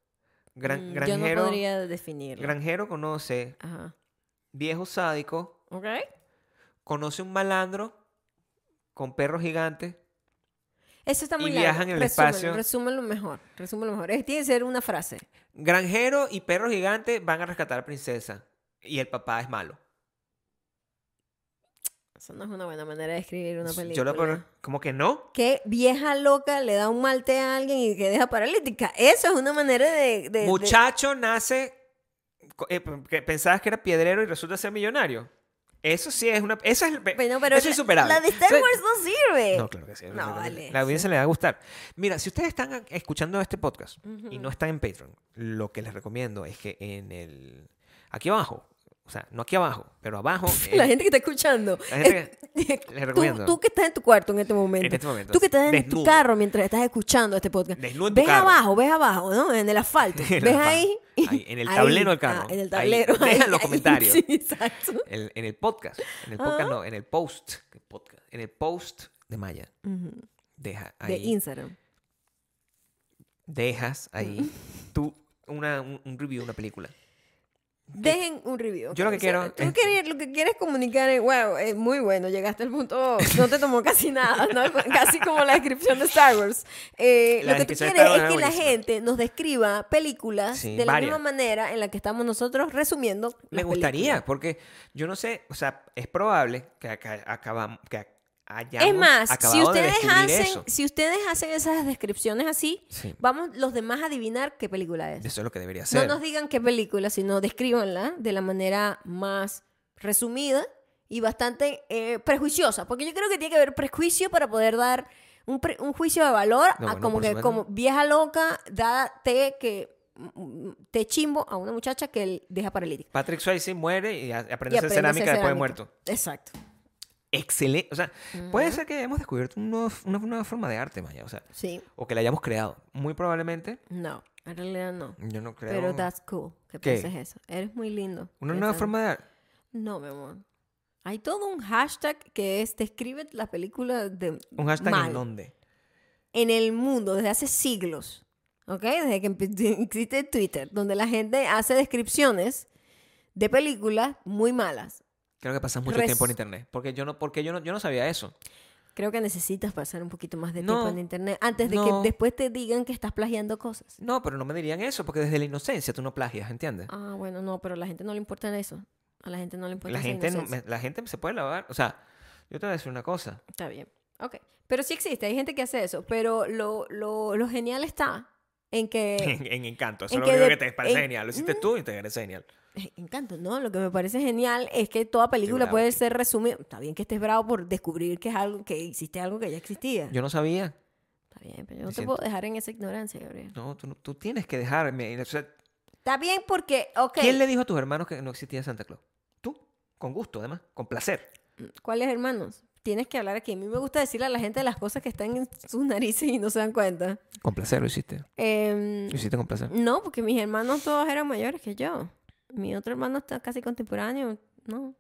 S2: Gran-
S1: Mm, Yo no
S2: granjero,
S1: podría definirlo.
S2: granjero conoce
S1: Ajá.
S2: viejo sádico,
S1: ¿Ok?
S2: conoce un malandro con perro gigante.
S1: Eso está
S2: Y
S1: muy
S2: viajan
S1: largo.
S2: en el
S1: Resúmelo,
S2: espacio.
S1: Resúmelo mejor. Resúmelo mejor. Es- tiene que ser una frase.
S2: Granjero y perro gigante van a rescatar a la princesa. Y el papá es malo.
S1: Eso no es una buena manera de escribir una película.
S2: Yo lo pongo- como que no.
S1: que vieja loca le da un malte a alguien y que deja paralítica. Eso es una manera de... de- de-
S2: Muchacho nace. co- eh, p- que pensabas que era piedrero y resulta ser millonario. Eso sí es una. Eso es,
S1: Bueno, pero
S2: eso
S1: la-
S2: es insuperable.
S1: La de Star
S2: O sea,
S1: Wars no sirve.
S2: No, claro que sí.
S1: No,
S2: claro que sí.
S1: vale,
S2: La audiencia le va a gustar. Mira, si ustedes están escuchando este podcast y no están en Patreon, lo que les recomiendo es que en el... Aquí abajo, o sea, no aquí abajo, pero
S1: (laughs)
S2: abajo...
S1: (laughs) La
S2: en-
S1: gente que está escuchando.
S2: La gente
S1: es- (laughs)
S2: que- les recomiendo.
S1: tú, tú que estás en tu cuarto en este momento.
S2: En este momento,
S1: Tú que estás en
S2: desnudo.
S1: tu carro mientras estás escuchando este podcast.
S2: Desnudo en tu
S1: ves
S2: carro.
S1: abajo, ves abajo, ¿no? En el asfalto.
S2: (laughs) En el
S1: ves
S2: asfalto.
S1: ahí.
S2: Ahí, en el
S1: (laughs)
S2: tablero del carro.
S1: ah, en el
S2: Ahí.
S1: tablero.
S2: Deja
S1: ahí, (laughs) ahí.
S2: los comentarios.
S1: Sí, exacto.
S2: el- en el podcast. En el podcast no, en el post. ¿qué podcast? En el post de Maya. Deja ahí.
S1: De Instagram.
S2: dejas ahí tú una, un, un review de una película.
S1: Dejen un review.
S2: Yo lo
S1: ok,
S2: que
S1: o sea,
S2: quiero
S1: Tú
S2: es-
S1: querías- lo que quieres comunicar es, wow, es muy bueno, llegaste al punto, no te tomó casi nada, ¿no? (laughs) casi como la descripción de Star Wars. Eh,
S2: La
S1: lo que tú
S2: descripción de
S1: quieres es
S2: Star Wars
S1: que la
S2: era buenísima.
S1: gente nos describa películas
S2: Sí,
S1: de la
S2: varias.
S1: misma manera en la que estamos nosotros resumiendo.
S2: Me
S1: las
S2: gustaría,
S1: películas.
S2: porque yo no sé, o sea, es probable que, aca- acabam- que ac- hayamos
S1: Es más, si
S2: acabado de
S1: ustedes,
S2: descubrir
S1: hacen,
S2: eso.
S1: si ustedes hacen esas descripciones así,
S2: Sí,
S1: vamos los demás a adivinar qué película es.
S2: eso es lo que debería
S1: No
S2: ser.
S1: nos digan qué película, sino descríbanla de la manera más resumida y bastante eh, prejuiciosa. Porque yo creo que tiene que haber prejuicio para poder dar un, pre- un juicio de valor
S2: No,
S1: a
S2: bueno,
S1: como
S2: por
S1: que
S2: supuesto.
S1: como vieja loca, da té que mm, té chimbo a una muchacha que él deja paralítica.
S2: Patrick Swayze muere y a-
S1: Y
S2: aprende
S1: aprende a
S2: a hacer
S1: hacer
S2: cerámica después de
S1: cerámica.
S2: muerto.
S1: Exacto.
S2: Excelente. O sea, puede ser que hayamos descubierto un nuevo- una nueva forma de arte, Maya. O sea,
S1: Sí.
S2: o que la hayamos creado. Muy probablemente,
S1: No, en realidad no.
S2: yo no creo.
S1: Pero that's cool que
S2: ¿Qué?
S1: pienses eso. Eres muy lindo.
S2: una nueva
S1: Estás-
S2: forma de arte.
S1: No, mi amor. Hay todo un hashtag que es describe la película de
S2: Un hashtag
S1: mal.
S2: en donde.
S1: en el mundo desde hace siglos, ¿ok? Desde que empe- (laughs) existe Twitter, donde la gente hace descripciones de películas muy malas.
S2: Creo que pasas mucho
S1: Res-
S2: tiempo en internet. Porque yo no, porque yo no, yo no sabía eso.
S1: Creo que necesitas pasar un poquito más de
S2: No.
S1: tiempo en internet antes de
S2: No.
S1: que después te digan que estás plagiando cosas.
S2: No, pero no me dirían eso, porque desde la inocencia tú no plagias, ¿entiendes?
S1: Ah, bueno, no, pero a la gente no le importa eso. A la gente no le importa
S2: la
S1: esa
S2: gente, no-
S1: inocencia.
S2: me- la gente se puede lavar. O sea, yo te voy a decir una cosa.
S1: Está bien. Ok. Pero sí existe, hay gente que hace eso. Pero lo, lo, lo genial está en
S2: (laughs)
S1: que...
S2: En, en encanto. Eso
S1: en
S2: es
S1: que
S2: lo único
S1: de-
S2: que te parece
S1: en- Mm.
S2: genial. Lo hiciste tú y te parece genial.
S1: (laughs) Encanto, ¿no? Lo que me parece genial es que toda película
S2: bravo.
S1: puede ser resumida. Está bien que estés bravo por descubrir que es algo que hiciste algo que ya existía.
S2: Yo no sabía.
S1: Está bien, pero yo no
S2: Me
S1: te puedo dejar en esa ignorancia, Gabriel.
S2: No, tú, no- tú tienes que dejarme. O sea,
S1: Está bien porque, ok,
S2: ¿Quién le dijo a tus hermanos que no existía Santa Claus? Tú. Con gusto, además. Con placer.
S1: ¿cuáles hermanos? Tienes que hablar aquí. A mí me gusta decirle a la gente las cosas que están en sus narices y no se dan cuenta.
S2: Con placer lo hiciste.
S1: Em,
S2: Lo hiciste con placer.
S1: no, porque mis hermanos todos eran mayores que yo. Mi otro hermano está casi contemporáneo. No,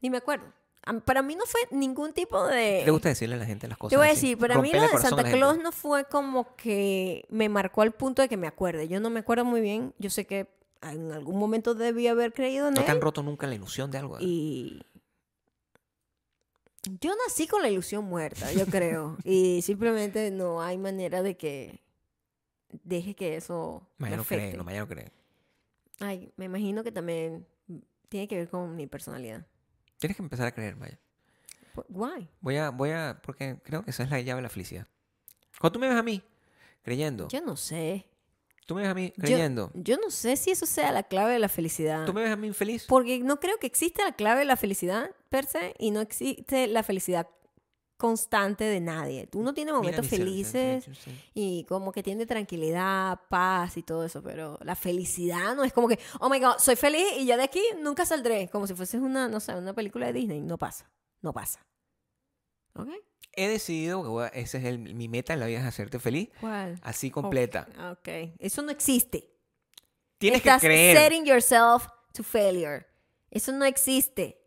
S1: ni me acuerdo. A- Para mí no fue ningún tipo de...
S2: ¿Te gusta decirle a la gente las cosas?
S1: eh. Te voy a
S2: así?
S1: decir, para mí
S2: Romperle
S1: lo
S2: el
S1: de
S2: corazón a
S1: Santa
S2: la gente.
S1: Claus no fue como que me marcó al punto de que me acuerde. Yo no me acuerdo muy bien. Yo sé que en algún momento debí haber creído en
S2: No te han
S1: él.
S2: roto nunca la ilusión de algo. ¿eh?
S1: ¿Eh? Y yo nací con la ilusión muerta, yo
S2: (laughs)
S1: creo. y simplemente no hay manera de que deje que eso me
S2: Maya no cree,
S1: afecte.
S2: no, Maya no cree.
S1: Ay, me imagino que también tiene que ver con mi personalidad.
S2: Tienes que empezar a creer, Maya.
S1: Pu- Guay.
S2: Voy a, voy a, porque creo que esa es la llave de la felicidad. Cuando tú me ves a mí creyendo,
S1: Yo no sé.
S2: tú me ves a mí
S1: Yo-
S2: Oh. creyendo,
S1: Yo no sé si eso sea la clave de la felicidad.
S2: tú me ves a mí infeliz,
S1: Porque no creo que exista la clave de la felicidad per se y no existe la felicidad constante de nadie. Uno tiene
S2: Mira
S1: momentos
S2: mi celular,
S1: felices
S2: sí, sí, sí.
S1: y como que tiene tranquilidad, paz y todo eso, pero la felicidad no es como que, oh my god, soy feliz y ya de aquí nunca saldré, como si fuese una, no sé, una película de Disney. No pasa, no pasa. ¿Ok?
S2: He decidido que voy a- ese es el- mi meta en la vida es hacerte feliz,
S1: ¿Cuál?
S2: así completa.
S1: Ok, eso no existe.
S2: Tienes
S1: Estás
S2: que creer.
S1: setting yourself to failure. Eso no existe.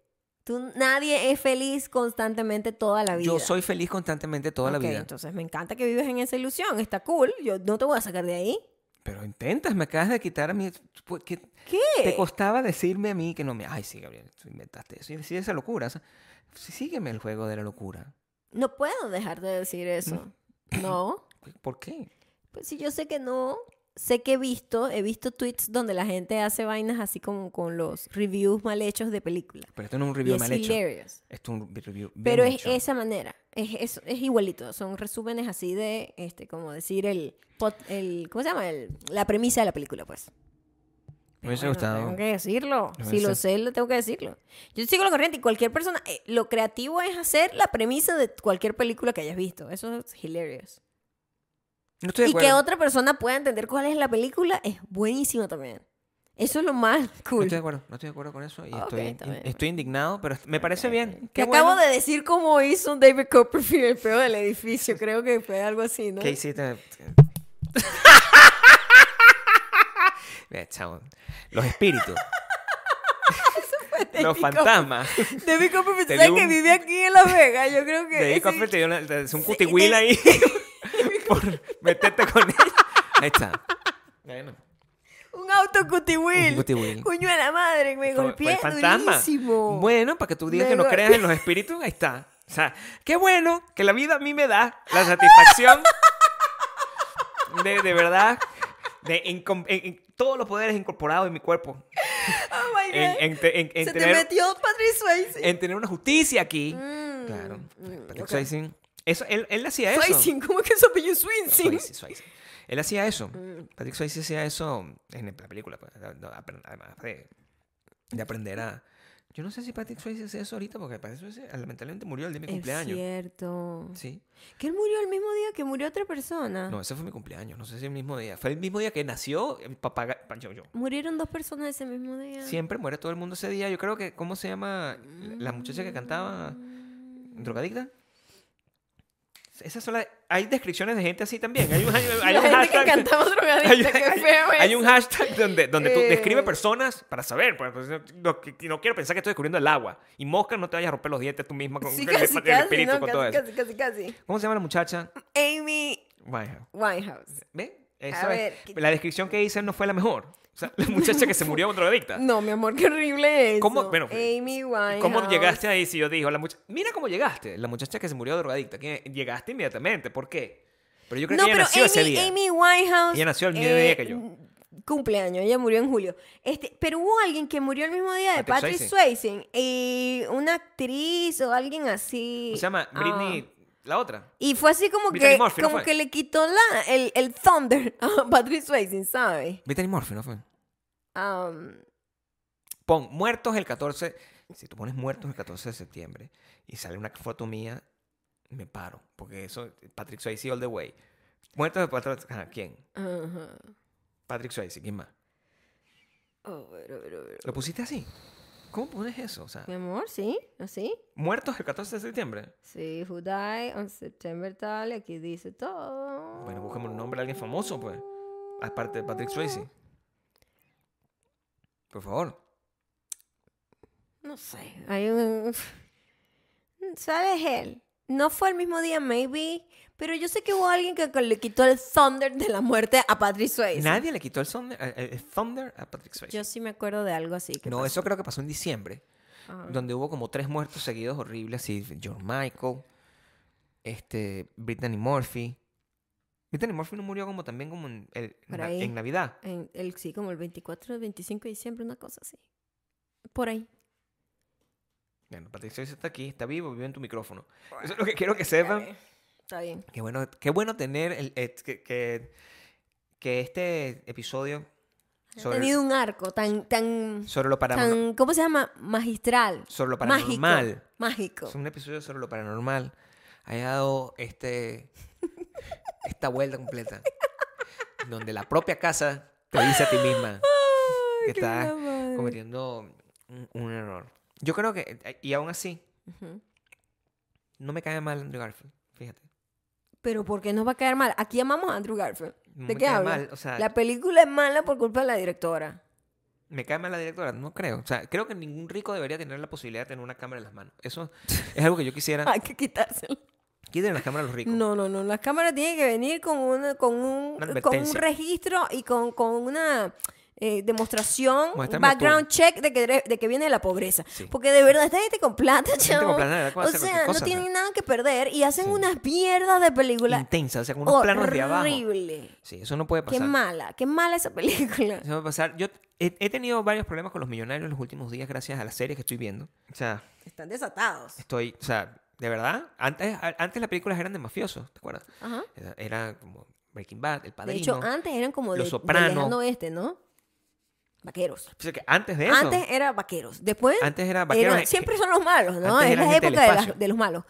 S1: Tú, nadie es feliz constantemente toda la vida.
S2: Yo soy feliz constantemente toda
S1: Ok,
S2: la vida.
S1: Entonces me encanta que vives en esa ilusión. Está cool. Yo no te voy a sacar de ahí.
S2: Pero intentas, me acabas de quitar a mí. pues, que
S1: ¿Qué?
S2: Te costaba decirme a mí que no me. Ay, sí, Gabriel, tú inventaste eso. Y decir esa locura. o sea, sí, sígueme el juego de la locura.
S1: No puedo dejar de decir eso.
S2: Mm.
S1: No.
S2: ¿Por qué?
S1: Pues si yo sé que no. Sé que he visto, he visto tweets donde la gente hace vainas así como con los reviews mal hechos de películas.
S2: Pero esto no es un
S1: Y
S2: review
S1: es
S2: mal hecho.
S1: hilarious.
S2: Esto es un review bien
S1: Pero es
S2: hecho.
S1: esa manera, es, es, es igualito, son resúmenes así de, este, como decir el, pot- el ¿cómo se llama? El- la premisa de la película, pues.
S2: Me hubiese
S1: Bueno,
S2: gustado.
S1: Tengo que decirlo,
S2: Me
S1: si lo
S2: hubiese-
S1: sé, lo tengo que decirlo. Yo sigo la corriente y cualquier persona, eh, lo creativo es hacer la premisa de cualquier película que hayas visto, eso es hilarious.
S2: No estoy de
S1: Y que
S2: acuerdo.
S1: otra persona pueda entender cuál es la película es buenísimo también. Eso es lo más
S2: No
S1: cool.
S2: estoy de acuerdo. No estoy de acuerdo con eso. Y
S1: Ok,
S2: estoy,
S1: está bien.
S2: estoy indignado, pero me parece
S1: Te
S2: bien. Qué
S1: acabo
S2: bueno
S1: de decir cómo hizo David Copperfield el peor del edificio, creo que fue algo así, ¿no? (laughs)
S2: que hiciste. Ve, chamo. Los espíritus. Los
S1: David
S2: fantasmas.
S1: David Copperfield,
S2: Te
S1: ¿sabes
S2: dio
S1: que
S2: un-
S1: vive aquí en Las Vegas? Yo creo que.
S2: David
S1: ese-
S2: Copperfield te dio una- te hizo un
S1: Sí,
S2: cutihuil
S1: te-
S2: (laughs) ahí por meterte con él. Ahí está. Bueno.
S1: Un auto un
S2: Un
S1: cutiwil.
S2: cutiwil.
S1: Coño de la madre, me
S2: Fue- fue
S1: golpeé
S2: el fantasma.
S1: durísimo.
S2: Bueno, para que tú digas
S1: Me
S2: que no
S1: gol-
S2: creas en los espíritus, ahí está. O sea, qué bueno que la vida a mí me da la satisfacción de, de verdad, de incom- en- en todos los poderes incorporados en mi cuerpo.
S1: Oh my God.
S2: En, en te- en- en
S1: Se te
S2: tener,
S1: metió Patrick Swayze.
S2: en tener una justicia aquí.
S1: Mm,
S2: Claro.
S1: mm,
S2: Patrick
S1: ok.
S2: Swayze, Eso, él, él hacía eso.
S1: Swayze, ¿cómo es que se apellido Swinson?
S2: Swayze, Swayze. Él hacía eso.
S1: Mm.
S2: Patrick Swayze hacía eso en la película, pues, a- a- apre- además de, de aprender a... Yo no sé si Patrick Swayze hace eso ahorita, porque Patrick Swayze ah, lamentablemente murió el día de mi
S1: Es
S2: cumpleaños.
S1: cierto.
S2: Sí.
S1: Que él murió el mismo día que murió otra persona.
S2: No, ese fue mi cumpleaños, no sé si el mismo día. Fue el mismo día que nació el papá... Ga- pa- Yo, yo.
S1: Murieron dos personas ese mismo día. Mm.
S2: Siempre muere todo el mundo ese día. Yo creo que, ¿cómo se llama la muchacha que cantaba? ¿Drogadicta? Esas son las... Hay descripciones de gente así también. Hay un, hay, un-
S1: (laughs)
S2: hay
S1: La
S2: un
S1: gente que
S2: hashtag-
S1: cantaba
S2: (laughs) hay,
S1: drogadicta, qué
S2: hay-
S1: feo
S2: hay
S1: eso.
S2: un hashtag donde, donde tú
S1: Eh.
S2: describes personas para saber. Pues, pues, no, no- no quiero pensar que estoy descubriendo el agua. Y mosca, no te vayas a romper los dientes tú misma (laughs) con
S1: Sí,
S2: el,
S1: casi,
S2: el
S1: casi,
S2: espíritu
S1: ¿no?
S2: con todo
S1: Casi,
S2: eso.
S1: casi, casi, casi.
S2: ¿Cómo se llama la muchacha?
S1: Amy
S2: Bueno,
S1: Winehouse.
S2: ¿Ve?
S1: A
S2: Eso
S1: ver,
S2: es.
S1: ¿qué-
S2: La descripción que hice no fue la mejor. O sea,
S1: (laughs)
S2: la muchacha que se murió drogadicta.
S1: No, mi amor, qué horrible eso.
S2: ¿Cómo? Bueno, pues,
S1: Amy Winehouse.
S2: ¿Cómo llegaste ahí si yo digo, la mucha- mira cómo llegaste, la muchacha que se murió drogadicta? ¿Quién es? Llegaste inmediatamente, ¿por qué? Pero yo creo
S1: No,
S2: que ella
S1: pero
S2: nació
S1: Amy,
S2: ese día.
S1: Amy Winehouse. mm,
S2: Ella nació el mismo día que yo.
S1: Cumpleaños, ella murió en julio. Este, pero hubo alguien que murió el mismo día de
S2: Patrick
S1: Patrick Swayze. Y una actriz o alguien así.
S2: Se llama
S1: Ah.
S2: Britney, la otra.
S1: Y fue así como
S2: Brittany
S1: que,
S2: Murphy, ¿no
S1: como
S2: fue?
S1: que le quitó la, el, el thunder a (laughs) Patrick Swayze, ¿sabes? Um,
S2: Brittany Murphy, ¿no fue?
S1: Am,
S2: Pon muertos el 14. Si tú pones muertos el 14 de septiembre y sale una foto mía, me paro. Porque eso, Patrick Swayze all the way. Muertos el 14. Ajá, ¿quién?
S1: ajá.
S2: Patrick Swayze, ¿quién más?
S1: Oh, pero, pero, pero.
S2: ¿Lo pusiste así? ¿Cómo pones eso? O sea,
S1: Mi amor, ¿sí? ¿Así?
S2: muertos el 14 de septiembre.
S1: Sí, who died on September tal, y aquí dice todo.
S2: Bueno, búscame un nombre de alguien famoso, pues. Aparte de Patrick Swayze. Por favor.
S1: No sé, hay un... (laughs) ¿Sabes él? No fue el mismo día, maybe, pero yo sé que hubo alguien que le quitó el thunder de la muerte a Patrick Swayze.
S2: Nadie le quitó el thunder, el- el thunder a Patrick Swayze.
S1: Yo sí me acuerdo de algo así. que
S2: No,
S1: pasó. Ah,
S2: eso creo que pasó en diciembre.
S1: Ajá.
S2: donde hubo como tres muertos seguidos horribles, así John Michael, este, Brittany Murphy. Brittany Murphy no murió como también como en, el-
S1: Por
S2: na-
S1: ahí.
S2: en Navidad.
S1: En el, sí, como el 24, 25 de diciembre, una cosa así. Por ahí.
S2: Bueno, Patricia está aquí, está vivo, vive en tu micrófono. Eso es lo que quiero que sepan.
S1: Está bien.
S2: Qué bueno, qué bueno tener el, et- que, que, que este episodio
S1: Ha
S2: sobre,
S1: tenido un arco tan, tan,
S2: sobre lo paranormal.
S1: tan, ¿cómo se llama? Magistral.
S2: Sobre lo
S1: Mágico.
S2: paranormal.
S1: Mágico.
S2: Es un episodio sobre lo paranormal. Haya dado
S1: (laughs)
S2: este, esta vuelta completa. donde la propia casa te dice a ti misma que
S1: qué
S2: estás
S1: mala madre.
S2: cometiendo un, un error. Yo creo que, eh, y aún así,
S1: Ujú.
S2: no me cae mal Andrew Garfield. Fíjate.
S1: Pero ¿por qué nos va a caer mal? Aquí amamos a Andrew Garfield.
S2: No
S1: ¿De
S2: me
S1: qué
S2: cae
S1: hablas?
S2: mal, o sea-
S1: la película es mala por culpa de la directora.
S2: ¿Me cae mal la directora? No creo. O sea, creo que ningún rico debería tener la posibilidad de tener una cámara en las manos. Eso es algo que
S1: (laughs)
S2: yo quisiera.
S1: Hay que quitársela.
S2: Quiten las cámaras a los ricos.
S1: No, no, no. Las cámaras tienen que venir con, una, con, un,
S2: Una
S1: con un
S2: advertencia.
S1: registro y con, con una eh, demostración, un
S2: Muéstrame
S1: background check de que, de que viene de la pobreza.
S2: Sí.
S1: Porque de verdad esta gente con plata,
S2: gente con
S1: chamo,
S2: plata, de verdad, puede
S1: O
S2: hacer cualquier
S1: sea, no
S2: cosa,
S1: tienen
S2: ¿no?
S1: nada que perder y hacen unas mierdas de película
S2: Intensa, o sea, con unos planos de abajo.
S1: horrible.
S2: Sí, eso no puede pasar.
S1: Qué mala, qué mala esa película.
S2: Eso va a pasar. Yo he, he tenido varios problemas con los millonarios los últimos días gracias a las series que estoy viendo. O sea,
S1: Están desatados.
S2: estoy, o sea, de verdad, antes, a- antes las películas eran de mafiosos, ¿te acuerdas?
S1: Ajá.
S2: Era, era como Breaking Bad, El
S1: De
S2: Padrino.
S1: hecho, antes eran como
S2: Los
S1: de, de
S2: Soprano.
S1: lejano oeste, ¿no? Vaqueros.
S2: O sea, que antes de eso,
S1: Antes era vaqueros. Después.
S2: Antes era vaqueros, eh,
S1: siempre son los malos, ¿no?
S2: antes
S1: Es
S2: era
S1: la
S2: gente
S1: época
S2: del
S1: de, las-
S2: espacio.
S1: de los malos.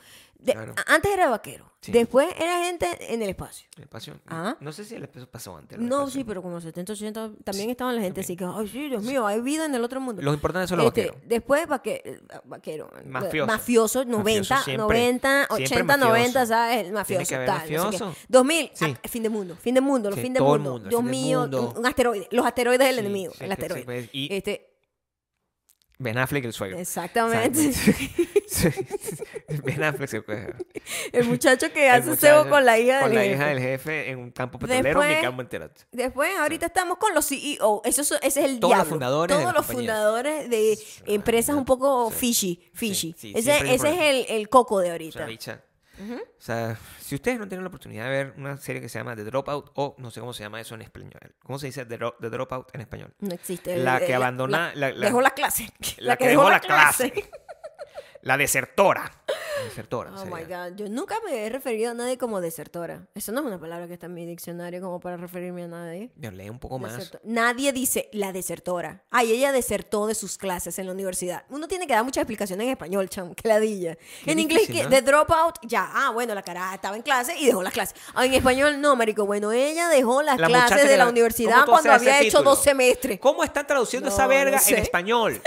S1: De-
S2: Claro.
S1: a- Antes era vaquero.
S2: Sí.
S1: Después era gente en el espacio.
S2: el espacio-
S1: Ajá.
S2: no sé si el espacio pasó antes. lo del
S1: Ah. No,
S2: espacio.
S1: sí, pero como 70, 80 también estaban la gente así que, ay, sí, Dios mío, hay vida en el otro mundo.
S2: Lo importante son los
S1: Este,
S2: vaqueros.
S1: Después vaque- eh, vaquero.
S2: Mafioso.
S1: Mafioso, 90,
S2: siempre.
S1: 90,
S2: Siempre
S1: 80, 90,
S2: mafioso.
S1: ¿sabes? El mafioso.
S2: que haber
S1: tal, no sé qué.
S2: mafioso.
S1: 2000,
S2: Sí.
S1: ah, fin de mundo, fin de mundo, los
S2: Sí,
S1: fin de
S2: todo
S1: mundo.
S2: el mundo, el
S1: Dios
S2: fin del
S1: mío,
S2: mundo.
S1: Un, un asteroide, Este. los asteroides del
S2: Sí,
S1: enemigo,
S2: sí,
S1: el
S2: que- sí,
S1: asteroide.
S2: pues, y-
S1: este,
S2: Ben Affleck, el suegro.
S1: Exactamente.
S2: (laughs) Sí, ben Affleck, se puede-
S1: El muchacho que
S2: (laughs) el
S1: hace cebo
S2: muchacho
S1: con la hija
S2: Con
S1: del
S2: la
S1: jefe.
S2: hija del jefe en un campo petrolero,
S1: Después-
S2: mi campo entero.
S1: Después, ahorita estamos con los CEO. Eso, so- ese es el
S2: Todos los
S1: diablo.
S2: fundadores de
S1: Todos
S2: las
S1: los
S2: compañías.
S1: fundadores de empresas un poco fishy. fishy.
S2: Sí, sí,
S1: ese
S2: siempre hay
S1: ese
S2: por
S1: es el, el coco de ahorita.
S2: O sea, bicha. O sea, si ustedes no tienen la oportunidad de ver una serie que se llama The Dropout o no sé cómo se llama eso en español. ¿Cómo se dice The, Dro- The Dropout en español?
S1: no existe. el-
S2: la
S1: el-
S2: que abandona-
S1: La,
S2: la- la-
S1: dejó la clase. (laughs)
S2: La, que dejó, la clase. La desertora. La desertora.
S1: Oh
S2: sería.
S1: my God. Yo nunca me he referido a nadie como desertora. Eso no es una palabra que está en mi diccionario como para referirme a nadie.
S2: Yo leí un poco más.
S1: Deserto- Nadie dice la desertora. Ay, ella desertó de sus clases en la universidad. Uno tiene que dar muchas explicaciones en español, chamo, (laughs) que ladilla.
S2: Qué
S1: En inglés,
S2: difícil,
S1: que
S2: ¿no?
S1: de dropout, ya. Ah, bueno, la cara estaba en clase y dejó las clases. Ah, en español, no, marico. Bueno, ella dejó las
S2: La muchacha
S1: clases de
S2: que
S1: la
S2: la-
S1: universidad
S2: ¿Cómo tú
S1: cuando
S2: haces ese
S1: había hecho
S2: título?
S1: dos semestres.
S2: Eh, ¿Cómo están traduciendo
S1: No,
S2: esa verga
S1: no sé.
S2: en español?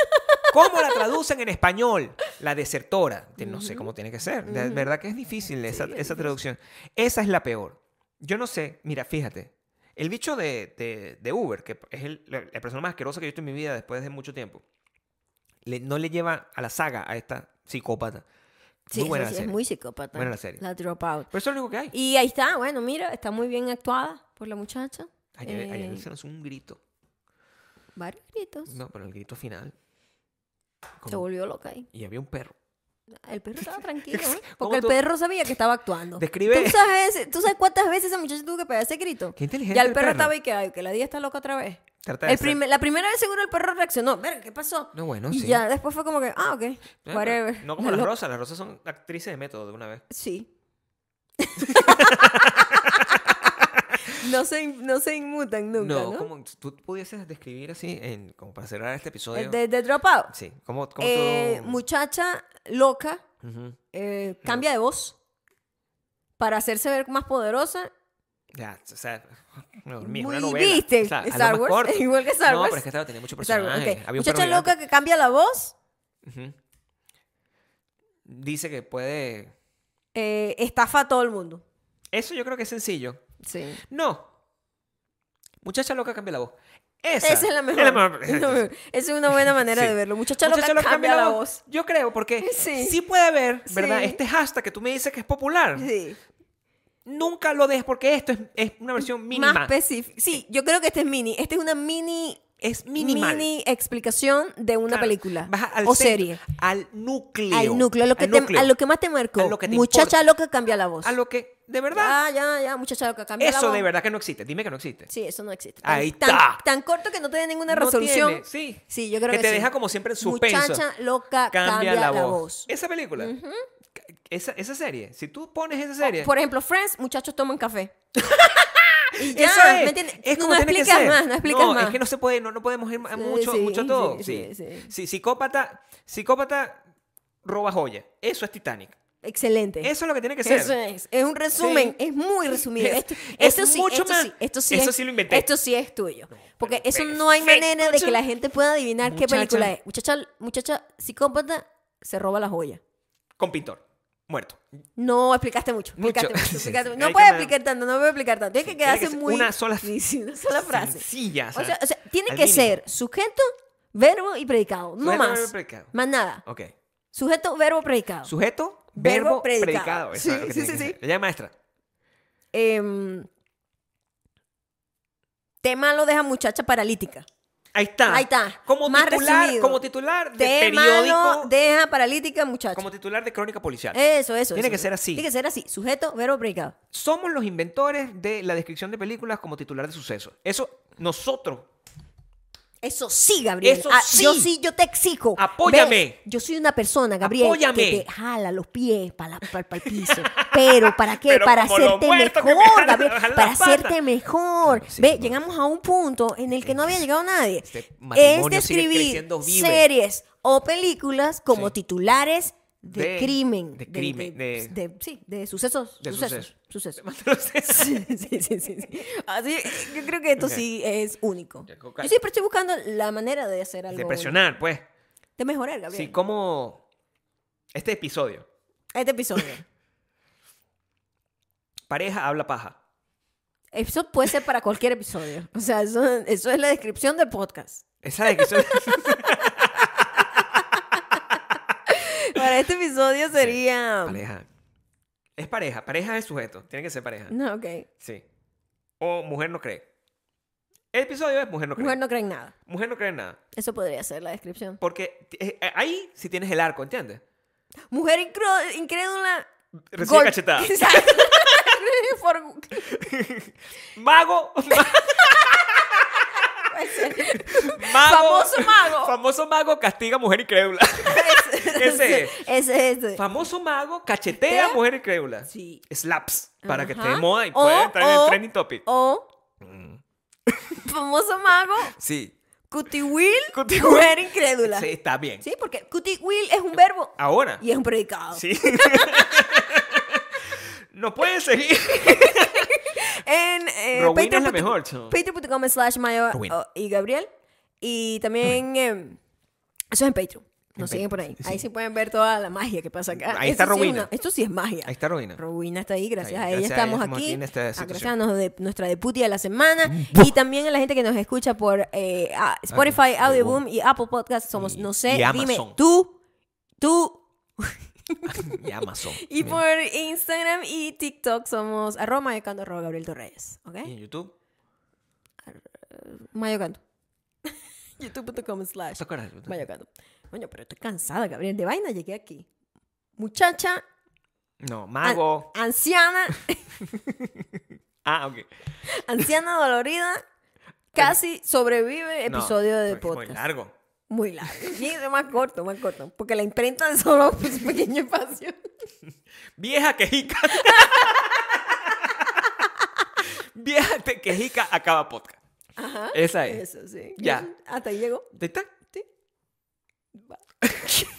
S2: ¿Cómo la traducen en español? La desertora. Te- No sé cómo tiene que ser. De verdad que es difícil esa, esa traducción. Esa es la peor. Yo no sé. Mira, fíjate. El bicho de, de- de Uber, que es el- la, la persona más asquerosa que yo he visto en mi vida después de mucho tiempo, le- no le lleva a la saga a esta psicópata.
S1: Sí,
S2: muy buena
S1: es,
S2: la
S1: es
S2: serie.
S1: muy psicópata.
S2: Buena la serie.
S1: dropout.
S2: Pero eso es lo único que hay.
S1: Y ahí está, bueno, mira, está muy bien actuada por la muchacha.
S2: Ayer, ayer
S1: Eh,
S2: Wilson hizo un grito.
S1: Varios gritos.
S2: No, pero el grito final. como-
S1: Se volvió loca ahí.
S2: y había un perro.
S1: El perro
S2: (laughs)
S1: estaba tranquilo, ¿eh?
S2: ¿Cómo
S1: porque el
S2: tú-
S1: perro sabía que estaba actuando.
S2: Describe-
S1: ¿Tú sabes, ¿Tú sabes cuántas veces esa muchacha tuvo que pegar ese grito?
S2: Qué inteligente.
S1: Ya el perro estaba y que, ay, que la día está loca otra vez.
S2: Trata de
S1: El
S2: ser-
S1: primer- la primera vez seguro el perro reaccionó. Verga, ¿qué pasó?
S2: No, bueno,
S1: y
S2: sí.
S1: ya después fue como que, ah, ok,
S2: Eh,
S1: whatever. (laughs)
S2: No como
S1: La
S2: las
S1: loca-
S2: rosas, las rosas son actrices de método de una vez. (laughs)
S1: Sí. no, se, in- no se inmutan nunca, ¿no?
S2: como tú pudieses describir así, en- como para cerrar este episodio.
S1: El Eh, de, de Dropout.
S2: Sí, como, como
S1: Eh,
S2: tú...
S1: Muchacha loca,
S2: Ujú.
S1: eh, cambia de voz para hacerse ver más poderosa
S2: Ya, o sea, me dormí, es
S1: Muy-
S2: una novela.
S1: ¿viste?
S2: O sea, algo
S1: Star
S2: más
S1: Wars, (laughs)
S2: corto.
S1: igual que Star
S2: No,
S1: Wars.
S2: pero es que estaba, tenía mucho
S1: Star Wars,
S2: personaje.
S1: ok.
S2: Había un
S1: Muchacha
S2: perro gigante.
S1: loca que cambia la voz,
S2: Ujú. Dice que puede...
S1: eh, estafa a todo el mundo.
S2: Eso yo creo que es sencillo.
S1: Sí.
S2: No. Muchacha loca cambia la voz. Esa,
S1: Esa, es la mejor. (laughs) Es
S2: (laughs)
S1: la mejor. Esa es una buena manera
S2: Sí.
S1: de verlo. Muchacha,
S2: Muchacha
S1: loca,
S2: loca,
S1: cambia, la voz.
S2: Yo creo, porque
S1: (laughs) Sí.
S2: sí, puede haber, ¿verdad?
S1: Sí.
S2: Este hashtag que tú me dices que es popular.
S1: Sí.
S2: Nunca lo dejes porque esto es, es una versión mínima.
S1: Más específica. Sí, yo creo que este es mini. Este es una mini,
S2: es minimal.
S1: mini explicación de una
S2: Claro,
S1: película
S2: vas al
S1: o
S2: centro,
S1: serie.
S2: Al núcleo.
S1: Al núcleo, a lo que,
S2: al
S1: te-
S2: núcleo,
S1: a lo que más te marcó.
S2: A lo que te
S1: muchacha
S2: importa.
S1: loca cambia la voz.
S2: a lo que, de verdad,
S1: Ya, ya, ya, muchacha loca cambia la voz.
S2: eso de verdad que no existe. Dime que no existe.
S1: Sí, eso no existe.
S2: Ahí
S1: tan,
S2: está.
S1: Tan corto que no te dé ninguna
S2: No
S1: resolución.
S2: tiene, sí.
S1: Sí, yo creo que,
S2: Que te
S1: sí.
S2: deja como siempre en suspenso.
S1: Muchacha loca cambia, la, voz.
S2: Esa película. ca- Esa, esa serie, si tú pones esa serie,
S1: Por ejemplo, Friends, muchachos toman
S2: (laughs)
S1: café. y ya,
S2: Eso es.
S1: ¿me entiendes?
S2: Es
S1: No,
S2: como
S1: no
S2: tiene que
S1: explicas
S2: ser.
S1: más, no explicas más.
S2: es que no se puede, no, no podemos ir a
S1: Sí,
S2: mucho,
S1: sí,
S2: mucho a todo.
S1: sí,
S2: Sí,
S1: sí, sí.
S2: Sí, psicópata, psicópata roba joya. Eso es Titanic.
S1: Excelente.
S2: Eso es lo que tiene que ser.
S1: Eso es. Es un resumen,
S2: Sí.
S1: es muy resumido.
S2: Es-
S1: Esto,
S2: es
S1: esto sí,
S2: mucho
S1: esto
S2: más.
S1: sí, esto sí
S2: Eso
S1: es,
S2: sí lo inventé.
S1: Esto sí es tuyo. Porque
S2: pero
S1: eso no hay
S2: perfecto,
S1: manera de que
S2: chamo.
S1: la gente pueda adivinar qué
S2: Muchacha.
S1: película es. Muchacha, muchacha psicópata se roba la joya.
S2: Con pintor. Muerto.
S1: No, explicaste mucho.
S2: Mucho.
S1: Explicaste mucho,
S2: (laughs) Sí, sí,
S1: explicaste
S2: sí.
S1: mucho. No
S2: Hay
S1: puedes
S2: que me-
S1: explicar tanto, no puedes explicar tanto. Tiene que
S2: Sí,
S1: quedarse
S2: tiene que ser
S1: muy.
S2: una sola-
S1: Sí, (laughs) sí, una sola frase.
S2: Sencilla,
S1: O sea, o sea, tiene
S2: al
S1: que
S2: mínimo.
S1: ser sujeto, verbo y predicado. No
S2: Sujeto,
S1: más.
S2: verbo, predicado.
S1: Más nada.
S2: Ok.
S1: Sujeto, verbo, predicado.
S2: Sujeto,
S1: Verbo,
S2: verbo,
S1: predicado.
S2: predicado. Eso
S1: Sí,
S2: es lo que
S1: sí,
S2: tiene
S1: sí,
S2: que
S1: sí.
S2: ser. Ella es maestra.
S1: Em, tema lo deja muchacha paralítica.
S2: Ahí está.
S1: Ahí está.
S2: Como
S1: Más
S2: titular,
S1: resumido.
S2: como titular de
S1: tema
S2: periódico,
S1: lo deja paralítica muchacha.
S2: como titular de crónica policial.
S1: Eso, eso.
S2: Tiene
S1: eso.
S2: que ser así.
S1: Tiene que ser así. Sujeto, verbo, predicado.
S2: somos los inventores de la descripción de películas como titular de suceso. Eso nosotros.
S1: Eso sí, Gabriel. Ah,
S2: Eso sí.
S1: Yo sí, yo te exijo.
S2: Apóyame.
S1: ¿Ves? Yo soy una persona, Gabriel,
S2: Apóyame.
S1: que te jala los pies para el piso. Pero, ¿para qué?
S2: Pero
S1: para
S2: como los
S1: hacerte
S2: muertos que me
S1: mejor,
S2: jalan-
S1: Gabriel.
S2: jalan
S1: Para
S2: las patas.
S1: hacerte mejor.
S2: Sí,
S1: Ve,
S2: no.
S1: llegamos a un punto en el que no había llegado nadie.
S2: Este
S1: es
S2: matrimonio sigue
S1: describir
S2: creciendo vive.
S1: series o películas como
S2: Sí.
S1: titulares de,
S2: De-
S1: crimen.
S2: de crimen,
S1: de-
S2: de-
S1: de- sí, de sucesos.
S2: (laughs) De
S1: sucesos.
S2: sucesos.
S1: sucesos.
S2: Entonces,
S1: (laughs) Sí, sí, sí, sí, sí. Así, yo creo que esto sí es único.
S2: Ya, coca-
S1: Yo siempre estoy buscando la manera de hacer algo.
S2: de presionar, pues.
S1: único. De mejorar, Gabriel.
S2: Sí, como este episodio.
S1: Este episodio.
S2: Pareja habla paja.
S1: Eso puede ser para cualquier (laughs) episodio. O sea, eso, eso es la descripción del podcast.
S2: Esa descripción.
S1: para este episodio sería...
S2: Pareja. Es pareja. Pareja es sujeto. Tiene que ser pareja.
S1: No, ok.
S2: Sí. O mujer no cree. El episodio es mujer no cree.
S1: Mujer no cree en nada.
S2: Mujer no cree en nada.
S1: Eso podría ser la descripción.
S2: Porque t- eh, eh, ahí sí tienes el arco, ¿entiendes?
S1: Mujer incro- incrédula...
S2: Recibe
S1: gol- (laughs)
S2: cachetada.
S1: Exacto. Por- (laughs)
S2: Mago.
S1: puede ser.
S2: mago.
S1: Famoso mago.
S2: Famoso mago castiga a mujer incrédula. Ese es.
S1: (laughs) Ese es. este. ese.
S2: Famoso mago cachetea a mujer incrédula.
S1: Eh, Sí.
S2: Slaps. Para que esté de
S1: Ajá.
S2: moda y
S1: O-
S2: pueda entrar en el
S1: o-
S2: trending topic.
S1: O...
S2: Mm.
S1: Famoso mago,
S2: Sí.
S1: Cutie Will,
S2: Cutie
S1: mujer incrédula.
S2: Sí, Ah.
S1: Sí.
S2: está bien.
S1: porque Cutie Will es un verbo
S2: Ahora.
S1: y es un predicado.
S2: Sí. no pueden
S1: (laughs)
S2: seguir.
S1: En eh,
S2: Rowena es la
S1: patreon.com
S2: mejor, chamo.
S1: patreon.com slash Mayo
S2: Rowena.
S1: oh, y Gabriel. Y también, em, eso es en Patreon. Nos siguen por ahí. Ahí sí pueden ver toda la magia que pasa acá.
S2: Ahí está
S1: Eso sí es
S2: Rowena.
S1: una- esto sí es magia.
S2: Ahí está Rowena.
S1: Rowena está ahí, gracias
S2: Ahí,
S1: a ella
S2: gracias a ella
S1: estamos
S2: estamos aquí
S1: aquí.
S2: en esta
S1: Ah,
S2: situación. Mm.
S1: gracias a nos- de- nuestra deputy de la semana. Y también a la gente que nos escucha por eh, ah, Spotify,
S2: Ah,
S1: Audioboom y Apple Podcast. Somos,
S2: Y-
S1: no sé,
S2: y
S1: dime
S2: Amazon.
S1: tú, tú.
S2: Y Amazon.
S1: Y
S2: Bien.
S1: por Instagram y TikTok somos arroba mayocando arroba Gabriel Torreyes. ¿Ok?
S2: Y en YouTube.
S1: (laughs) Mayocando. YouTube.com slash
S2: ¿Te acuerdas? de YouTube?
S1: mayocando. Coño, pero estoy cansada, Gabriel. De vaina llegué aquí. Muchacha,
S2: No,
S1: an-
S2: mago. (laughs)
S1: anciana,
S2: Ah, ok.
S1: anciana dolorida, casi sobrevive
S2: No,
S1: episodio de
S2: porque es
S1: podcast.
S2: Muy largo.
S1: Muy largo. Sí, más corto, más corto. Porque la imprenta (laughs) de solo pues, un pequeño
S2: (laughs)
S1: espacio. (laughs)
S2: Vieja quejica. Vieja te- quejica acaba podcast.
S1: Ajá.
S2: Esa es.
S1: Eso sí.
S2: Ya.
S1: Hasta ahí llegó.
S2: ¿Te está?
S1: Sí. Va.